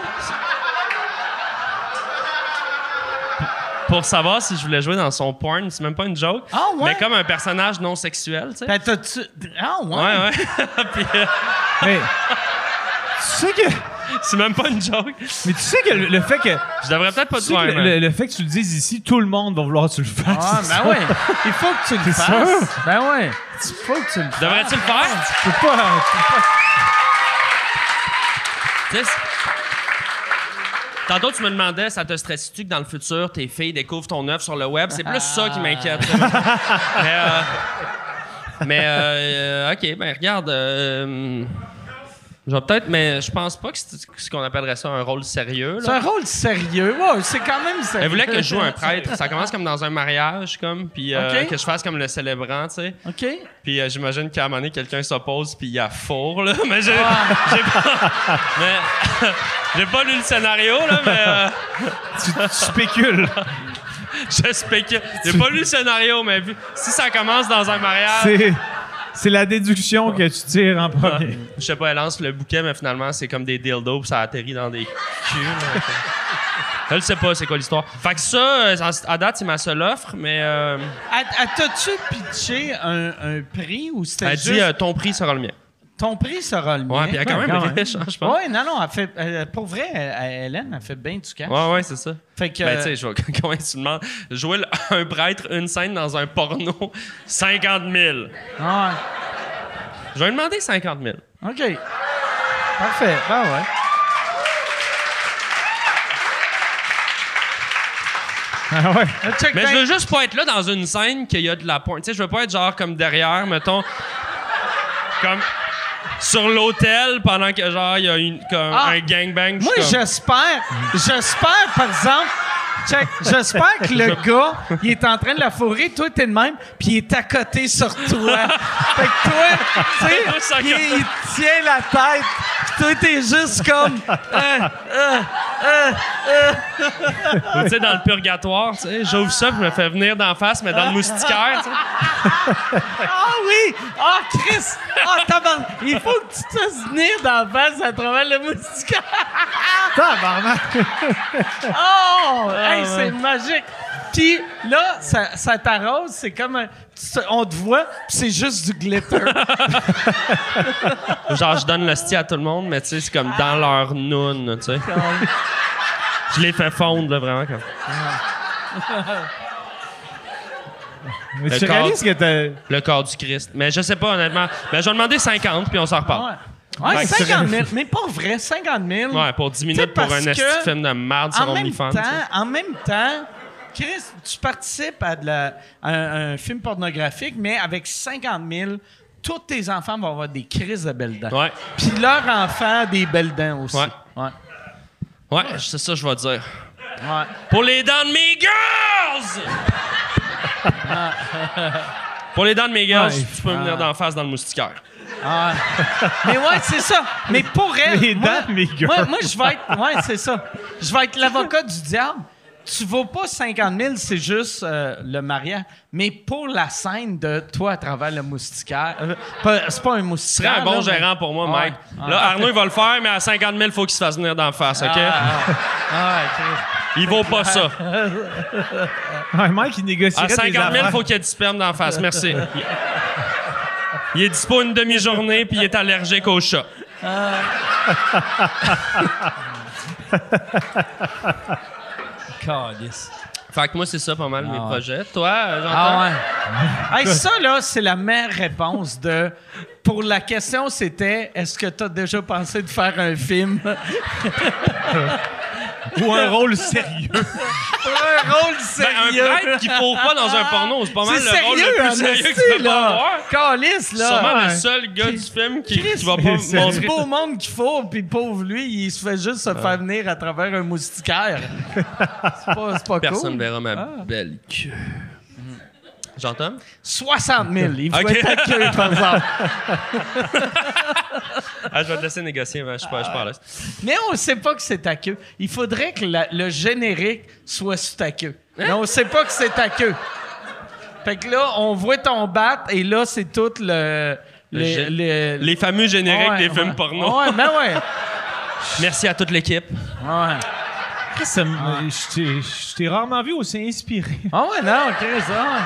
E: Pour savoir si je voulais jouer dans son porn. C'est même pas une joke.
D: Ah, ouais?
E: Mais comme un personnage non sexuel, tu sais.
D: Ben, t'as-tu. Ah, ouais.
E: Ouais, ouais. Puis, euh,
F: mais, tu sais que,
E: c'est même pas une joke.
F: mais tu sais que le, le fait que,
E: Je devrais peut-être pas
F: tu
E: te
F: sais que
E: faire.
F: le, le- le fait que tu le dises ici, tout le monde va vouloir que tu le fasses.
D: Ah,
F: c'est
D: ben
F: ça.
D: ouais. Il faut que tu le
F: C'est
D: fasses. Ben ouais. Il faut que tu le fasses.
E: Devrais-tu le faire?
F: Tu peux pas-
E: Tu sais, c'est- Tantôt, tu me demandais, ça te stresse-tu que dans le futur, tes filles découvrent ton œuvre sur le web? C'est plus ça qui m'inquiète. mais
D: Ah.
E: euh, mais, euh, OK, ben regarde. euh, je vais peut-être, mais je pense pas que c'est ce qu'on appellerait ça un rôle sérieux.
D: C'est
E: Là.
D: un rôle sérieux. Ouais, c'est quand même sérieux.
E: Elle voulait que je joue un prêtre. Ça commence comme dans un mariage, comme, puis euh,
D: OK.
E: que je fasse comme le célébrant, tu sais.
D: OK?
E: Puis euh, j'imagine qu'à un moment donné, quelqu'un s'oppose, puis il y a four, là. Mais j'ai
D: Ah.
E: j'ai pas... mais- j'ai pas lu le scénario, là, mais... euh,
F: tu, tu spécules.
E: Je spécule. J'ai pas lu le scénario, mais vu- si ça commence dans un
D: Ah.
E: mariage,
F: C'est, c'est la déduction que tu tires en premier.
E: je sais pas, elle lance le bouquet, mais finalement, c'est comme des dildos, puis ça atterrit dans des culs. là. Je le sais pas, c'est quoi l'histoire. Fait que ça, euh, en- à date, c'est ma seule offre, mais euh,
D: Elle- elle Ah, T'as-tu pitché un, un prix ou c'était
E: elle
D: juste.
E: dit euh, ton prix sera le mien.
D: Ton prix sera le mien.
E: Ouais, puis elle est quand même
F: quand même.
E: riche, hein, je pense.
D: Oui, non, non, elle fait, euh, pour vrai, euh, Hélène, elle fait bien du cash.
E: Ouais, ouais, c'est ça.
D: Fait que,
E: Ben, tu sais, je vois comment tu demandes. Jouer le- un prêtre, une scène dans un porno, 50 000.
D: ouais.
E: Je vais lui demander 50 000.
D: OK. Parfait. Ben ouais.
F: Ah ouais.
D: Euh, check
E: Mais
D: bien.
E: je veux juste pas être là dans une scène qu'il y a de la pointe. Tu sais, je veux pas être genre comme derrière, mettons, comme sur l'hôtel pendant que genre il y a une, comme
D: Ah.
E: un gangbang.
D: Moi,
E: je suis comme-
D: j'espère, j'espère, par exemple, check, j'espère que le gars, il est en train de la fourrer, toi, t'es de même, puis il est à côté sur toi. Fait que toi, tu sais, il, il tient la tête, puis toi, t'es juste comme... euh, euh, euh.
E: Ou, tu sais, dans le purgatoire, tu sais, j'ouvre ça, puis je me fais venir d'en face, mais dans le moustiquaire, tu sais.
D: Ah oui! Ah, Chris! Ah, tabarnak! Il faut que tu te fasses venir dans la face à travers le moustiquaire!
F: Tabarnak.
D: Oh!
E: Ah,
D: Hey, c'est magique! Puis là, ça, ça t'arrose, c'est comme un... tu- On te voit, puis c'est juste du glitter.
E: Genre, je donne l'hostie à tout le monde, mais tu sais, c'est comme dans leur noun, tu sais. Je les fais fondre, là, vraiment. Comme.
F: Mais
E: Le
F: tu
E: corps.
F: réalises que t'as.
E: Le corps du Christ. Mais je sais pas, honnêtement. Mais je vais demander 50, puis on s'en reparle.
D: Ouais, ouais 50 000. Mais pas vrai, 50 000.
E: Ouais, pour 10
D: T'sais,
E: minutes pour
D: parce
E: un esti de
D: que
E: film de merde sur
D: en, même
E: OnlyFans.
D: temps,
E: tu sais.
D: en même temps, Chris, tu participes à, de la- à un, un film pornographique, mais avec 50 000, tous tes enfants vont avoir des crises de belles dents.
E: Ouais.
D: Puis leurs enfants, des belles dents aussi.
E: Ouais.
D: Ouais.
E: Ouais,
D: Ah.
E: c'est ça que je vais dire.
D: Ouais.
E: Pour les dents de mes girls! Pour les dents de mes girls, tu peux venir d'en face dans le moustiquaire.
D: Ah. Mais ouais, c'est ça. Mais pour elle.
F: Les
D: moi,
F: dents, mes gars.
D: Moi, moi, je vais être. Ouais, c'est ça. Je vais être l'avocat du diable. Tu vaux pas 50 000, c'est juste euh, le mariage. Mais pour la scène de toi à travers le moustiquaire. euh, pas- c'est pas un
E: Tu serais
D: moustiquaire.
E: un bon
D: là, mais-
E: gérant pour moi,
D: Ouais.
E: Mike.
D: Ah.
E: Là, Arnaud, il va le faire, mais à 50 000, il faut qu'il se fasse venir d'en face, OK?
D: Ah, ah, ah, ouais, Chris.
E: il vaut pas ça.
F: Ouais, Mike, il négocierait
E: À
F: des
E: 50 000,
F: affaires.
E: il faut qu'il y ait du sperme d'en face. Merci. Il est dispo une demi-journée, puis il est allergique au chat.
D: Calice.
E: Fait que moi, c'est ça pas mal mes
D: Ah ouais.
E: projets. Toi, euh, Jonathan?
D: Ah ouais. Hey, ça, là, c'est la meilleure réponse de. Pour la question, c'était est-ce que tu as déjà pensé de faire un film
F: Ou un rôle sérieux.
D: Un rôle
E: Ben, un
D: sérieux.
E: prêtre qui court pas dans un porno, c'est pas mal
D: C'est
E: le rôle le plus
D: sérieux,
E: sérieux
D: Anastie,
E: que tu peux pas
D: là.
E: avoir.
D: Calice, là.
E: Sûrement le
D: Ouais.
E: seul gars du film qui,
D: Chris,
E: qui va pas
F: c'est-
D: Du
E: montrer.
D: beau monde qu'il faut, puis pauvre lui, il se fait juste se faire venir à travers un moustiquaire. c'est pas, c'est pas
E: Personne
D: cool. Ah.
E: verra ma belle queue. J'entends?
D: 60 000. Il faut
E: Ok.
D: être accueilli, par exemple.
E: Ah, je vais te laisser négocier, mais je suis pas, je suis pas à l'aise.
D: Mais on sait pas que c'est ta queue. Il faudrait que la- le générique soit sous ta queue. Mais
E: Hein?
D: on sait pas que c'est ta queue. Fait que là, on voit ton bat et là, c'est tout le...
E: Le
D: les-
E: gé-
D: les-
E: Les fameux génériques
D: Ouais,
E: des films
D: ouais.
E: porno.
D: Ouais, ben ouais.
E: Merci à toute l'équipe.
D: Ouais.
F: Ça me- Je t'ai- je t'ai rarement vu aussi inspiré.
D: Ah ouais, non, Chris, ah ouais.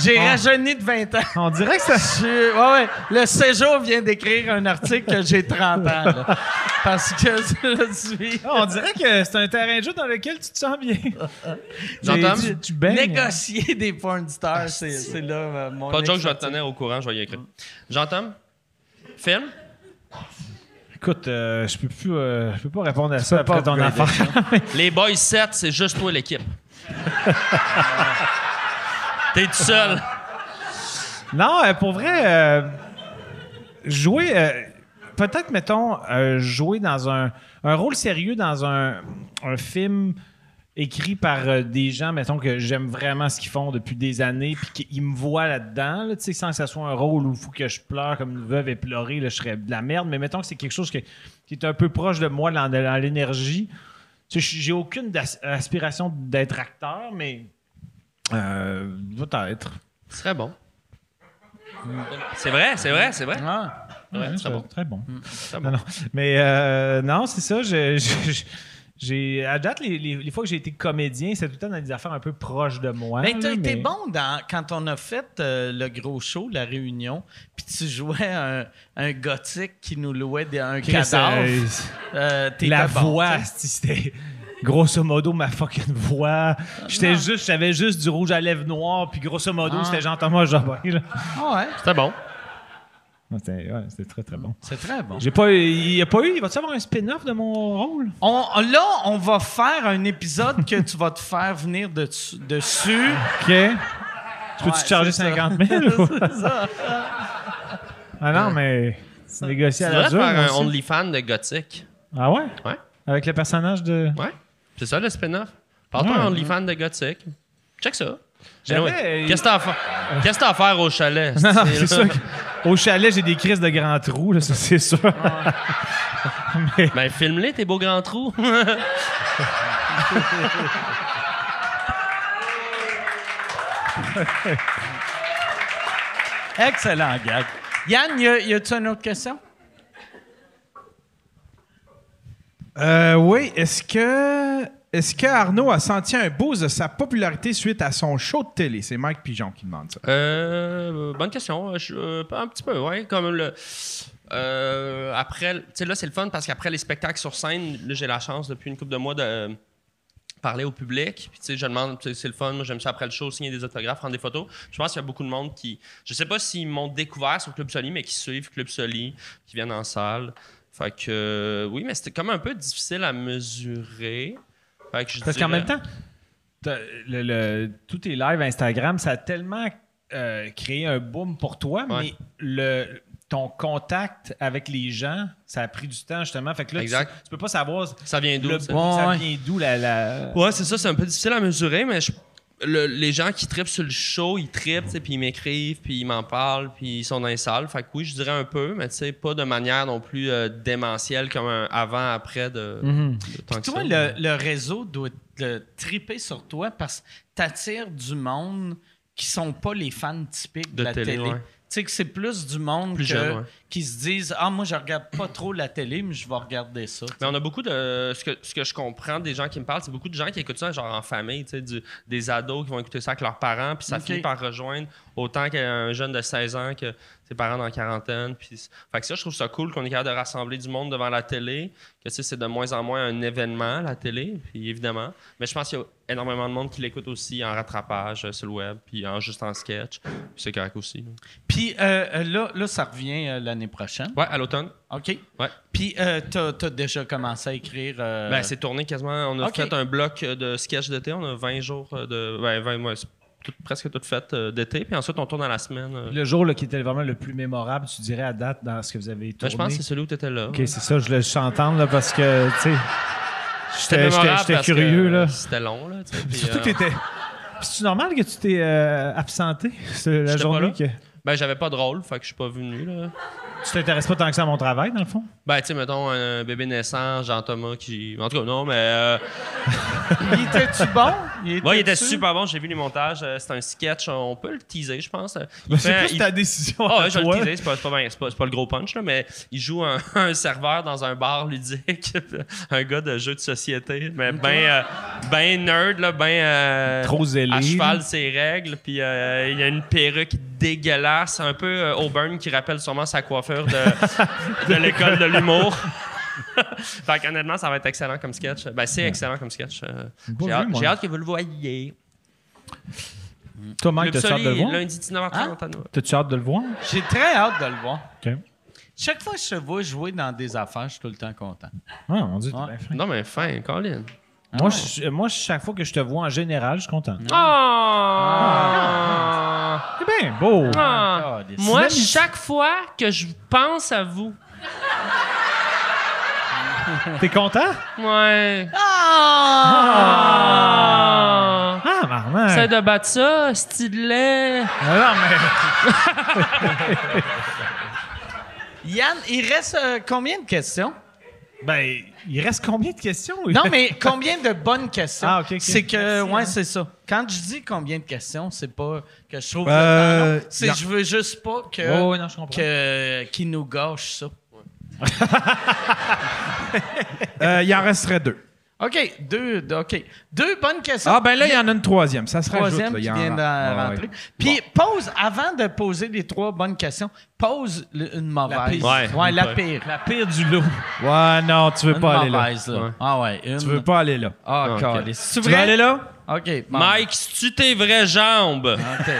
D: J'ai
E: Ah.
D: rajeuni de 20 ans.
F: On dirait que ça.
D: Je suis- ouais, ouais. Le séjour vient d'écrire un article que j'ai 30 ans. là. Parce que je suis...
F: On dirait que c'est un terrain de jeu dans lequel tu te sens bien.
E: J'entends.
F: Tu- Tu, baignes.
E: Ben,
D: Négocier des porn stars, c'est c'est là euh, mon...
E: Ah, Pas de joke, je vais te
D: expertise.
E: tenir au courant, je vais y écrire.
D: Mm.
E: J'entends? Film?
F: Écoute, euh, je peux plus, euh, je peux pas répondre à ça
D: peux
F: après
D: pas
F: ton
D: upgrader.
F: affaire.
E: Les Boys 7, c'est juste toi l'équipe. T'es tout seul.
F: Non, euh, pour vrai, euh, jouer. euh, Peut-être, mettons, euh, jouer dans un, un rôle sérieux dans un, un film écrit par euh, des gens, mettons, que j'aime vraiment ce qu'ils font depuis des années, puis qu'ils me voient là-dedans, là, tu sais, sans que ça soit un rôle où il faut que je pleure comme une veuve et pleurer, là, je serais de la merde. Mais mettons que c'est quelque chose que- qui est un peu proche de moi dans, dans l'énergie. Tu sais, j'ai aucune das- aspiration d'être acteur, mais euh, peut-être.
E: Ce serait bon. Mm. C'est vrai, c'est vrai, c'est vrai.
D: Ah.
E: Ouais,
F: Ouais,
E: très bon.
F: Très bon. Mm.
E: Très
F: Non,
E: bon.
F: non. Mais euh, non, c'est ça. je- je- je- j'ai, à date, les, les- les fois que j'ai été comédien, c'est tout le temps dans des affaires un peu proches de moi.
D: Mais Ben, t'as
F: là,
D: été
F: Ah, mais-
D: bon dans, quand on a fait euh, le gros show, la réunion, puis tu jouais un, un gothique qui nous louait des- un
F: Chris,
D: cadavre.
F: euh,
D: Euh, t'étais
F: la
D: bon,
F: voix,
D: tu sais.
F: c'ti, c'était grosso modo ma fucking voix. J'étais juste, j'avais juste du rouge à lèvres noir, puis grosso modo,
D: Ah.
F: c'était Jean-Thomas Jobin. là.
D: Ah ouais,
E: C'était bon.
F: Ouais, C'était, ouais, c'était très, très bon.
D: c'est très bon.
F: J'ai pas, eu- il y a pas eu, il va-tu avoir un spin-off de mon rôle?
D: On, là, on va faire un épisode que tu vas te faire venir de, dessus.
F: OK. Tu peux-tu
D: Ouais,
F: te charger
D: c'est ça.
F: 50 000? ou- ah non, mais c'est négocié
E: Tu
F: à la
E: devrais
F: dure.
E: faire un
F: moi aussi.
E: OnlyFans de gothique.
F: Ah ouais?
E: Ouais.
F: Avec le personnage de.
E: Ouais. C'est ça le spin-off. Parle-toi
F: Ouais.
E: un OnlyFans de gothique. Check ça.
F: J'avais-
E: Anyway, Qu'est-ce que t'as à faire? Qu'est-ce que t'as à faire au chalet?
F: Non, non,
E: là?
F: c'est ça. Au chalet, j'ai des crises de grands trous, là, ça c'est sûr.
E: Ben, filme-les, tes beaux grands trous.
D: Excellent gag. Yann, y a- y a-tu une autre question?
C: Euh, oui, est-ce que est-ce que Arnaud a senti un boost de sa popularité suite à son show de télé? C'est Mike Pigeon qui demande ça.
E: Euh, bonne question. Euh, je- euh, un petit peu, ouais. Comme le. euh, après, tu sais, là, c'est le fun parce qu'après les spectacles sur scène, là, j'ai la chance depuis une couple de mois de euh, parler au public. Puis, tu sais, je demande, tu sais, c'est le fun. Moi, j'aime ça après le show, signer des autographes, prendre des photos. Je pense qu'il y a beaucoup de monde qui. Je sais pas s'ils m'ont découvert sur Club Soli, mais qui suivent Club Soli, qui viennent en salle. Fait que, euh, oui, mais c'était comme un peu difficile à mesurer. Fait que je
F: Parce qu'en
E: dirais-
F: même temps, t'as- le- le- tous tes lives Instagram, ça a tellement euh, créé un boom pour toi,
E: Ouais.
F: mais le, ton contact avec les gens, ça a pris du temps, justement. Fait que là, tu,
E: Exact.
F: tu peux pas savoir
E: Ça vient d'où?
F: le
E: ça?
F: boom, ça
A: Ouais.
F: vient d'où la. la-
D: Euh,
E: Ouais, c'est ça, c'est un peu difficile à mesurer, mais je- le- les gens qui tripent sur le show, ils tripent, tu sais, puis ils m'écrivent, puis ils m'en parlent, puis ils sont dans les salles. Fait que oui, je dirais un peu, mais tu sais, pas de manière non plus euh, démentielle comme un avant-après de, de tant que
D: Mhm. Toi,
E: ça.
D: le, le réseau doit te triper sur toi parce que t'attires du monde qui sont pas les fans typiques de,
E: De
D: la télé.
E: télé, ouais.
D: Tu sais que c'est plus du monde
E: Plus
D: que-
E: jeune, ouais.
D: qui se disent « Ah, moi, je regarde pas trop la télé, mais je vais regarder ça.
E: Mais on a beaucoup de. Ce que, ce que je comprends des gens qui me parlent, c'est beaucoup de gens qui écoutent ça, genre en famille, tu sais, du- des ados qui vont écouter ça avec leurs parents, puis ça
D: Ok.
E: finit par rejoindre autant qu'un jeune de 16 ans que ses parents dans la quarantaine. Puis, c- fait que ça, je trouve ça cool qu'on est capable de rassembler du monde devant la télé, que tu sais, c'est de moins en moins un événement, la télé, puis évidemment. Mais je pense qu'il y a énormément de monde qui l'écoute aussi en rattrapage euh, sur le web, puis en, juste en sketch. Puis c'est correct aussi. là.
D: Puis euh, euh, là, là, ça revient euh, l'année prochaine.
E: Ouais, à l'automne.
D: OK?
E: Ouais.
D: Puis euh, t'as t'as déjà commencé à écrire... euh,
E: Ben, c'est tourné quasiment. On a
D: ok.
E: fait un bloc euh, de sketch d'été. On a 20 jours euh, de. Ben, 20 mois. c'est tout- presque tout fait euh, d'été. Puis ensuite, on tourne dans la semaine. euh.
F: Le jour là, qui était vraiment le plus mémorable, tu dirais, à date, dans ce que vous avez
E: Ben,
F: tourné.
E: je pense que c'est celui où tu étais là.
F: Ok, c'est ça, je voulais juste entendre, là, parce que, tu sais, j'étais- j'étais
E: mémorable
F: j'étais
E: parce que,
F: curieux, là.
E: euh, C'était long, là. tu sais, puis,
F: Surtout
E: euh,
F: que t'étais. C'est normal que tu t'es euh, absenté c'est la
E: J'étais pas
F: journée
E: là.
F: que.
E: Ben, j'avais pas de rôle, fait que je suis pas venu, là.
F: Tu t'intéresses pas tant que ça à mon travail, dans le fond?
E: Ben, tu sais, mettons, un bébé naissant, Jean-Thomas qui. En tout cas, non, mais. euh,
D: Il était-tu bon?
E: ouais, il était super bon. J'ai vu les montages. euh, c'est un sketch. On peut le teaser, je pense. Il
F: Ben, c'est
E: fait-
F: plus
E: il-
F: ta décision.
E: Ah,
F: à
E: ouais, je vais
F: toi.
E: le teaser, c'est pas, c'est pas, bien- c'est pas- c'est pas le gros punch, là, mais il joue un, un serveur dans un bar ludique, un gars de jeu de société, mais ben, euh, ben nerd, là, ben euh,
F: Trop zélé,
E: à cheval
F: là.
E: ses règles, puis euh, il y a une perruque dégueulasse, un peu euh, Auburn qui rappelle sûrement sa coiffure de, de l'école de l'humour. fait qu'honnêtement, ça va être excellent comme sketch. Ben, c'est excellent comme sketch. euh,
F: vu,
E: J'ai hâte,
F: moi.
E: j'ai hâte que vous le voyiez.
F: Toi, Mike,
E: Le
F: t'as-tu hâte de le
E: Psoli,
F: voir? Ah?
E: lundi 19h30
D: Hein?
E: à nous.
F: T'as-tu hâte de le voir?
D: J'ai très hâte de le voir.
F: OK.
D: Chaque fois que je te vois jouer dans des affaires, je suis tout le temps content.
F: Ah, mon Dieu, t'es
D: Ouais.
F: bien fin.
E: Non, mais fin, Colin.
F: Moi, je- moi, chaque fois que je te vois en général, je suis content.
E: Ah!
F: C'est bien ben, beau!
E: Ah!
D: Caliste.
E: Moi,
F: Même si-
E: chaque fois que je pense à vous,
F: T'es content?
E: ouais. Ah!
F: Ah, marrant!
E: Essaye de battre ça, stylet.
F: Ah, non, mais...
D: Yann, il reste euh, combien de questions?
F: Ben, il reste combien de questions?
D: Non, mais combien de bonnes questions?
F: Ah, ok, ok.
D: C'est que,
F: Merci,
D: ouais,
F: hein.
D: c'est ça. Quand je dis combien de questions, c'est pas que je trouve
B: Euh,
D: le temps long. C'est
B: non.
D: je veux juste pas que,
F: Ouais, ouais, non, je comprends.
D: que- qu'il nous gâche ça.
B: Euh, il en resterait deux.
D: OK, deux, deux- OK. Deux bonnes questions.
B: Ah, ben là, il y en a une troisième. Ça se rajoute.
D: troisième
B: là, il
D: qui
B: en
D: vient
B: rentre.
D: de
B: Ouais, ouais.
D: rentrer. Puis pose, avant de poser les trois bonnes questions, pose le- une mauvaise.
F: pire.
D: Ouais,
E: Ouais,
D: la
E: ouais.
D: pire.
F: La pire du lot.
B: Ouais, non, tu veux
D: Une
B: pas aller là.
D: mauvaise, là.
E: Ouais.
D: Ah ouais, une.
B: Tu veux pas aller là.
D: Ah,
E: Ok.
D: calé. C'est
B: Tu veux aller
D: vrai?
B: là?
D: OK. bon.
E: Mike, si tu tes vraies jambes.
D: OK.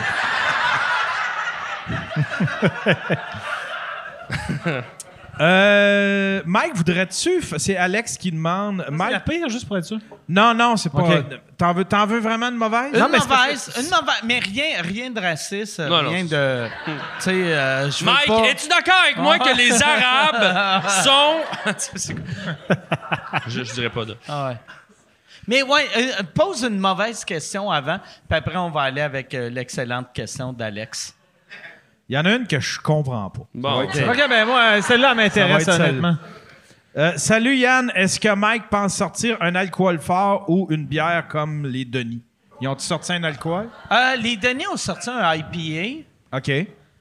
B: Euh, Mike, voudrais-tu. f- C'est Alex qui demande.
F: Ah, La
B: Mike.
F: pire, juste pour être sûr.
B: Non, non, c'est pas. euh,
F: Ok.
B: T'en, veux, t'en veux vraiment une mauvaise?
D: Une
B: Non, mais c'est parce
D: mauvaise, une mauvaise, mais rien, rien de raciste,
E: Non, non,
D: rien
E: c'est-
D: de, tu sais, euh, je veux
E: Mike,
D: pas.
E: es-tu d'accord avec moi que les Arabes sont. C'est quoi? je, je dirais pas de.
D: Ah ouais. Mais ouais, euh, pose une mauvaise question avant, puis après on va aller avec euh, l'excellente question d'Alex.
B: Il y en a une que je comprends pas.
E: Bon,
F: OK, ben
D: euh,
F: moi, celle-là m'intéresse,
B: Ça va être celle-
F: honnêtement.
B: Euh, salut Yann, est-ce que Mike pense sortir un alcool fort ou une bière comme les Denis? Ils ont-tu sorti un alcool?
D: Euh, les données ont sorti un IPA.
B: OK.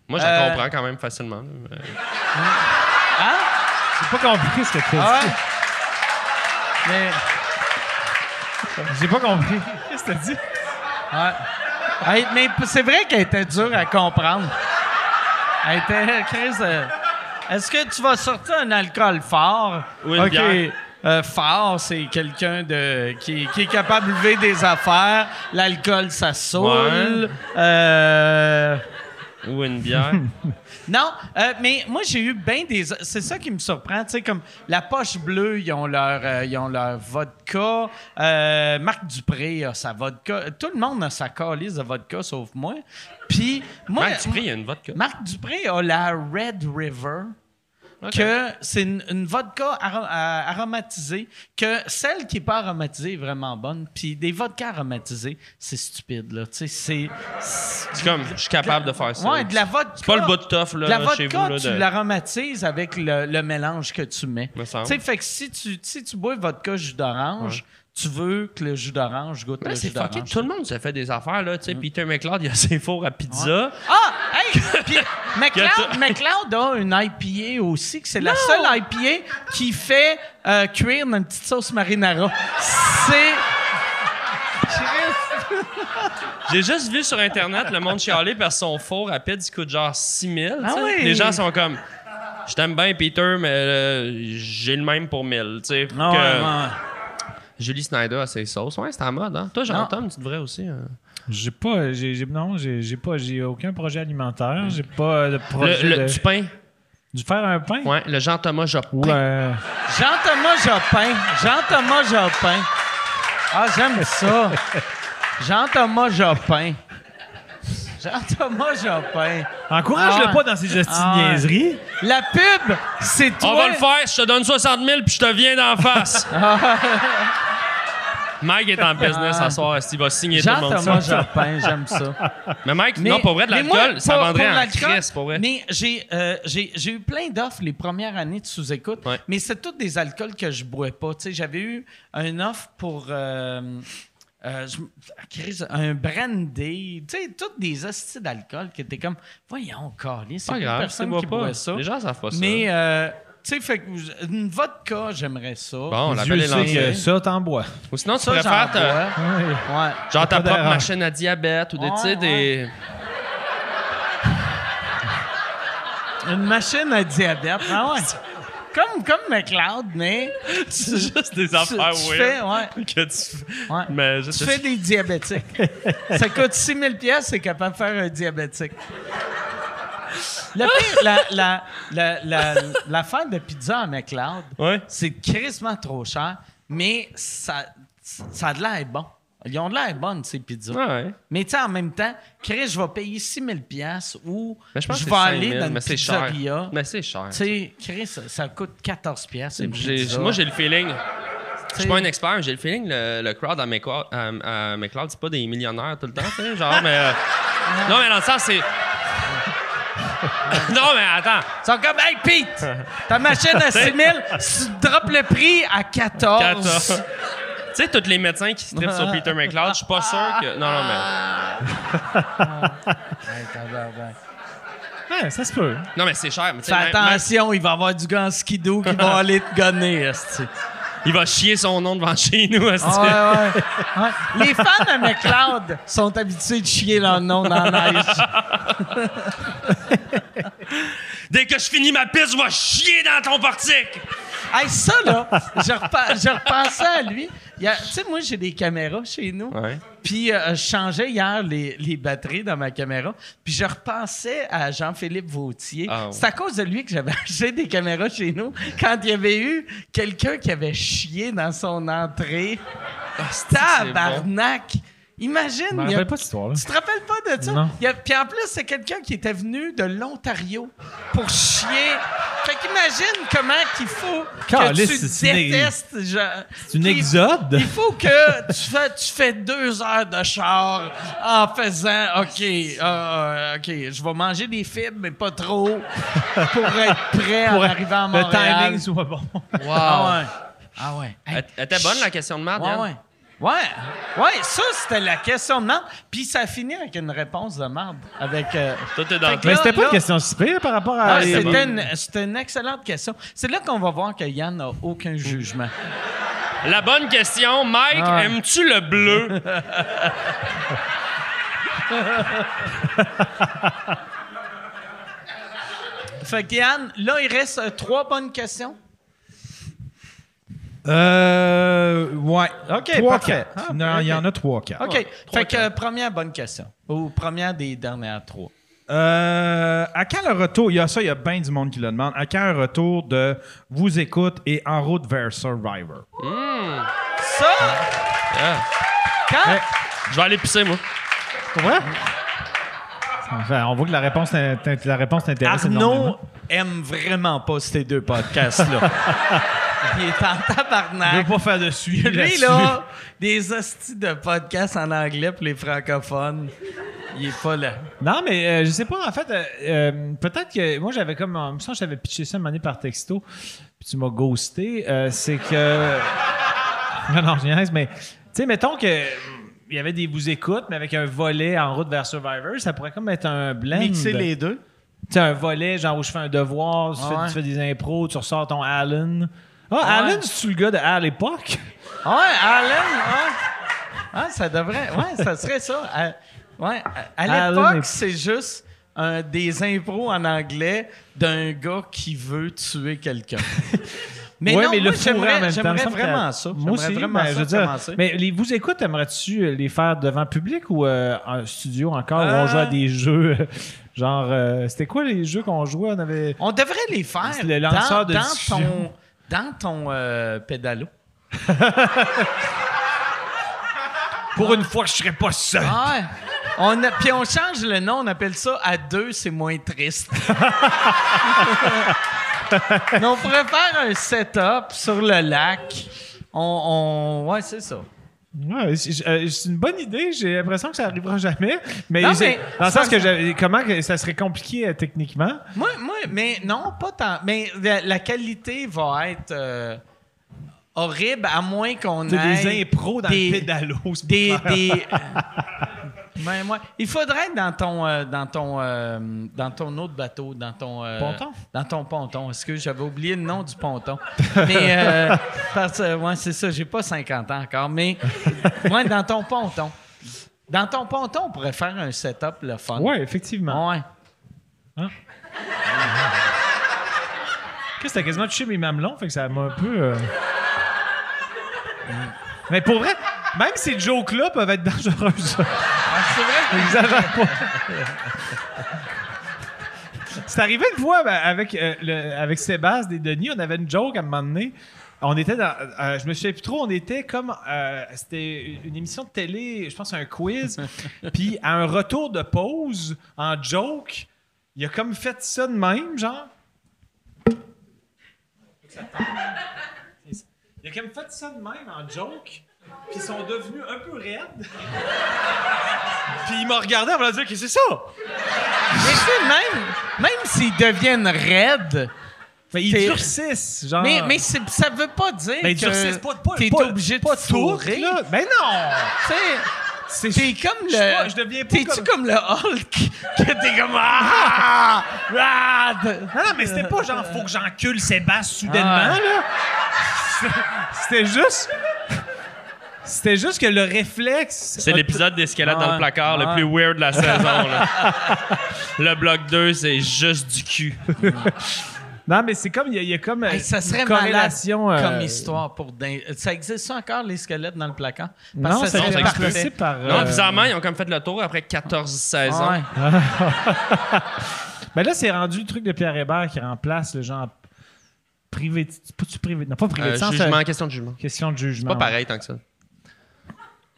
E: moi, je
D: Euh,
E: comprends quand même facilement. là.
D: Hein?
F: J'ai pas compris ce que tu
D: Ah
F: as dit.
D: ouais. Mais,
F: J'ai pas compris. Qu'est-ce que t'as dit?
D: ouais. Hey, mais p- c'est vrai qu'elle était dure à comprendre. Elle était, Chris, euh, est-ce que tu vas sortir un alcool fort?
E: Ou une
D: OK.
E: bière.
D: Euh, fort, c'est quelqu'un de qui, qui est capable de lever des affaires. L'alcool, ça saoule. Euh,
E: Ou une bière.
D: Non, euh, mais moi, j'ai eu bien des. C'est ça qui me surprend. Tu sais, comme la poche bleue, ils ont leur, euh, ils ont leur vodka. Euh, Marc Dupré a sa vodka. Tout le monde a sa calice de vodka, sauf moi. Puis, moi.
E: Marc Dupré, il y a une vodka.
D: Marc Dupré a la Red River.
E: Ok.
D: Que c'est une, une vodka aro- à- aromatisée, que celle qui n'est pas aromatisée est vraiment bonne. Puis des vodkas aromatisés, c'est stupide, là. Tu sais, c'est.
E: C'est comme, je suis capable de faire ça.
D: Ouais, de la vodka.
E: C'est pas le bout de tough, là,
D: De la vodka,
E: chez vous, là,
D: tu
E: de-
D: l'aromatises avec le, le mélange que tu mets.
E: Me
D: Tu
E: semble.
D: sais, fait que si tu, si tu bois vodka jus d'orange, tu veux que le jus d'orange goûte
E: Ouais,
D: le jus
E: c'est fucké.
D: d'orange.
E: Tout le monde se fait des affaires, là. Tu sais, Peter McLeod, il a ses fours à pizza.
D: Ah! Hey! Puis
E: Que
D: McLeod,
E: tu-
D: McLeod a une IPA aussi, que c'est la seule IPA qui fait euh, cuire dans une petite sauce marinara. C'est...
E: J'ai juste vu sur Internet le monde chialer parce que son four rapide, il coûte genre 6000.
D: Ah oui.
E: Les gens sont comme, je t'aime bien, Peter, mais euh, j'ai le même pour 1000. Tu sais,
A: Ah ouais,
E: que-
A: ouais.
E: Julie Snyder a ses sauces. Ouais, c'est en mode, hein. Toi, Jean-Tom, tu devrais aussi. hein.
F: J'ai pas, j'ai, j'ai- non, j'ai, j'ai pas, j'ai aucun projet alimentaire. J'ai pas de projet
E: Le, le-
F: de,
E: Du pain.
F: du faire un pain.
E: Ouais, le Jean-Thomas Jobin.
F: Ou euh,
D: Jean-Thomas Jobin. Jean-Thomas Jobin. Ah, j'aime ça. Jean-Thomas Jobin. Jean-Thomas Jobin.
F: encourage-le
D: Ah.
F: pas dans ses gestes de
D: Ah.
F: niaiseries.
D: La pub, c'est toi.
E: On va le faire, je te donne 60 000 puis je te viens d'en face. Mike est en business à soir, il va signer tout le monde.
D: Jean-Thomas Jobin, j'aime ça.
E: Mais Mike, non, pour vrai, de
D: mais moi,
E: l'alcool, ça
D: pour-
E: vendrait
D: pour
E: en
D: l'alcool,
E: crise, pour vrai.
D: Mais j'ai, euh, j'ai, j'ai eu plein d'offres les premières années de sous-écoute,
E: Ouais.
D: mais c'est toutes des alcools que je bois pas. Tu sais, j'avais eu une offre pour... euh, euh, je- ah, Chris, un brandy, tu sais, toutes des hosties d'alcool que t'es comme, voyons, calé, c'est
E: Pas
D: pas
E: grave, ça
D: personne
E: boit
D: qui
E: pas.
D: boit ça.
E: Les gens savent pas ça.
D: mais, euh, tu sais, fait que j- une vodka, j'aimerais ça.
E: bon, la
F: Dieu
E: belle est
F: sait que
E: lancée.
F: ça, t'en bois.
E: Ou sinon, tu
D: euh, ça, j'en
E: préfères ta-
D: bois.
F: Ouais.
D: Ouais.
E: genre ta
F: Pas
E: propre
F: d'erreur.
E: machine à diabète ou des, tu sais,
D: Ouais,
E: des...
D: Une machine à diabète. Ah ouais. Comme, comme McLeod, mais
E: C'est juste des
D: tu, tu fais, ouais,
E: Que tu...
D: ouais.
E: Mais je
D: tu fais des diabétiques. ça coûte 6 000 pièces, c'est capable de faire un diabétique. Le pire, la, la, la, la, l'affaire de pizza à McLeod,
E: Ouais.
D: c'est crissement trop cher, mais ça, ça a de l'air bon. Ils ont de l'air bonnes, ces pizzas.
E: Ouais.
D: Mais tu sais, en même temps, Chris, je vais payer 6 000 pièces ou
E: Mais Ben, je pense que
D: vais
E: c'est
D: aller
E: 5 000,
D: dans une
E: mais c'est cher.
D: pizzeria.
E: Mais c'est cher.
D: Tu sais, Chris, ça, ça coûte 14 pièces. une
E: J'ai-
D: pizza.
E: moi, j'ai le feeling. Je suis pas
D: T'sais-
E: un expert, mais j'ai le feeling le, le crowd à McLeod, à, à McLeod, c'est pas des millionnaires tout le temps, tu sais, genre, mais... euh, non, mais dans le sens, c'est... non, mais attends,
D: Ils sont comme, hey Pete, ta machine à 6 000, si tu droppes le prix à 14.
E: 14.
D: Oh.
E: tu sais, tous les médecins qui se trippent sur Peter McLeod, je suis pas sûr que... Non, non, mais...
D: Ah.
F: Ouais, ça se peut.
E: Non, mais c'est cher, mais tu
D: Fais
E: sais, même- même-
D: Ben, attention, il va y avoir du gars en skidoo qui va aller te gonner, esti.
E: il va chier son nom devant chez nous, est-ce que-
D: Ah ouais, ouais, ouais. Les fans de McLeod sont habitués de chier leur nom dans la neige.
E: Dès que je finis ma piste, je vais chier dans ton portique!
D: Hey, ça, là, je, repen- je repensais à lui. Il y a- Tu sais, moi, j'ai des caméras chez nous.
E: Ouais.
D: Puis, euh, je changeais hier les, les batteries dans ma caméra. Puis, je repensais à Jean-Philippe Vautier.
E: Ah, ouais.
D: C'est à cause de lui que j'avais acheté des caméras chez nous quand il y avait eu quelqu'un qui avait chié dans son entrée.
E: Ah,
D: Tabarnak! Imagine,
F: Je me
D: il y a-
F: rappelle pas cette histoire-là.
D: tu te rappelles pas de ça?
F: Non.
D: Il y a- Puis en plus, c'est quelqu'un qui était venu de l'Ontario pour chier. Fait qu'imagine comment qu'il faut
F: Caliste,
D: que tu
F: c'est une-
D: détestes. genre,
F: C'est une
D: qu'il-
F: exode.
D: Il faut que tu fais, tu fais deux heures de char en faisant OK, euh, OK, je vais manger des fibres, mais pas trop, pour être prêt en
F: Pour
D: arrivant à
F: le
D: Montréal.
F: timing soit bon.
D: Ah ouais. Ah ouais. Hey,
E: Elle elle était bonne, la question de hein? merde,
D: Ouais,
E: Yann?
D: ouais. Ouais, ouais, ça c'était la question de merde. Puis ça finit avec une réponse de merde. Avec, euh,
E: Tout est dans
D: Fait
E: le
D: que
F: Mais
D: là,
F: c'était pas
D: là-
F: une question si pire par rapport à.
D: Ah,
F: les-
D: c'était, une, c'était une excellente question. C'est là qu'on va voir que Yann n'a aucun jugement.
E: La bonne question, Mike,
D: Ah.
E: aimes-tu le bleu?
D: Fait que Yann, là, il reste euh, trois bonnes questions.
C: Euh. Ouais. OK,
F: parfait.
C: non, il y en a trois, quatre.
D: OK. fait que euh, première bonne question. Ou première des dernières trois.
C: Euh, à quand le retour? Il y a ça, il y a bien du monde qui le demande. À quand un retour de Vous écoute et En route vers Survivor?
D: Ça,
E: Ah.
D: quand.
E: Je vais aller pisser, moi.
F: Enfin, on voit que la réponse t'in- t'in- la réponse t'intéresse
A: Arnaud
F: énormément.
A: aime vraiment pas ces deux podcasts-là.
D: Il est en
C: Je
D: tabarnak.
C: veux pas faire de suivi
D: Lui,
C: là-dessus.
D: là, des hosties de podcasts en anglais pour les francophones. Il est pas là.
F: Non, mais euh, je sais pas, en fait, euh, euh, peut-être que moi j'avais comme. Il me semble que j'avais pitché ça une année par texto, puis tu m'as ghosté. euh, c'est que. non, non, je niaise, mais. Tu sais, mettons que. euh, Il y avait des vous écoutes, mais avec un volet en route vers Survivor, ça pourrait comme être un blend.
G: Mixer les deux.
F: Tu sais, un volet, genre où je fais un devoir, tu, fais, tu fais des impros, tu ressors ton Allen. Ah, Allen, c'est-tu le gars de à l'époque?
D: Ouais, Alan, ouais. Ah, ça devrait. Ouais, ça serait ça. À, ouais, à, à
F: Alan
D: l'époque,
F: est-
D: c'est juste un- des impros en anglais d'un gars qui veut tuer quelqu'un. Mais
F: Ouais,
D: non, moi,
F: fourrer en même
D: j'aimerais,
F: temps,
D: j'aimerais
F: il me semble
D: vraiment
F: que-
D: ça.
F: Moi
D: J'aimerais
F: aussi,
D: vraiment
F: mais
D: ça
F: je veux dire,
D: commencer.
F: Mais les vous écoutes, aimerais-tu les faire devant public ou euh, en studio encore où on joue à des jeux euh, genre euh, c'était quoi les jeux qu'on jouait On avait
D: On devrait les faire
F: Le lanceur
D: dans,
F: de
D: dans
F: discussion.
D: ton, dans ton euh, pédalo.
F: pour une fois que je serais pas seul.
D: Ah ouais. On a- puis on change le nom, on appelle ça à deux, c'est moins triste. Mais on pourrait faire un setup sur le lac. On, on- ouais, c'est ça.
F: Ouais, c'est euh, c'est une bonne idée. J'ai l'impression que ça arrivera jamais. Mais,
D: Non, mais-
F: j'ai- dans le
D: ça-
F: sens que j'avais- comment que ça serait compliqué euh, techniquement.
D: Moi, moi, mais non, pas tant. Mais la, la qualité va être euh, horrible à moins qu'on ait
F: des impros dans
D: des-
F: le pédalo. c'est
D: des,
F: pas clair.
D: des euh, Ben, moi, il faudrait être dans ton euh, dans ton euh, dans ton autre bateau, dans ton euh,
F: Ponton?
D: dans ton ponton. Est-ce que j'avais oublié le nom du ponton Mais euh, parce que ouais, c'est ça, j'ai pas 50 ans encore, mais moi dans ton ponton. Dans ton ponton, on pourrait faire un setup le fun.
F: Ouais, effectivement.
D: Ouais.
F: Chris, t'as quasiment touché mes mamelons, fait que ça m'a un peu. euh. Mais pour vrai, même ces jokes-là peuvent être dangereuses.
D: Ah, c'est vrai.
F: J'exagère pas. C'est arrivé une fois ben, avec, euh, le- avec Sébastien et Denis, on avait une joke à un moment donné. On était dans. euh, je me souviens plus trop, on était comme. euh, C'était une émission de télé, je pense un quiz. Puis à un retour de pause, en joke, il a comme fait ça de même, genre. Il a comme fait ça de même en joke. Puis ils sont devenus un peu raides. Puis il m'a regardé en me disant que c'est ça.
D: Mais tu sais, même même s'ils deviennent raides,
F: Fait, ils
D: T'es-
F: durcissent, genre.
D: mais mais c'est- ça veut pas dire
F: Ah. Ben, ils
D: que
F: durcissent pas, pas,
D: t'es
F: pas-
D: obligé de
F: pas
D: sourire.
F: là. Ben non!
D: Tu sais,
F: C'est
D: T'es comme le.
F: Je sais pas, je deviens pas
D: T'es-tu
F: comme-
D: comme... le Hulk? Que t'es comme. Ah! Ah!
F: Non, non, mais c'était pas genre faut que j'encule Sébastien soudainement,
D: Ah.
F: là. C'était juste. C'était juste que le réflexe.
E: C'est l'épisode des squelettes dans le placard
D: Ah, ouais.
E: le plus weird de la saison. là. Le bloc 2, c'est juste du cul.
F: Non, mais c'est comme. Il y, a- il y a comme.
D: Hey, ça
F: une
D: serait malade
F: corrélation, euh,
D: comme histoire pour. din- Ça existe ça encore, les squelettes dans le placard?
F: Non, ça
E: serait
F: serait
E: parfait.
F: remplacé par.
E: Non,
F: euh,
E: bizarrement, ils ont comme fait le tour après
F: Ah,
E: 14-16 ans.
D: Ah, Ouais.
F: Ben là, c'est rendu le truc de Pierre Hébert qui remplace le genre. Privé. Pas-tu privé? Non, pas privé
E: Euh,
F: de sens.
E: jugement,
F: euh,
E: question de jugement.
F: Question de jugement.
E: Pas pareil tant que ça.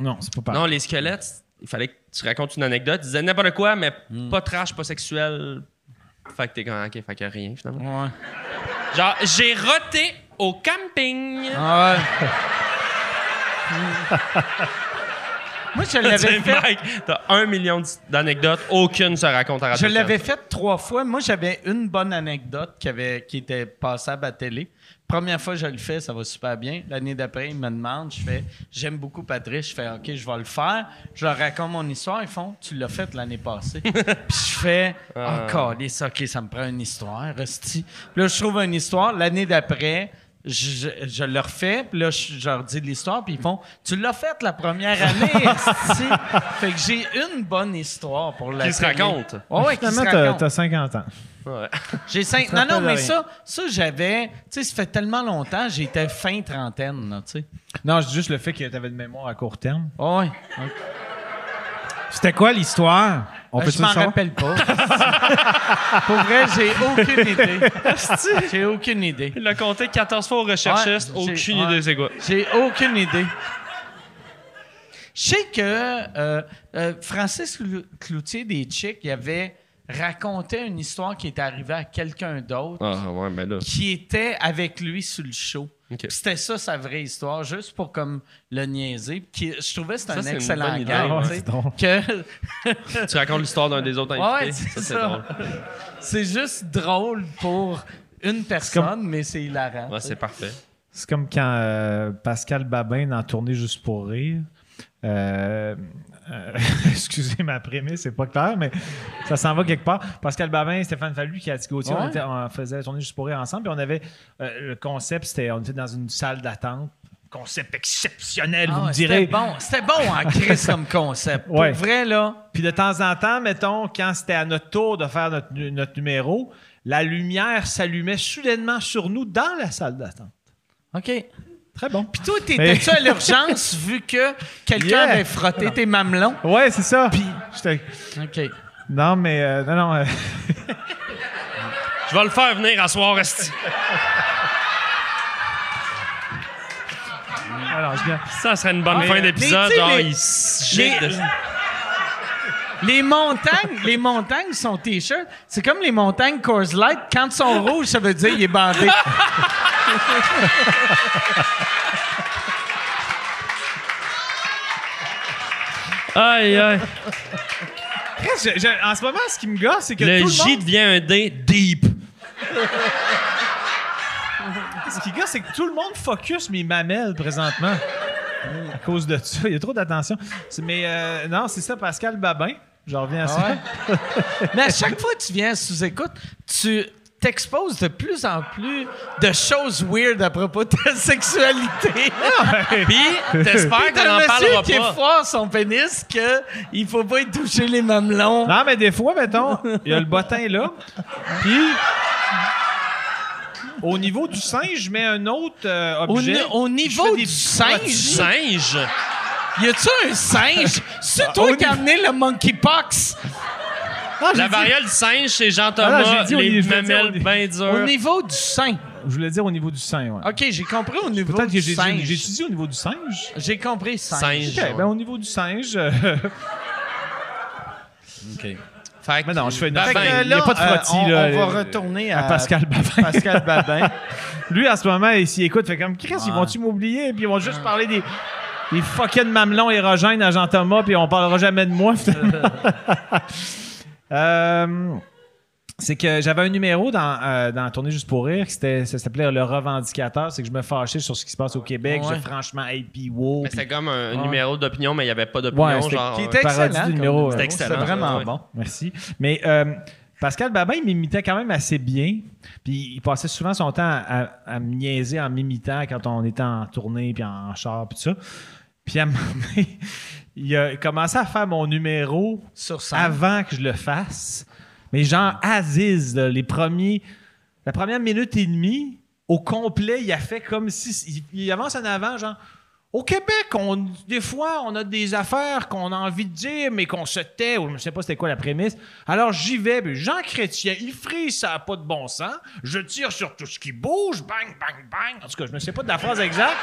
F: Non, c'est pas pareil.
E: Non, les squelettes, il fallait que tu racontes une anecdote. Ils disaient n'importe quoi, mais
D: Hmm.
E: pas trash, pas sexuel. Fait que t'es comme, ok, fait que rien finalement.
D: Ouais.
E: Genre, j'ai roté au camping.
D: Ah ouais. Moi, je l'avais
E: T'sais,
D: fait.
E: Mike, t'as un million d'anecdotes, aucune se raconte à
D: Je
E: Radio-Canada.
D: l'avais fait trois fois. Moi, j'avais une bonne anecdote qui, avait, qui était passable à télé. Première fois, je le fais, ça va super bien. L'année d'après, ils me demandent, je fais, j'aime beaucoup Patrice. Je fais, OK, je vais le faire. Je leur raconte mon histoire. Ils font, tu l'as fait l'année passée. Puis je fais,
E: Ah.
D: encore, les OK, ça me prend une histoire, Rusty. Puis là, je trouve une histoire. L'année d'après, je, je- je le refais, puis là, je, je leur dis l'histoire, puis ils font Tu l'as faite la première année, esti. Fait que j'ai une bonne histoire pour la
E: Qui se
D: télé.
E: raconte.
D: Ouais, ouais, qui se
F: Finalement, t'as-
D: raconte.
F: t'as 50 ans.
E: Ouais.
D: J'ai cinq. Non,
F: rappelles
D: non, mais
F: rien.
D: ça, ça j'avais. Tu sais, ça fait tellement longtemps, j'étais fin trentaine, là, tu sais.
F: Non, je dis juste le fait que tu avais une mémoire à court terme.
D: Ouais.
C: C'était quoi l'histoire?
F: Euh,
C: On peut
D: Euh, je m'en rappelle pas. Pour vrai, j'ai aucune idée. J'ai aucune idée.
E: Il l'a compté 14 fois au recherchiste.
D: Ouais, j'ai-
E: aucune
D: ouais.
E: idée, c'est quoi.
D: J'ai aucune idée. Je sais que euh, euh, Francis Clou- Cloutier des Chics, il avait raconté une histoire qui était arrivée à quelqu'un d'autre
E: Ah, ouais, ben là.
D: qui était avec lui sur le show.
E: Ok.
D: Puis C'était ça sa vraie histoire, juste pour comme le niaiser. Puis qui- je trouvais que c'était
E: Ça,
D: un
E: c'est une
D: excellent
E: bonne idée,
D: gag,
E: ouais,
D: tu sais, que
E: Tu racontes l'histoire d'un des autres invités.
D: Ouais, c'est
E: ça, c'est
D: ça.
E: drôle.
D: c'est juste drôle pour une personne, mais c'est hilarant.
E: Ouais,
D: tu sais.
E: c'est parfait.
F: C'est comme quand euh, Pascal Babin en tournée juste pour rire. Euh, euh, excusez ma prémisse, c'est pas clair, mais ça s'en va quelque part. Pascal Babin, Stéphane Fallu, qui a Gauthier, on,
D: Ouais.
F: était- on faisait la tournée juste pour rire ensemble. Puis on avait euh, le concept, c'était on était dans une salle d'attente. Concept exceptionnel,
D: Ah
F: vous
D: ouais,
F: me
D: C'était
F: direz.
D: bon, c'était bon en crise comme concept.
F: Ouais.
D: Pour vrai, là.
F: Puis de temps en temps, mettons, quand c'était à notre tour de faire notre, nu- notre numéro, la lumière s'allumait soudainement sur nous dans la salle d'attente.
D: OK.
F: Très bon.
D: Puis toi, t'étais-tu à l'urgence vu que quelqu'un
F: Yeah.
D: avait frotté tes mamelons?
F: Ouais, c'est ça. Puis,
D: OK.
F: non, mais euh, non, non. euh,
E: Je vais le faire venir à soir, esti.
F: Alors, je viens.
E: Ça serait une bonne
D: Ah,
E: fin
D: mais-
E: d'épisode.
D: mais tu sais,
E: Genre,
D: les-
E: il se jette
D: les-
E: de-
D: Les montagnes, les montagnes sont t-shirt. C'est comme les montagnes Coors Light. Quand ils sont rouges, ça veut dire qu'il est bandé.
E: Aïe, aïe.
F: Chris, je- je- en ce moment, ce qui me gosse, c'est que
E: Le
F: tout le
E: J
F: monde,
E: devient un D deep.
F: ce qui me gosse, c'est que tout le monde focus mes mamelles présentement. à cause de ça, il y a trop d'attention. C'est- Mais euh, non, c'est ça, Pascal Babin. Je reviens à ça.
D: Ouais. Mais à chaque fois que tu viens sous écoute, tu t'exposes de plus en plus de choses weird à propos de ta sexualité.
E: Puis, t'espères
D: T'as
E: qu'on
D: un
E: en
D: monsieur
E: parlera
D: qui est
E: pas.
D: fort son pénis que il faut pas y toucher les mamelons.
F: Non, mais des fois, mettons, il y a le bottin là, puis au niveau du sein, je mets un autre euh,
D: Au,
F: objet.
D: ni- au
F: Je
D: niveau
F: fais
D: du
F: des
E: Du
D: singe,
E: singe.
D: y a-tu un singe?
F: Ah,
D: C'est toi qui as amené le monkeypox?
F: Non, j'ai
E: La
F: dit-
E: variole du singe chez
F: Ah non, j'ai
E: Jean-Thomas.
F: dit au-
E: Les
F: je veux dire
E: mamelles
F: au-
E: bien
D: Au
F: Euh,
E: dures.
D: niveau du sein.
F: Je voulais dire au niveau du sein, ouais.
D: OK, j'ai compris au niveau
F: Peut-être que
D: du
F: j'ai dit, j'ai
D: singe.
F: dit au niveau du singe.
D: J'ai compris singe.
E: Singe.
F: Ok, ben au niveau du singe. euh,
E: Fait que-
F: Mais non, je fais une-
E: Babin.
F: Fait que,
B: Euh,
F: Il y a pas de frottis,
B: on,
F: là,
B: on
F: les-
B: va retourner à,
F: à Pascal Babin.
B: Pascal Babin.
F: Lui, en ce moment, il s'y écoute, fait comme Chris, ils vont-tu m'oublier? Puis ils vont juste parler des, des fucking mamelons érogènes à Jean-Thomas, puis on parlera jamais de moi, finalement. Euh, c'est que j'avais un numéro dans, euh, dans Tournée Juste pour Rire, qui c'était- ça s'appelait Le Revendicateur. C'est que je me fâchais sur ce qui se passe au Québec.
D: Ouais.
F: J'ai franchement, hey, puis wow.
E: Mais
F: puis-
E: c'était comme un
F: Ouais.
E: numéro d'opinion, mais il n'y avait pas d'opinion.
F: Ouais, c'était-
E: genre,
D: Qui
E: euh,
D: était
F: parodie
D: excellent.
F: du
D: comme
F: numéro,
D: numéro.
F: euh,
E: C'était excellent,
D: C'était vraiment
E: ça, ouais.
D: bon.
F: Merci. Mais euh, Pascal Babin, il m'imitait quand même assez bien. Puis il passait souvent son temps à, à me niaiser en m'imitant quand on était en tournée, puis en char, puis tout ça. Puis à un moment donné, il a commencé à faire mon numéro
D: Sur ça.
F: avant que je le fasse. Mais genre, Aziz, là, les premiers, la première minute et demie, au complet, il a fait comme si. Il, il avance en avant, genre. Au Québec, on, des fois, on a des affaires qu'on a envie de dire, mais qu'on se tait, ou je sais pas c'était quoi la prémisse. Alors j'y vais, puis Jean Chrétien, il frise, ça n'a pas de bon sens. Je tire sur tout ce qui bouge, bang, bang, bang. En tout cas, je ne sais pas de la phrase exacte.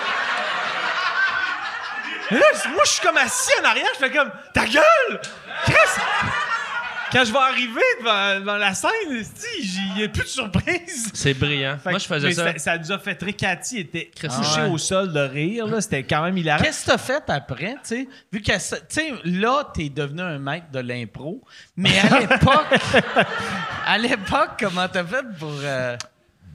F: Et là, moi, je suis comme assis en arrière, je fais comme Ta gueule! Chris! Quand je vais arriver devant, devant la scène, il n'y a plus de surprise.
E: euh, C'est brillant.
F: Fait
E: Moi,
F: que-
E: je faisais
F: mais
E: ça.
F: Ça nous a fait très. Cathy était
E: Chris,
F: couchée
D: ouais.
F: au sol de rire. là. C'était quand même hilarant.
D: Qu'est-ce que t'as fait après, tu sais? Vu que, ça- tu sais, là, t'es devenu un maître de l'impro, mais à l'époque, à l'époque, comment t'as fait pour... euh,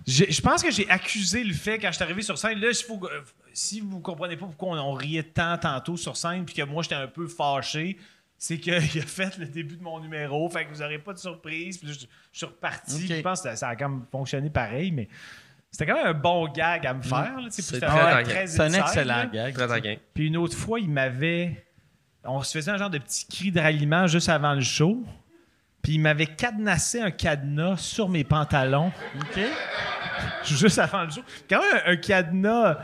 F: J'ai- Je pense que j'ai accusé le fait, quand je suis arrivé sur scène, là, s'il faut que- euh, si vous comprenez pas pourquoi on, on riait tant tantôt sur scène, puis que moi, j'étais un peu fâché, c'est qu'il a fait le début de mon numéro, fait que vous n'aurez pas de surprise. Puis là, je, je suis reparti.
D: Ok.
F: puis Je pense que ça, ça a quand même fonctionné pareil, mais c'était quand même un bon gag à me faire. là, tu sais, puis
E: C'est
F: c'était
E: très
F: vraiment
E: dingue.
D: Mm. C'est un
F: inside,
D: excellent
F: là.
D: gag.
E: Très taquin.
F: Puis une autre fois, il m'avait. On se faisait un genre de petit cri de ralliement juste avant le show. Puis il m'avait cadenassé un cadenas sur mes pantalons
D: OK?
F: juste avant le show. Quand même, un, un cadenas, tu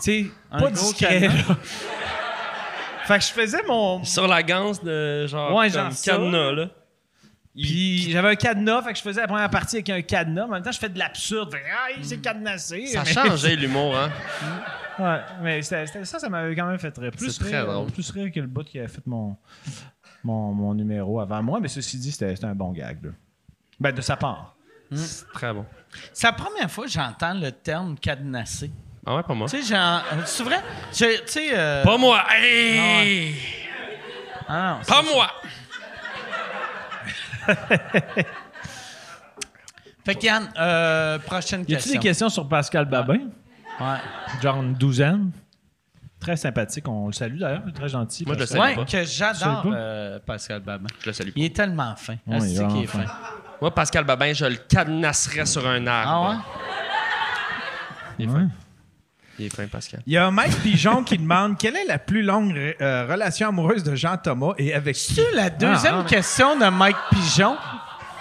F: sais,
D: Un
F: pas
D: gros
F: discret.
D: cadenas.
F: là. Fait que je faisais mon.
E: Sur la ganse de genre,
F: Ouais,
E: comme
F: genre ça.
E: cadenas, là.
F: Puis j'avais un cadenas, fait que je faisais la première partie avec un cadenas. Mais en même temps, je fais de l'absurde. Fait que, Ah, il s'est cadenassé.
E: Ça a
F: Mais-
E: changé l'humour, hein?
F: Ouais, mais c'était- c'était- ça, ça m'avait quand même fait rire. Plus
E: C'est très
F: rire,
E: drôle.
F: Plus rire que le bout qui avait fait mon, mon, mon numéro avant moi, mais ceci dit, c'était c'était un bon gag. Là. Ben, de sa part.
E: C'est très bon.
D: C'est la première fois que j'entends le terme cadenassé.
E: Ah ouais, pas moi.
D: Tu sais, j'en- c'est vrai? Je- Tu sais. euh,
E: Pas moi! Hey!
D: ah non, c'est-
E: Pas moi!
D: Fait que Yann, euh, prochaine
F: Y a-tu
D: question.
F: des questions sur Pascal Babin?
D: Ouais.
F: Genre une douzaine. Très sympathique, on le salue d'ailleurs, très gentil.
E: Moi, je le
F: Pascal.
E: salue
D: Ouais,
E: pas.
D: que j'adore
F: Je sais pas.
D: euh, Pascal Babin.
E: Je le salue.
D: Il est tellement fin.
F: Ouais,
D: Asti
F: il est
D: qu'il est
F: vraiment
D: fin.
E: Moi, Pascal Babin, je le cadenasserais sur un
D: Ah
E: arbre.
D: ouais?
E: Il est fin. Il est fin, Pascal.
C: Il y a Mike Pigeon qui demande quelle est la plus longue euh, relation amoureuse de Jean Thomas et avec qui
D: C'est la
E: Ah,
D: deuxième
F: non, mais-
D: question de Mike Pigeon.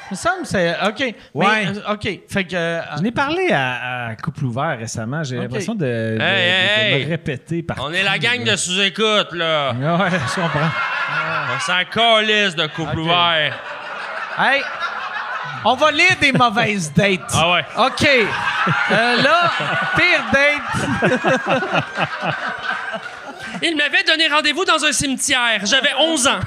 D: Il me semble que c'est. OK. mais,
C: Ouais.
D: euh, OK. Fait que. euh,
F: J'en ai parlé à, à Couple Ouvert récemment. J'ai
D: Ok.
F: l'impression de, de-
E: Hey,
F: de
E: hey,
F: me répéter par.
E: On est la gang de sous-écoute, là!
D: Ah
F: Ouais, je comprends.
E: On s'en calisse de couple ouvert.
D: hey, on va lire des mauvaises dates.
E: Ah ouais.
D: OK. Euh, là, pire date.
E: Il m'avait donné rendez-vous dans un cimetière. J'avais 11 ans.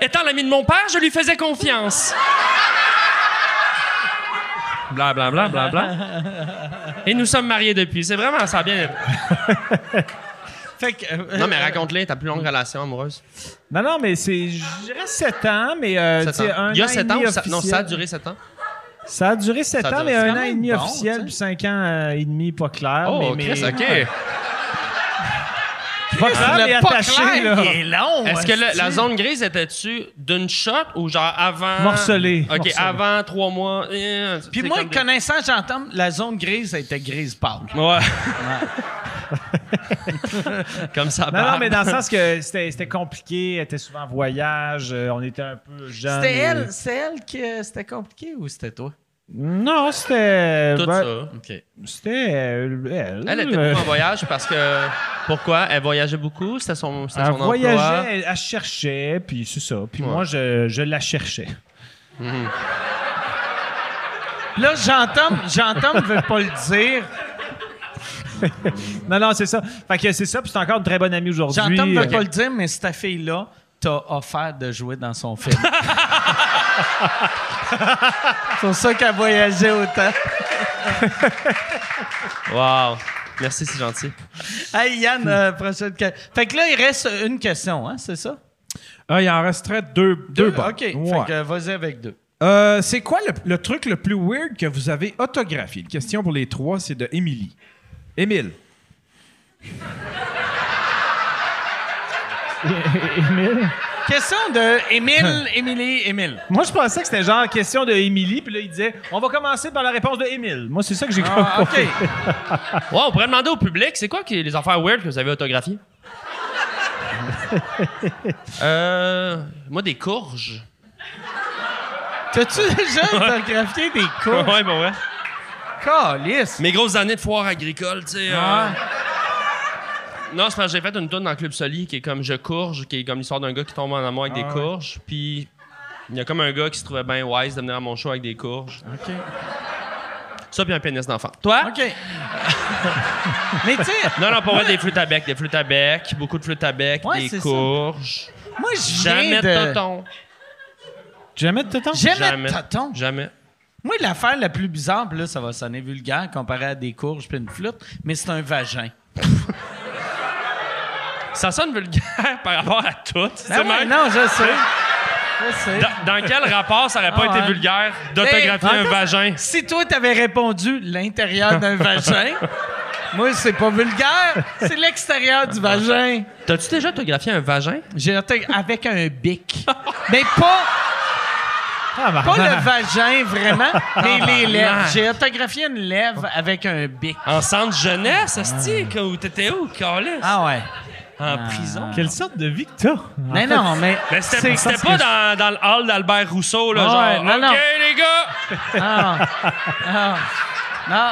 E: Étant l'ami de mon père, je lui faisais confiance. Bla bla bla bla bla. Et nous sommes mariés depuis. C'est vraiment ça a bien.
D: Fait que. euh,
E: Non mais raconte-le ta plus longue relation amoureuse.
F: Non, non, mais c'est. Je dirais 7 ans, mais. euh,
E: Sept
F: tu sais,
E: ans.
F: un
E: Il y a
F: an et
E: 7 ans,
F: demi
E: ou ça, non ça a
F: officiel.
E: duré 7 ans.
F: Ça a duré 7
E: Ça a
F: ans,
E: duré-
F: mais
E: c'est
F: un
D: quand
F: an et
D: même
F: demi
D: bon,
F: officiel,
D: tu
F: puis 5 ans euh, et demi pas clair.
E: Oh,
F: mais, Ah,
E: Chris,
F: mais-
E: ok.
F: Pas clair, mais
D: le pas
F: attaché,
D: clair,
F: là.
D: il est long.
E: Est-ce que le-
D: asti.
E: la zone grise était-tu d'une shot ou genre avant.
F: Morcelée.
E: OK,
F: Morcelée.
E: avant trois mois. euh,
D: Puis
E: c'est
D: moi,
E: comme des-
D: connaissant j'entends la zone grise, elle était grise pâle.
E: Ouais. comme ça,
F: Non, non,
E: barbe.
F: mais dans le sens que c'était c'était compliqué, elle était souvent en voyage, euh, on était un peu jeunes.
D: C'était
F: euh,
D: elle, c'est elle qui euh, c'était compliqué ou c'était toi?
F: Non, c'était.
E: Tout
F: ben,
E: ça.
D: OK.
F: C'était euh, elle.
E: Elle était
F: euh,
E: beaucoup en voyage parce que. Pourquoi? Elle voyageait beaucoup? C'était son, c'était
F: Elle
E: son emploi.
F: voyageait, elle, elle cherchait, puis c'est ça. Puis
E: Ouais.
F: moi, je, je la cherchais.
D: Là, j'entends, j'entends, je veux pas le dire.
F: Non, non, c'est ça. Fait que c'est ça, puis c'est encore une très bonne amie aujourd'hui.
D: J'entends, je veux
F: Euh,
D: pas le dire, mais cette fille-là t'a offert de jouer dans son film. c'est pour ça qu'elle voyageait autant.
E: Wow. Merci, c'est gentil.
D: Hey, Yann, euh, prochaine question. Fait que là, il reste une question, hein, c'est ça?
C: Ah, il en resterait deux. Deux, bonnes.
D: OK. Fait
C: Ouais.
D: que vas-y avec deux.
C: Euh, c'est quoi le, le truc le plus weird que vous avez autographié? La question pour les trois, c'est de Émilie. Émile.
F: Émile.
D: Question de Émile, Émilie, Émile.
F: Moi, je pensais que c'était genre question de Émilie, puis là, il disait on va commencer par la réponse de Émile. Moi, c'est ça que j'ai
D: Ah, OK.
F: compris.
E: Ouais, on pourrait demander au public, c'est quoi qui- les affaires weird que vous avez autographiées? euh, moi, des courges.
D: T'as-tu déjà photographié des cours?
E: ouais, bah ouais.
D: Calice.
E: Mes grosses années de foire agricole, tu sais. euh,
D: Ah.
E: Non, c'est parce que j'ai fait une tourne dans Club Soli qui est comme Je courge, qui est comme l'histoire d'un gars qui tombe en amour
D: Ah
E: avec des courges. Puis il y a comme un gars qui se trouvait bien wise de venir à mon show avec des courges.
D: OK.
E: Ça, puis un pénis d'enfant. Toi?
D: OK. Mais tu sais,
E: Non, non, pour moi, des flûtes à bec, des flûtes à bec, beaucoup de flûtes à bec,
D: Ouais, c'est
E: des
D: ça.
E: courges.
D: moi, je viens
E: Jamais de
D: de...
E: toton.
F: Jamais de temps.
D: Jamais de tonton.
E: Jamais.
D: Moi, l'affaire la plus bizarre, puis là, ça va sonner vulgaire comparé à des courges puis une flûte, mais c'est un vagin.
E: Ça sonne vulgaire par rapport à tout. tu sais,
D: Ben ouais,
E: même.
D: non, je sais. Je sais.
E: Dans, dans quel rapport ça aurait pas
D: Ah
E: été
D: ouais.
E: vulgaire d'autographier
D: Hey,
E: un vagin?
D: Si toi, t'avais répondu l'intérieur d'un vagin, moi, c'est pas vulgaire, c'est l'extérieur du vagin.
E: T'as-tu déjà autographié un vagin?
D: J'ai noté avec un bic. Mais pas... Pas le vagin, vraiment, mais les lèvres. J'ai autographié une lèvre avec un bic.
E: En centre jeunesse, Asti, que- où t'étais où, Calis?
D: Ah ouais.
E: En prison?
F: Quelle sorte de vie que t'as? En
D: Mais
F: fait,
D: non, mais.
E: Mais
F: ça,
E: c'était c'était
F: c'est
E: pas
F: que
E: dans, dans le hall d'Albert Rousseau, là,
D: Ah ouais,
E: genre,
D: non,
E: OK,
D: non.
E: les gars!
D: Ah, ah,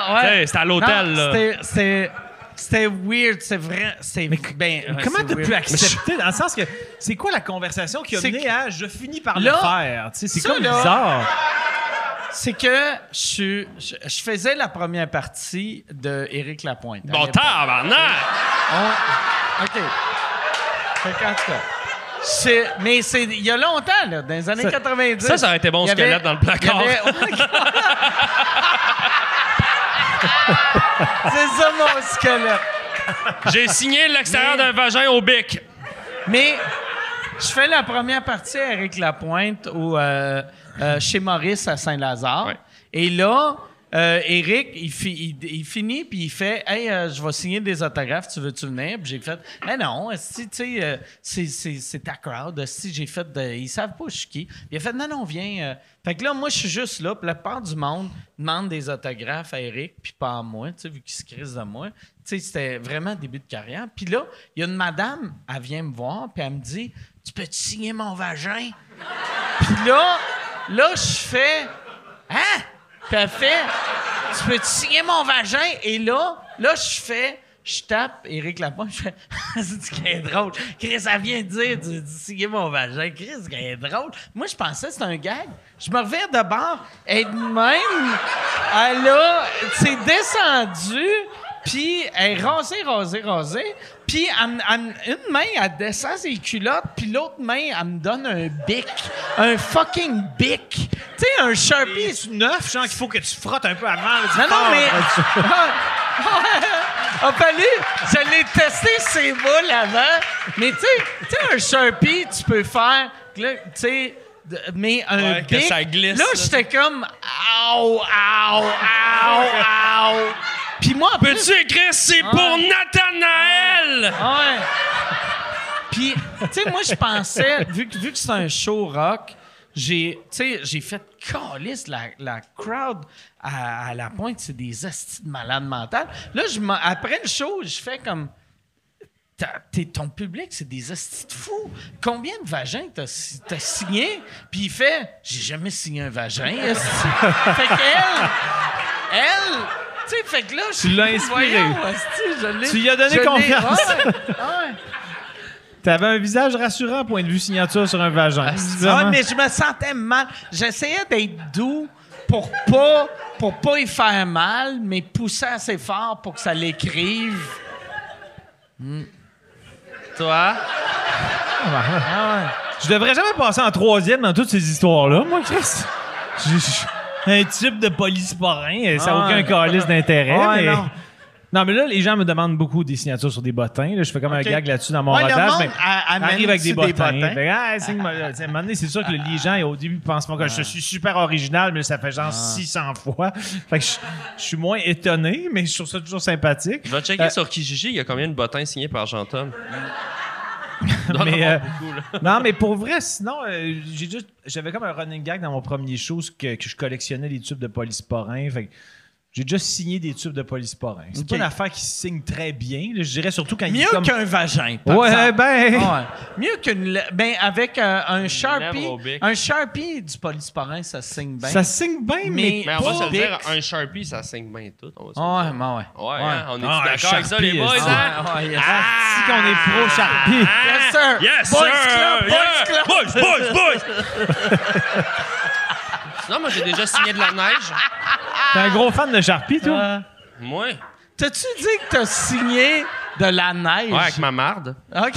D: non, ouais.
E: Hey, c'était à l'hôtel,
D: Euh, Non,
E: là.
D: c'était- C'était. C'était weird, c'est vrai. C'est. Ben, ouais,
F: Comment
D: c'est
F: t'as
D: weird.
F: pu accepter? Dans le sens que c'est quoi la conversation qui a
D: C'est
F: mené
D: que-
F: à je finis par
D: Là,
F: le faire? Tu sais, C'est
D: ça,
F: comme
D: là-
F: bizarre.
D: C'est que je, suis- je, je faisais la première partie de Éric Lapointe. à
E: Bon,
D: l'époque.
E: tabarnak!
D: On- OK. Fait qu'en tout cas, c'est- mais c'est il y a longtemps, là, dans les années 90.
E: ça, ça aurait été bon,
D: il y avait-
E: squelette dans le placard.
D: il y avait- Oh my God! c'est ça, mon squelette.
E: J'ai signé l'extérieur
D: Mais-
E: d'un vagin au bic.
D: Mais je fais la première partie à Eric Lapointe au, euh, euh, chez Maurice à Saint-Lazare.
E: Ouais.
D: Et là, euh, Eric, il, fi- il- il finit puis il fait Hey, euh, je vais signer des autographes, tu veux-tu venir? Puis j'ai fait Mais non, si, tu sais, euh, c'est- c'est c'est ta crowd. Si j'ai fait de- Ils savent pas je suis qui. Puis il a fait Non, non, viens. euh. Fait que là, moi, je suis juste là. Puis la part du monde demande des autographes à Eric puis pas à moi, tu sais, vu qu'ils se crisent de moi. Tu sais, c'était vraiment début de carrière. Puis là, il y a une madame, elle vient me voir, puis elle me dit Tu peux-tu signer mon vagin Puis là, là, je fais Hein Puis elle fait Tu peux-tu signer mon vagin Et là, là, je fais je tape Éric Lapointe, je fais C'est ce qui est drôle. Chris, elle vient de dire du, du signer mon vagin. Chris, ce qui est drôle. Moi, je pensais que c'était un gag. Je me reviens de bord et de même, elle a. C'est descendu. Puis elle est rasée, rasée, rasée. Puis elle me- elle me- une main, elle descend ses culottes, puis l'autre main, elle me donne un bic. Un fucking bic. Tu sais, un Sharpie.
F: Es-tu neuf, genre, qu'il faut que tu frottes un peu avant? là, tu
D: Non, non,
F: pars,
D: mais.
F: là, tu-
D: Ah, ah, ah, fallait- je l'ai testé ces boules avant. Mais tu sais, tu sais, un Sharpie, tu peux faire. là, Tu sais, de- mais un
E: Ouais, que
D: bic.
E: ça glisse,
D: Là,
E: là.
D: j'étais comme. Au, au, au, au. Puis moi, en plus,
E: Peux-tu écrire c'est pour Nathanaël?
D: ah ouais. Puis, tu sais, moi, je pensais, vu que, vu que c'est un show rock, j'ai, tu sais, j'ai fait calice la, la crowd à, à la pointe, c'est des astis de malades mentales. Là, je m'en- après le show, je fais comme. T'as- t'es- ton public, c'est des astis de fous. Combien de vagins t'as, si- t'as signé? Puis il fait J'ai jamais signé un vagin. esti. fait qu'elle, elle, tu sais, fait que là, je
F: Tu l'as inspiré.
D: Voyons, esti, je l'ai-
F: Tu lui as donné
D: je l'ai-
F: confiance.
D: Ouais, ouais.
F: T'avais un visage rassurant, point de vue signature sur un vagin. hein?
D: Ah ouais, mais je me sentais mal. J'essayais d'être doux pour pas pour pas y faire mal, mais pousser assez fort pour que ça l'écrive.
E: Toi?
F: Je devrais jamais passer en troisième dans toutes ces histoires-là, moi, Chris. Je- je- un type de polysporin, euh, ça n'a aucun calice d'intérêt. mais... non. mais là, les gens me demandent beaucoup des signatures sur des bottins. là. Je fais comme
D: Ok.
F: un gag là-dessus dans mon
D: Ouais, le
F: rodage.
D: monde
F: mais
D: a- amène
F: arrive avec des
D: dessus
F: bottins.
D: des bottins.
F: Fait que, ah, signe-moi là. Tu sais, à un moment donné, c'est sûr que les gens, au début, pensent pas que je suis super original, mais ça fait
D: Ah.
F: genre 600 fois. Fait que je, je suis moins étonné, mais je trouve ça toujours sympathique.
E: Je vais checker
F: Euh,
E: sur Kijiji, il y a combien de bottins signés par Jean-Tom?
F: mais, euh, non, mais pour vrai, sinon, euh, j'ai juste, j'avais comme un running gag dans mon premier show ce que, que je collectionnais les tubes de polysporin. Fait que j'ai déjà signé des tubes de polysporin. C'est pas une affaire qui se signe très bien. là. je dirais surtout quand il est
D: Mieux
F: comme...
D: qu'un vagin. par
F: Ouais,
D: exemple.
F: ben...
D: Ouais. Mieux qu'une le- ben avec euh, un sharpie,
E: lèvre au bec.
D: un sharpie du polysporin, ça se signe bien.
F: Ça signe bien, mais...
D: Mais-
E: Mais on va
D: Oh,
E: se le dire,
D: Bix.
E: un Sharpie, ça signe bien tout. On va se le
D: Ouais,
E: dire.
D: ben ouais.
E: Ouais, hein, on est
F: Ah, un
E: d'accord avec ça,
F: Sharpie,
E: les boys,
F: est-ce que-
E: hein?
D: Ouais, ouais, yes.
F: Si qu'on est pro
D: Ah!
F: Sharpie.
D: Yes, sir.
E: Yes,
D: Boys
E: sir!
D: club, boys
E: Yeah!
D: club.
E: Boys, boys, boys! hein? non, moi, j'ai déjà signé de la neige.
F: T'es un gros fan de Sharpie, toi?
E: Moi? Ouais,
D: T'as-tu dit que t'as signé de la neige?
E: avec ma marde.
D: OK.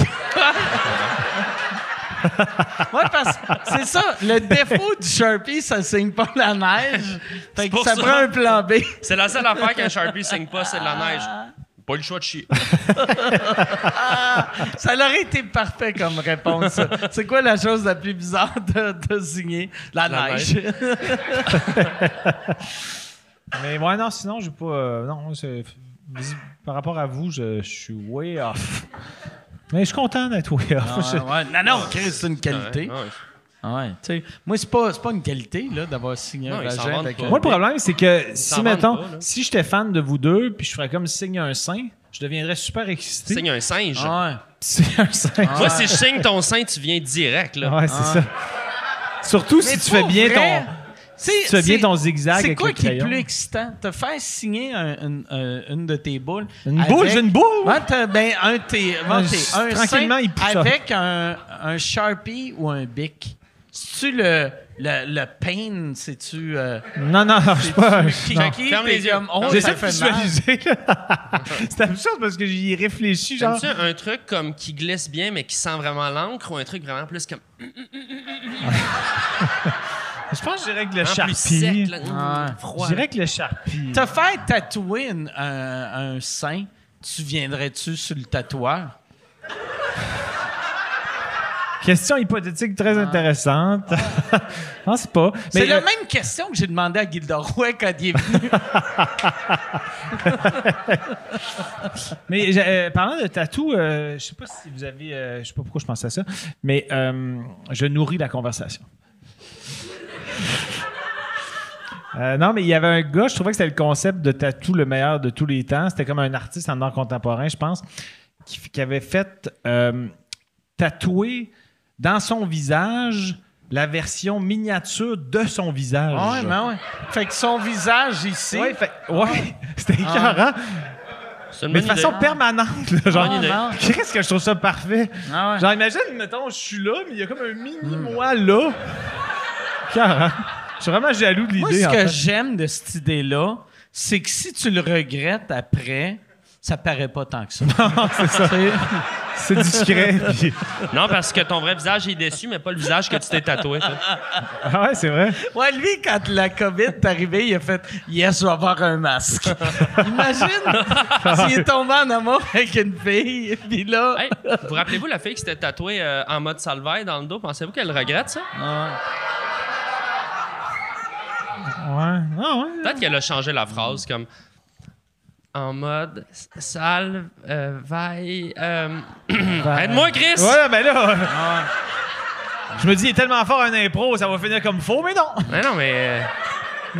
D: ouais, parce que c'est ça, le défaut du Sharpie, ça signe pas la neige. Fait que
E: pour
D: ça,
E: ça.
D: prend un plan B.
E: C'est la seule affaire qu'un Sharpie signe pas, c'est de la neige. Ah. Pas le choix de chier.
D: Ça aurait été parfait comme réponse. ça. C'est quoi la chose la plus bizarre de, de signer? La,
E: La
D: neige.
F: Mais ouais, non, sinon, j'ai pas... euh, non, c'est- vis- par rapport à vous, je, je suis way off. Mais je suis content d'être way off. Je-
D: Ah, ouais. Non, non, Chris, c'est une qualité.
E: Ouais, ouais.
D: Ah ouais, tu sais, moi, c'est pas, c'est pas une qualité là, d'avoir signé
E: Non,
D: un
E: ils s'en
D: vagin
E: vendent
D: avec
E: pas.
D: un-
F: Moi, le problème, c'est que
E: s'en
F: si,
E: vendent
F: mettons,
E: pas, là.
F: si j'étais fan de vous deux, puis je ferais comme signe un sein, je deviendrais super excité.
E: Signe un singe.
F: Ah.
A: Ouais.
F: C'est un
D: Ah,
F: singe.
E: Moi, si je signe ton sein, tu viens direct. Là.
F: Ouais, c'est ça. Surtout si tu fais bien ton. tu fais bien ton zigzag
D: C'est
F: avec
D: quoi
F: le
D: qui est
F: crayon.
D: plus excitant? Te faire signer un- une- un- une de tes boules.
F: Une
D: avec-
F: boule, j'ai une boule!
D: Ouais, t'as- ben, un, t'es,
F: Un-
D: bon, t'es- un
F: tranquillement,
D: sein
F: il pousse ça.
D: Avec un, un Sharpie ou un Bic. C'est-tu le, le, le pain? C'est-tu. euh,
F: Non, non, non, je suis pas.
D: tu-
F: non.
D: qui- qui-
E: Ferme
D: t'es
E: les yeux.
D: comme, oh, ça
F: J'essaie de
D: fait mal.
F: visualiser. là. c'est absurde parce que j'y réfléchis, genre.
E: T'aimes-tu un truc comme qui glisse bien mais qui sent vraiment l'encre ou un truc vraiment plus comme
F: Je pense que j'irais avec le
E: vraiment plus
F: charpie.
E: sec, là, mm,
D: Ouais.
E: froid.
F: Je dirais que le charpie.
D: Te faire tatouer une- un, un sein, tu viendrais-tu sur le tatoueur?
F: Question hypothétique très intéressante. Je pense pas.
D: Ah. C'est la
F: euh,
D: même question que j'ai demandé à Gilderoy quand il est venu.
F: Mais j'ai- euh, parlant de tatou, euh, je sais pas si vous avez, euh, je sais pas pourquoi je pensais à ça, mais euh, je nourris la conversation. Euh, non, mais il y avait un gars, je trouvais que c'était le concept de tatou le meilleur de tous les temps. C'était comme un artiste en art contemporain, je pense, qui, qui avait fait euh, tatouer dans son visage la version miniature de son visage.
D: ouais, ben ouais. Fait que son visage ici.
F: Ouais, fait- ouais, c'était écœurant,
E: C'est une
F: mais
E: bonne
F: de façon
E: idée.
F: permanente. là, genre,
E: Bonne idée.
D: Ah,
F: Qu'est-ce que je trouve ça parfait?
D: Ah ouais.
F: Genre, imagine, mettons, je suis là, mais il y a comme un mini moi là. Car, hein, je suis vraiment jaloux de
D: Moi,
F: l'idée.
D: ce
F: en
D: que
F: fait.
D: j'aime de cette idée-là, c'est que si tu le regrettes après, ça paraît pas tant que ça. Non, c'est ça.
F: C'est discret. puis-
E: Non, parce que ton vrai visage est déçu, mais pas le visage que tu t'es tatoué. toi.
F: Ah ouais, c'est vrai.
D: Ouais, lui, quand la COVID est arrivée, il a fait Yes, je vais avoir un masque. Imagine s'il est tombé en amour avec une fille, puis là.
E: Hey, vous rappelez-vous la fille qui s'était tatouée euh, en mode salvaille dans le dos? Pensez-vous qu'elle regrette ça?
F: Ah Ouais. Ah ouais.
E: Peut-être qu'elle a changé la phrase comme en mode salve, euh, vaille, euh, aide-moi, Chris!
F: Voilà, ben là. euh, Je me dis, il est tellement fort un impro, ça va finir comme faux, mais non.
E: Mais non, mais. euh,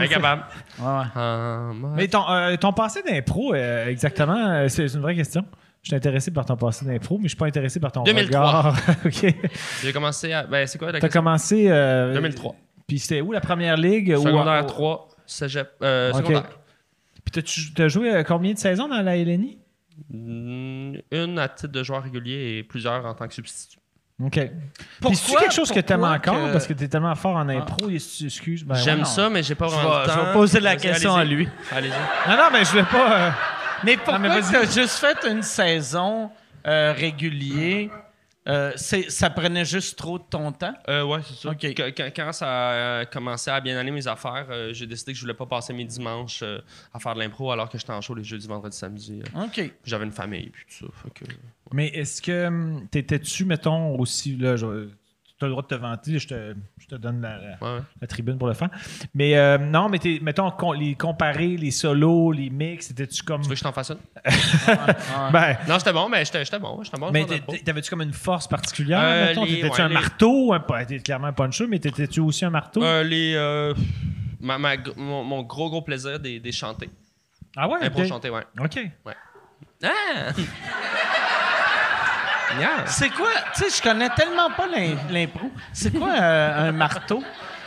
E: incapable.
D: Ouais.
E: En mode-
F: Mais ton, euh, ton passé d'impro, euh, exactement, euh, c'est c'est une vraie question. Je suis intéressé par ton passé d'impro, mais je suis pas intéressé par ton
E: 2003.
F: regard. OK.
E: J'ai commencé à. Ben, c'est quoi la
F: T'as
E: question?
F: commencé... euh,
E: 2003.
F: Puis c'était où, la première ligue? ou-
E: Secondaire 3, cégep, euh,
F: Ok.
E: secondaire.
F: Puis t'as-tu- t'as joué euh, combien de saisons dans la LNI?
E: Mm, Une à titre de joueur régulier et plusieurs en tant que substitut.
F: OK. Puis c'est
D: Pourquoi-
F: quelque chose que t'aimes
D: pourquoi
F: encore
D: que-
F: parce que Ah. t'es tellement fort en impro, et si tu- excuse. ben ouais,
E: J'aime
F: non.
E: ça, mais j'ai pas
D: Je
E: vraiment le
D: vais,
E: temps.
D: je vais poser la
E: Vas-y,
D: question à
E: allez-y.
D: lui.
E: Allez-y.
F: Non, non, mais je voulais pas. euh,
D: Mais pourquoi
F: mais vas-y.
D: tu as juste fait une saison euh, régulier? Euh, c'est- ça prenait juste trop de ton temps?
E: Euh, ouais, c'est ça.
D: Ok.
E: Qu- Quand, quand ça a euh, commencé à bien aller mes affaires, euh, j'ai décidé que je voulais pas passer mes dimanches euh, à faire de l'impro alors que j'étais en show les jeudis, vendredis, samedi. euh.
D: OK.
E: J'avais une famille puis tout ça. fait que-
F: Mais est-ce que hum, t'étais-tu, mettons, aussi. Là, je- t'as le droit de te vanter, je te, je te donne la, la-
E: Ouais.
F: la tribune pour le faire. Mais euh, non, mais t'es- mettons, con- les comparer, les solos, les mix, étais-tu comme.
E: Tu veux que je t'en fasse une?
F: Ben,
E: Non, j'étais bon, mais j'étais j'étais bon. J'étais bon.
F: mais
E: j'étais
F: t'es-
E: bon.
F: t'es- t'avais-tu comme une force particulière?
E: Euh,
F: mettons?
E: les-
F: T'étais-tu
E: ouais,
F: un
E: les-
F: marteau? Un, pa- t'es clairement un puncher, mais t'étais-tu aussi un marteau?
E: Euh, les, euh, ma- ma gr- mon, mon gros, gros plaisir des, des chanter.
F: ah ouais?
E: Impro
F: ok.
E: chanter, ouais.
F: OK.
E: Ah! Yeah.
D: C'est quoi? Tu sais, je connais tellement pas l'im- l'impro. C'est quoi euh, un marteau?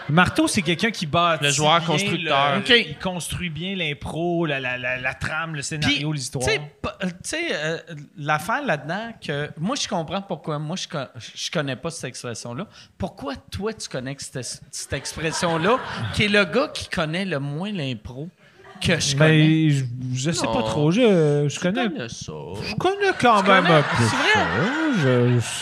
F: Marteau, c'est quelqu'un qui bâtit.
E: Le joueur
F: bien
E: constructeur.
F: le-
D: Ok.
F: Il construit bien l'impro, la, la, la, la trame, le
D: Puis,
F: scénario, l'histoire.
D: tu sais, pa- euh, tu sais, euh, l'affaire là-dedans, que moi, je comprends pourquoi. Moi, je, con- je connais pas cette expression-là. Pourquoi toi, tu connais que cette, cette expression-là, qui est le gars qui connaît le moins l'impro que
F: Ben,
D: je connais?
F: Mais je, je sais pas
E: Non.
F: trop. Je, je connais.
E: Donne Euh, ça.
F: Je connais quand même
D: connais?
F: un peu.
D: C'est vrai? hein?
F: ça. Ah, Je, je-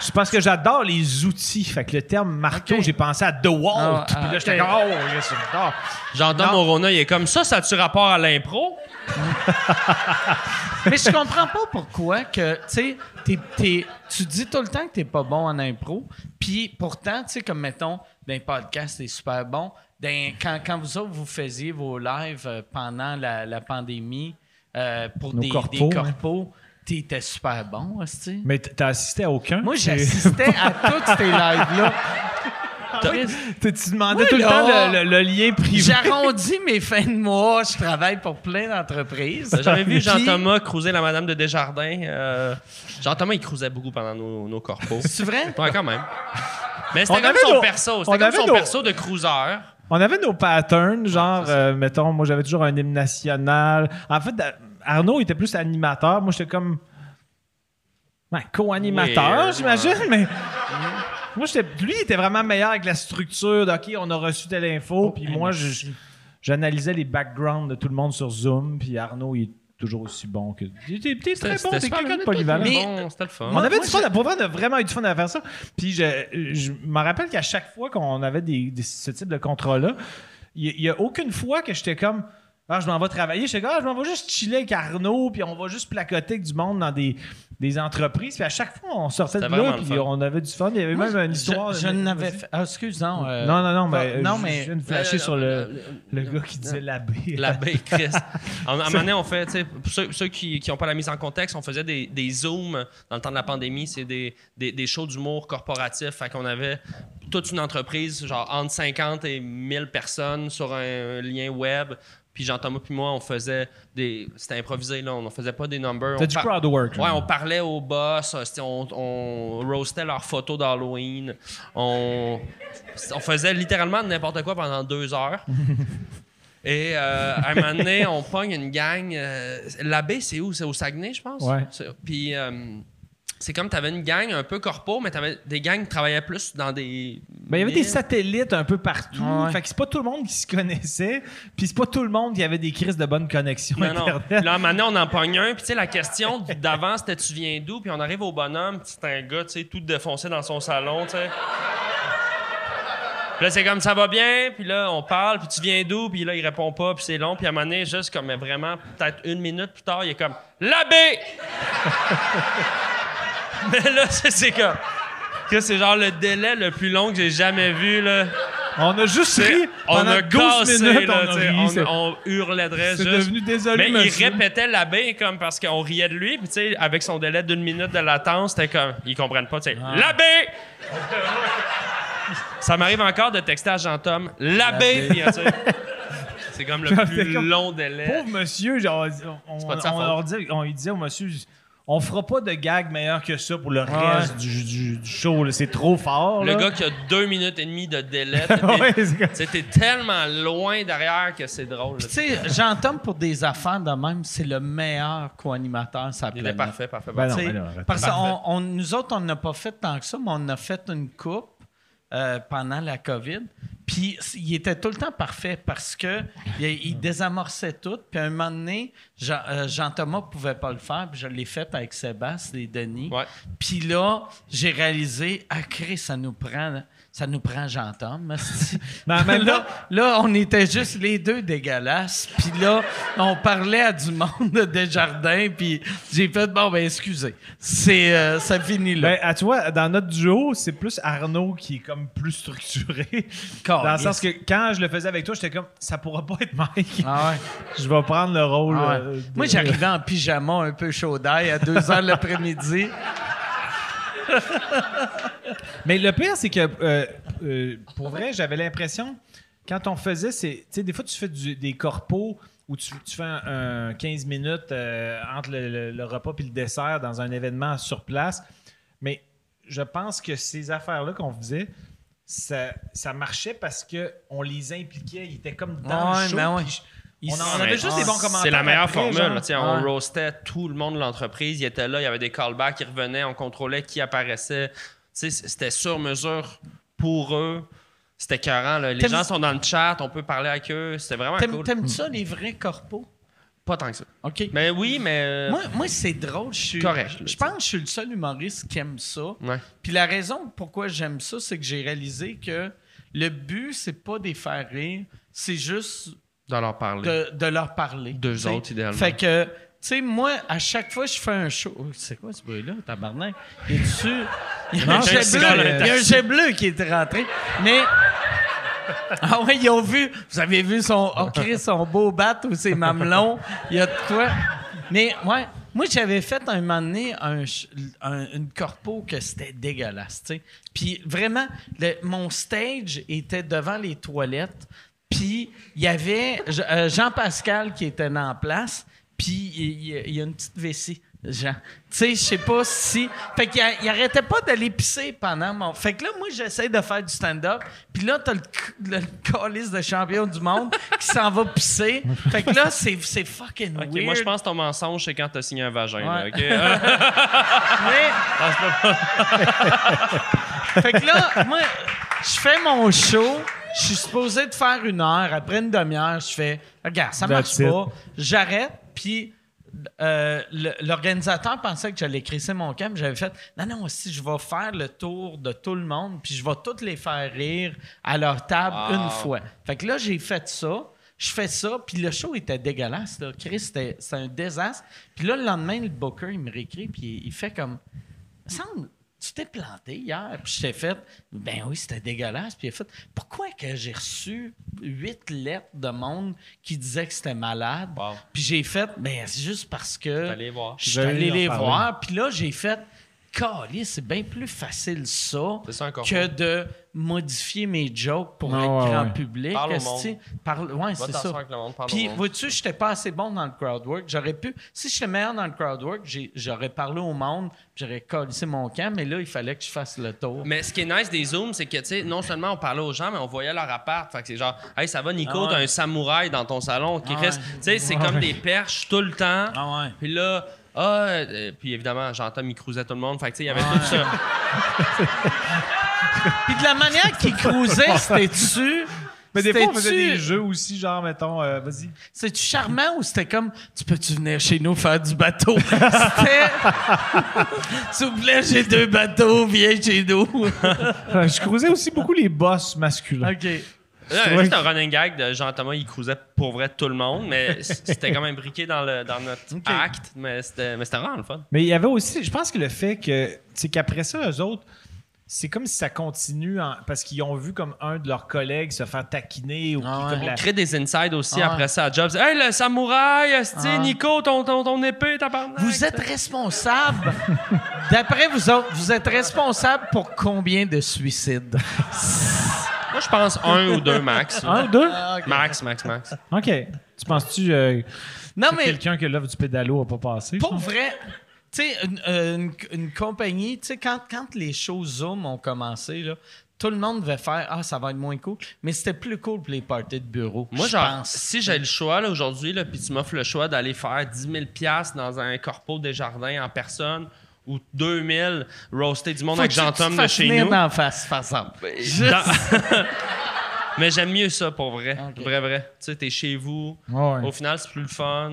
F: c'est parce que j'adore les outils. Fait que le terme marteau,
D: Ok.
F: j'ai pensé à The Wall.
D: Ah,
F: puis
D: ah,
F: là, j'étais
D: ok.
F: comme, oh, yes, j'adore.
E: J'entends mon Rona, il est comme ça, ça a-tu rapport à l'impro?
D: Mais je comprends pas pourquoi que, tu sais, t'es- t'es- tu dis tout le temps que t'es pas bon en impro, puis pourtant, tu sais, comme mettons, d'un podcast, t'es super bon. D'un- quand, quand vous autres, vous faisiez vos lives euh, pendant la, la pandémie euh, pour
F: Nos
D: des
F: corpos,
D: des
F: hein.
D: corpos, t'étais super bon, hostie.
E: Hein?
F: Mais t- t'as assisté à aucun?
D: Moi,
F: C'est-
D: j'assistais à tous tes lives-là.
F: oui, tu tu demandais tout le
D: là.
F: temps le, le- le lien privé.
D: J'arrondis mes fins de mois, je travaille pour plein d'entreprises.
E: J'avais vu
D: Puis-
E: Jean-Thomas cruiser la madame de Desjardins. euh, Jean-Thomas, il cruisait beaucoup pendant nos, nos corpos.
D: C'est vrai?
E: Ouais, quand même. Mais c'était
F: On
E: comme
F: avait
E: son
F: nos-
E: perso.
F: on
E: C'était comme
F: avait
E: son
F: nos-
E: perso de cruiseur.
F: On avait nos patterns, genre,
E: c'est ça.
F: euh, mettons, moi j'avais toujours un hymne national. En fait, da- Arnaud était plus animateur, moi j'étais comme. ben, co-animateur,
E: Weird,
F: j'imagine, mais.
E: Mhm.
F: Moi, j'étais, lui, il était vraiment meilleur avec la structure de, OK, on a reçu telle
E: Oh,
F: info, puis
E: ben,
F: moi, je- je- j'analysais les backgrounds de tout le monde sur Zoom, puis Arnaud, il est toujours aussi bon que. Il était, il était très bon,
E: C'était
F: t'es
E: super
F: quelqu'un de
E: bien,
F: polyvalent.
E: c'était bon, C'était le fun.
F: On avait du fun, à- pour vrai, on a vraiment eu du fun à faire ça. Puis je, je me rappelle qu'à chaque fois qu'on avait des, des- ce type de contrat-là, il n'y a aucune fois que j'étais comme Ah, je m'en vais travailler. J'étais comme Ah, je m'en vais juste chiller avec Arnaud, puis on va juste placoter avec du monde dans des, des entreprises. Puis à chaque fois, on sortait de
E: C'était
F: là,
E: vraiment le
F: puis
E: fun.
F: on avait du fun. Il y avait
D: Moi,
F: même une histoire.
D: Je, je n'avais fait. Ah, excuse non, euh,
F: Non, non, non, mais,
D: non,
F: je-
D: mais-
F: je viens de flasher
E: Euh,
F: sur
E: euh,
F: le, le gars qui disait l'abbé.
E: La baie, Chris. À un moment donné, on fait, tu sais, pour ceux, ceux qui n'ont pas la mise en contexte, on faisait des, des zooms dans le temps de la pandémie. C'est des, des, des shows d'humour corporatif. Fait qu'on avait toute une entreprise, genre entre 50 et 1000 personnes sur un lien web. Puis Jean-Thomas puis moi, on faisait des... C'était improvisé, là. On ne faisait pas des numbers.
F: T'as
E: On
F: du
E: par-
F: crowd work.
E: Ouais,
F: genre.
E: on parlait aux boss, euh, c'était- on, on roastait leurs photos d'Halloween, on, on faisait littéralement n'importe quoi pendant deux heures. Et euh, à un moment donné, on pogne une gang. euh, L'abbé, c'est où? C'est au Saguenay, je pense?
F: Ouais.
E: C'est- Puis euh, c'est comme tu avais une gang un peu corpo, mais tu avais des gangs qui travaillaient plus dans des.
F: Ben, il y avait des
E: villes.
F: satellites un peu partout. Fait que c'est pas tout le monde qui se connaissait. Puis c'est pas tout le monde qui avait des crises de bonne connexion
E: Non, non.
F: Internet.
E: Là, maintenant, on en pogne un. Puis, tu sais, la question d'avant, c'était tu viens d'où? Puis, on arrive au bonhomme. Puis, c'est un gars, tu sais, tout défoncé dans son salon, tu sais. Puis là, c'est comme ça va bien. Puis là, on parle. Puis, tu viens d'où? Puis là, il répond pas. Puis, c'est long. Puis, à un moment donné, juste comme mais vraiment, peut-être une minute plus tard, il est comme l'abbé! Mais là, c'est c'est comme. que C'est genre le délai le plus long que j'ai jamais vu, là.
F: On a juste ri
E: On
F: pendant
E: a
F: 12
E: cassé,
F: minutes.
E: là,
F: on, a
E: t'sais,
F: ri,
E: on-
F: c'est-
E: on hurlait de reste
F: c'est
E: juste.
F: devenu désolé,
E: Mais
F: monsieur.
E: il répétait la baie comme parce qu'on riait de lui, puis tu sais, avec son délai d'une minute de latence, c'était comme ils comprennent pas, tu sais,
F: Ah.
E: l'abbé. Ça m'arrive encore de texter à Jean-Tom, l'abbé, puis, tu sais, c'est comme le plus
F: C'est comme-
E: long délai.
F: Pauvre monsieur, genre, on,
E: pas de sa
F: on
E: faute.
F: leur dit- on lui disait au monsieur, on fera pas de gag meilleur que ça pour le reste du, du- du show. là. C'est trop fort.
E: Le
F: là.
E: gars qui a deux minutes et demie de délai, t'es-
F: Ouais, c'est comme-
E: tu sais, t'es tellement loin derrière que c'est drôle. là.
D: Tu sais, j'entends pour des affaires de même, c'est le meilleur co-animateur sur la
E: Il était
D: planète.
E: parfait, parfait.
F: Ben non,
D: Tu sais,
F: ben non, arrête.
D: parce que on- on- nous autres, on n'a pas fait tant que ça, mais on a fait une coupe euh, pendant la COVID. Puis c- il était tout le temps parfait parce que il, il désamorçait tout. Puis à un moment donné, Jean- euh, Jean-Thomas pouvait pas le faire. Puis je l'ai fait avec Sébastien et Denis.
F: Ben,
E: Ouais.
D: Puis là, j'ai réalisé, ah, Chris, ça nous prend, ça nous prend Jean-Tom. esti.
F: Mais en même
D: là, là, on était juste les deux dégueulasses. Puis là, on parlait à du monde de Desjardins. Puis j'ai fait, bon, ben, excusez. C'est, euh, ça finit là.
F: Ben, à toi, dans notre duo, c'est plus Arnaud qui est comme plus structuré. dans le
D: Caliste.
F: sens que quand je le faisais avec toi, j'étais comme, ça pourra pas être Mike.
D: Ah ouais,
F: Je vais prendre le rôle.
D: ah ouais.
F: euh, de-
D: Moi, j'arrivais en pyjama un peu chaud d'ail à 2 heures l'après-midi.
F: Mais le pire, c'est que euh, euh, pour vrai, j'avais l'impression, quand on faisait, c'est. Tu sais, des fois, tu fais du- des corpos où tu, tu fais un, un 15 minutes euh, entre le, le- le repas puis le dessert dans un événement sur place. Mais je pense que ces affaires-là qu'on faisait, ça, ça marchait parce qu'on les impliquait. Ils étaient comme dans
D: Ouais,
F: le show.
D: mais
E: ben
D: ouais.
F: puis
D: Ils
F: On en
D: sont-
F: avait
E: Ouais.
F: juste des bons commentaires.
E: C'est la meilleure
F: après,
E: formule.
F: genre.
E: tu sais, On
D: Ouais.
E: roastait tout le monde de l'entreprise. Il était là, il y avait des callbacks, qui revenaient, on contrôlait qui apparaissait. Tu sais, c- C'était sur mesure pour eux. C'était carrant. Les
D: T'aimes-
E: gens sont dans le chat, on peut parler avec eux. C'était vraiment
D: T'aimes-
E: cool.
D: T'aimes-tu ça, les vrais corpos?
E: Pas tant que ça.
D: OK.
E: Mais oui, mais. euh,
D: Moi, moi, c'est drôle. Je suis,
E: Correct, là,
D: Je pense que je suis le seul humoriste qui aime ça.
E: Ouais.
D: Puis la raison pourquoi j'aime ça, c'est que j'ai réalisé que le but, c'est pas de les faire rire, c'est juste
E: D'en leur parler.
D: de, de leur parler.
E: D'eux
D: T'sais.
E: autres, idéalement.
D: Fait que, tu sais, moi, à chaque fois que je fais un show. Oh, C'est quoi ce bruit-là, tabarnak? Il est dessus. Il y a
F: Non,
D: un
F: c'est
D: jet
F: un
D: bleu.
F: cigare,
D: Il y a un jet bleu qui est rentré. Mais. Ah ouais, ils ont vu. Vous avez vu son. Oh, Chris, son beau bat ou ses mamelons. Il y a de quoi. Mais, ouais. Moi, j'avais fait un moment donné un ch- un- une corpo que c'était dégueulasse, tu sais. Puis vraiment, le- mon stage était devant les toilettes. Puis il y avait je- euh, Jean-Pascal qui était en place. Puis il il- il y a une petite vessie. Jean. Tu sais, je sais pas si. Fait qu'il a- il arrêtait pas d'aller pisser pendant mon. Fait que là, moi, j'essaie de faire du stand-up. Puis là, t'as le, c- le calice de champion du monde qui s'en va pisser. Fait que là, c'est c'est fucking
E: Ok,
D: weird.
E: moi, je pense que ton mensonge, c'est quand t'as signé un vagin. là,
D: Ouais.
E: ok? Ah,
D: Mais- fait que là, moi, je fais mon show. Je suis supposé de faire une heure. Après une demi-heure, je fais Regarde, ça marche
F: That's it.
D: pas. J'arrête, puis. euh, le- L'organisateur pensait que j'allais crisser mon camp. J'avais fait Non, non, si je vais faire le tour de tout le monde, puis je vais toutes les faire rire à leur table
E: Wow.
D: une fois. Fait que là, j'ai fait ça. Je fais ça, puis le show était dégueulasse. Là. Chris, c'était c'était un désastre. Puis là, le lendemain, le booker, il me réécrit, puis il, il fait comme « Semble, tu t'es planté hier. » Puis j'étais fait « Ben oui, c'était dégueulasse. » Puis il a fait « Pourquoi que j'ai reçu huit lettres de monde qui disaient que c'était malade?
E: Wow.
D: Puis j'ai fait « Ben, c'est juste parce que... »
E: allé voir.
D: Je suis
F: J'allais
D: allé
F: en
D: les
F: parler.
D: voir, puis là, j'ai fait Calé, c'est bien plus facile ça,
E: C'est ça, encore.
D: que de modifier mes jokes pour
F: Ah,
D: un
F: ouais,
D: grand
F: ouais.
D: public.
E: Parle au
D: Est-ce
E: monde.
D: que- parle- ouais,
E: Va
D: c'est
E: t'asseoir
D: ça.
E: avec le monde, parle au
D: Puis,
E: monde.
D: vois-tu, j'étais pas assez bon dans le crowd work. J'aurais pu. Si j'étais meilleur dans le crowd work, j'ai- j'aurais parlé au monde, puis j'aurais calissé mon camp, mais là, il fallait que je fasse le tour.
E: Mais ce qui est nice des Zooms, c'est que, tu sais, non seulement on parlait aux gens, mais on voyait leur appart. Fait que c'est genre, hey, ça va, Nico,
D: Ah ouais.
E: t'as un samouraï dans ton salon qui
D: Ah
E: reste.
D: ouais.
E: Tu sais, c'est comme des perches tout le temps.
D: Ah ouais.
E: Puis là, ah, euh, puis évidemment, j'entends il cruisait tout le monde. Fait que, tu sais, il y avait tout ça.
D: Puis de la manière qu'il cruisait, c'était-tu.
F: Mais des fois, on faisait
D: c'était-tu-
F: des jeux aussi, genre, mettons, euh, vas-y.
D: C'est-tu charmant ou c'était comme tu peux-tu venir chez nous faire du bateau? C'était. S'il vous plaît, j'ai deux bateaux, viens chez nous.
F: je creusais aussi beaucoup les boss masculins.
D: OK.
E: Là,
F: trouvais
E: Euh, juste un running gag de Jean-Thomas, il cruisait pour vrai tout le monde, mais c- c'était quand même briqué dans, le, dans notre acte. Mais c'était mais c'était vraiment le fun.
F: Mais il y avait aussi, je pense que le fait que, c'est qu'après ça, eux autres, c'est comme si ça continue en- parce qu'ils ont vu comme un de leurs collègues se faire taquiner ou qui,
D: Ah ouais.
F: comme la-
E: On crée des insides aussi
D: Ah.
E: après ça à Jobs. Hey, le samouraï, esti,
D: Ah.
E: Nico, ton, ton, ton épée, ta barnaque.
D: Vous êtes responsable. D'après vous autres, vous êtes responsable pour combien de suicides?
E: Moi, je pense un ou deux max.
F: Un, deux?
E: Max, max, max.
F: OK. Tu penses-tu euh,
D: Non,
F: que
D: mais
F: quelqu'un que l'œuvre du pédalo a pas passé?
D: pour vrai, tu sais, une, euh, une- une compagnie, tu sais, quand, quand les shows Zoom ont commencé, là, tout le monde devait faire Ah, ça va être moins cool. Mais c'était plus cool pour les parties de bureau.
E: Moi,
D: je
E: genre,
D: pense.
E: si j'ai le choix là, aujourd'hui, là, puis tu m'offres le choix d'aller faire 10 000 piastres dans un corpo des jardins en personne ou 2000 roaster du monde
D: Faut
E: avec
D: que tu te
E: Jean-Tom de
D: fasses
E: chez
D: tenir
E: nous. Ben,
D: d'en face, par exemple. Juste-
E: Dans- Mais j'aime mieux ça pour vrai.
D: Ok.
E: Vrai, vrai. Tu sais, t'es chez vous.
F: Ouais.
E: Au final, c'est plus le fun.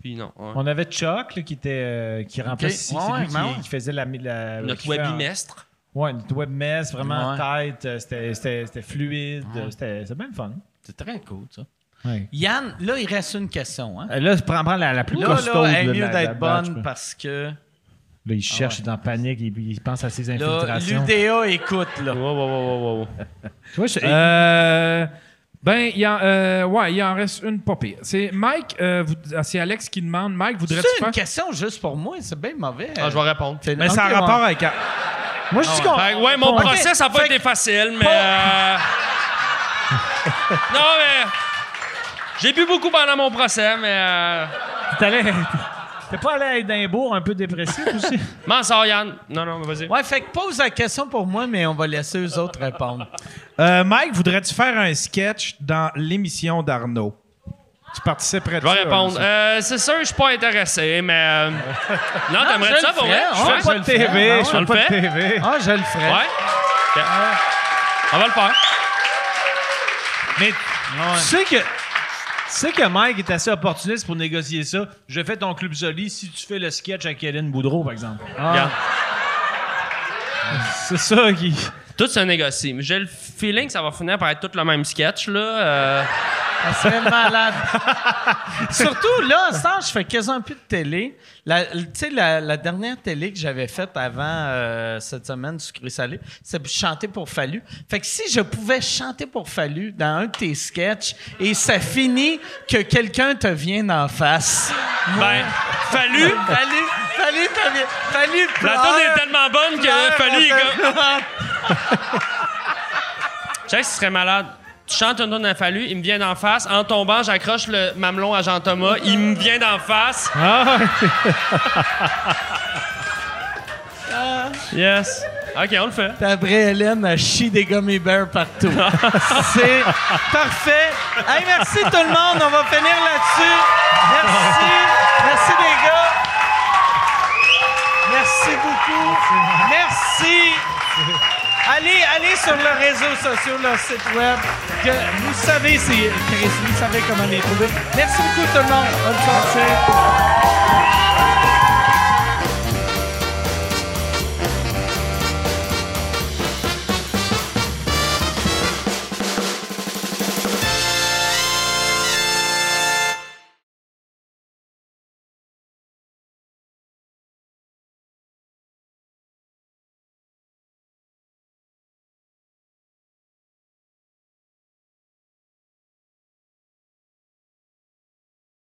E: Puis non. hein. ouais.
F: On avait Chuck là, qui était euh, qui remplaçait ici,
D: Ouais,
F: c'est lui
D: ouais,
F: qui,
D: ben ouais.
F: qui faisait la, la
E: Notre
F: qui fait un-
E: webimestre.
F: Ouais, notre webmess vraiment
D: Ouais.
F: tête, euh, c'était- c'était c'était fluide, euh, c'était c'était bien le fun.
D: C'est très cool, ça.
F: Ouais.
D: Yann, là, il reste une question. Hein?
F: Euh, Là, je prends, prends la, la plus
D: Là,
F: costaud
D: là, elle
F: de
D: est mieux
F: la- la
D: d'être
F: batch,
D: bonne
F: là.
D: parce que
F: Là, il cherche,
D: Ah ouais.
F: il est en panique, il, il pense à ses
D: là,
F: infiltrations.
D: l'UDA écoute, là.
E: Wow, wow, wow, wow, wow.
F: Tu vois, je-
G: Euh, ben, il en, euh, ouais, il en reste une pas pire. C'est Mike, euh, vous- ah, c'est Alex qui demande Mike, voudrais-tu
D: C'est une
G: faire.
D: question juste pour moi, c'est bien mauvais.
E: Ah, je vais répondre.
D: C'est-
C: Mais ça a
D: Ok,
C: rapport
D: ouais.
C: avec.
F: moi,
D: Ah,
F: je dis qu'on.
E: Fait que, ouais, mon
F: qu'on-
E: procès, ça a pas
D: Fait
E: été facile, mais. euh, non, mais. J'ai bu beaucoup pendant mon procès, mais. euh,
F: T'allais- T'es pas allé à Édimbourg un peu dépressif aussi?
E: M'en sors, Yann. Non, non, mais vas-y.
D: Ouais, fait que pose la question pour moi, mais on va laisser eux autres répondre.
C: Euh, Mike, voudrais-tu faire un sketch dans l'émission d'Arnaud? Tu participerais
E: Je vais répondre. Euh, c'est sûr, je suis pas intéressé, mais. euh, Non, t'aimerais
D: je
E: ça
D: le
E: pour vrai?
D: ferais,
F: Ah,
E: Je
D: ouais,
E: fais?
D: je le ferais, ouais.
E: On le fait?
F: TV.
D: Ah, je le ferai.
E: Ouais. Ok. On va le faire.
F: Tu sais que. Tu sais que Mike est assez opportuniste pour négocier ça. Je fais ton club joli si tu fais le sketch avec Hélène Boudreau, par exemple.
E: Regarde.
F: Ah, C'est ça qui.
E: Tout se négocie. Mais j'ai le feeling que ça va finir par être tout le même sketch, là. Euh,
D: Ça serait malade. Surtout là, ça, je fais quasiment plus de télé. La- Tu sais, la, la dernière télé que j'avais faite avant euh, cette semaine, sucré salé, c'est pour chanter pour Fallu. Fait que si je pouvais chanter pour Fallu dans un de tes sketchs et ça finit que quelqu'un te vient d'en face.
E: ben, fallu.
D: Fallu, Fallu, te vient- Fallu,
E: La
D: pleure,
E: tonne est tellement bonne que
D: pleure,
E: fallu, il est comme-
D: pleure.
E: Tu sais, ce serait malade. Tu chantes une tonne à fallu, il me vient d'en face. En tombant, j'accroche le mamelon à Jean-Thomas, il me vient d'en face. yes. OK, on le fait.
D: Puis après, Hélène a chié des gummy bears partout. C'est parfait. Hey, merci tout le monde. On va finir là-dessus. Merci. Merci les gars. Merci beaucoup. Merci. Allez, allez sur leurs réseaux sociaux, leur site web. Que vous savez, c'est Chris, vous savez comment les trouver. Merci beaucoup tout le monde. Bonne soirée.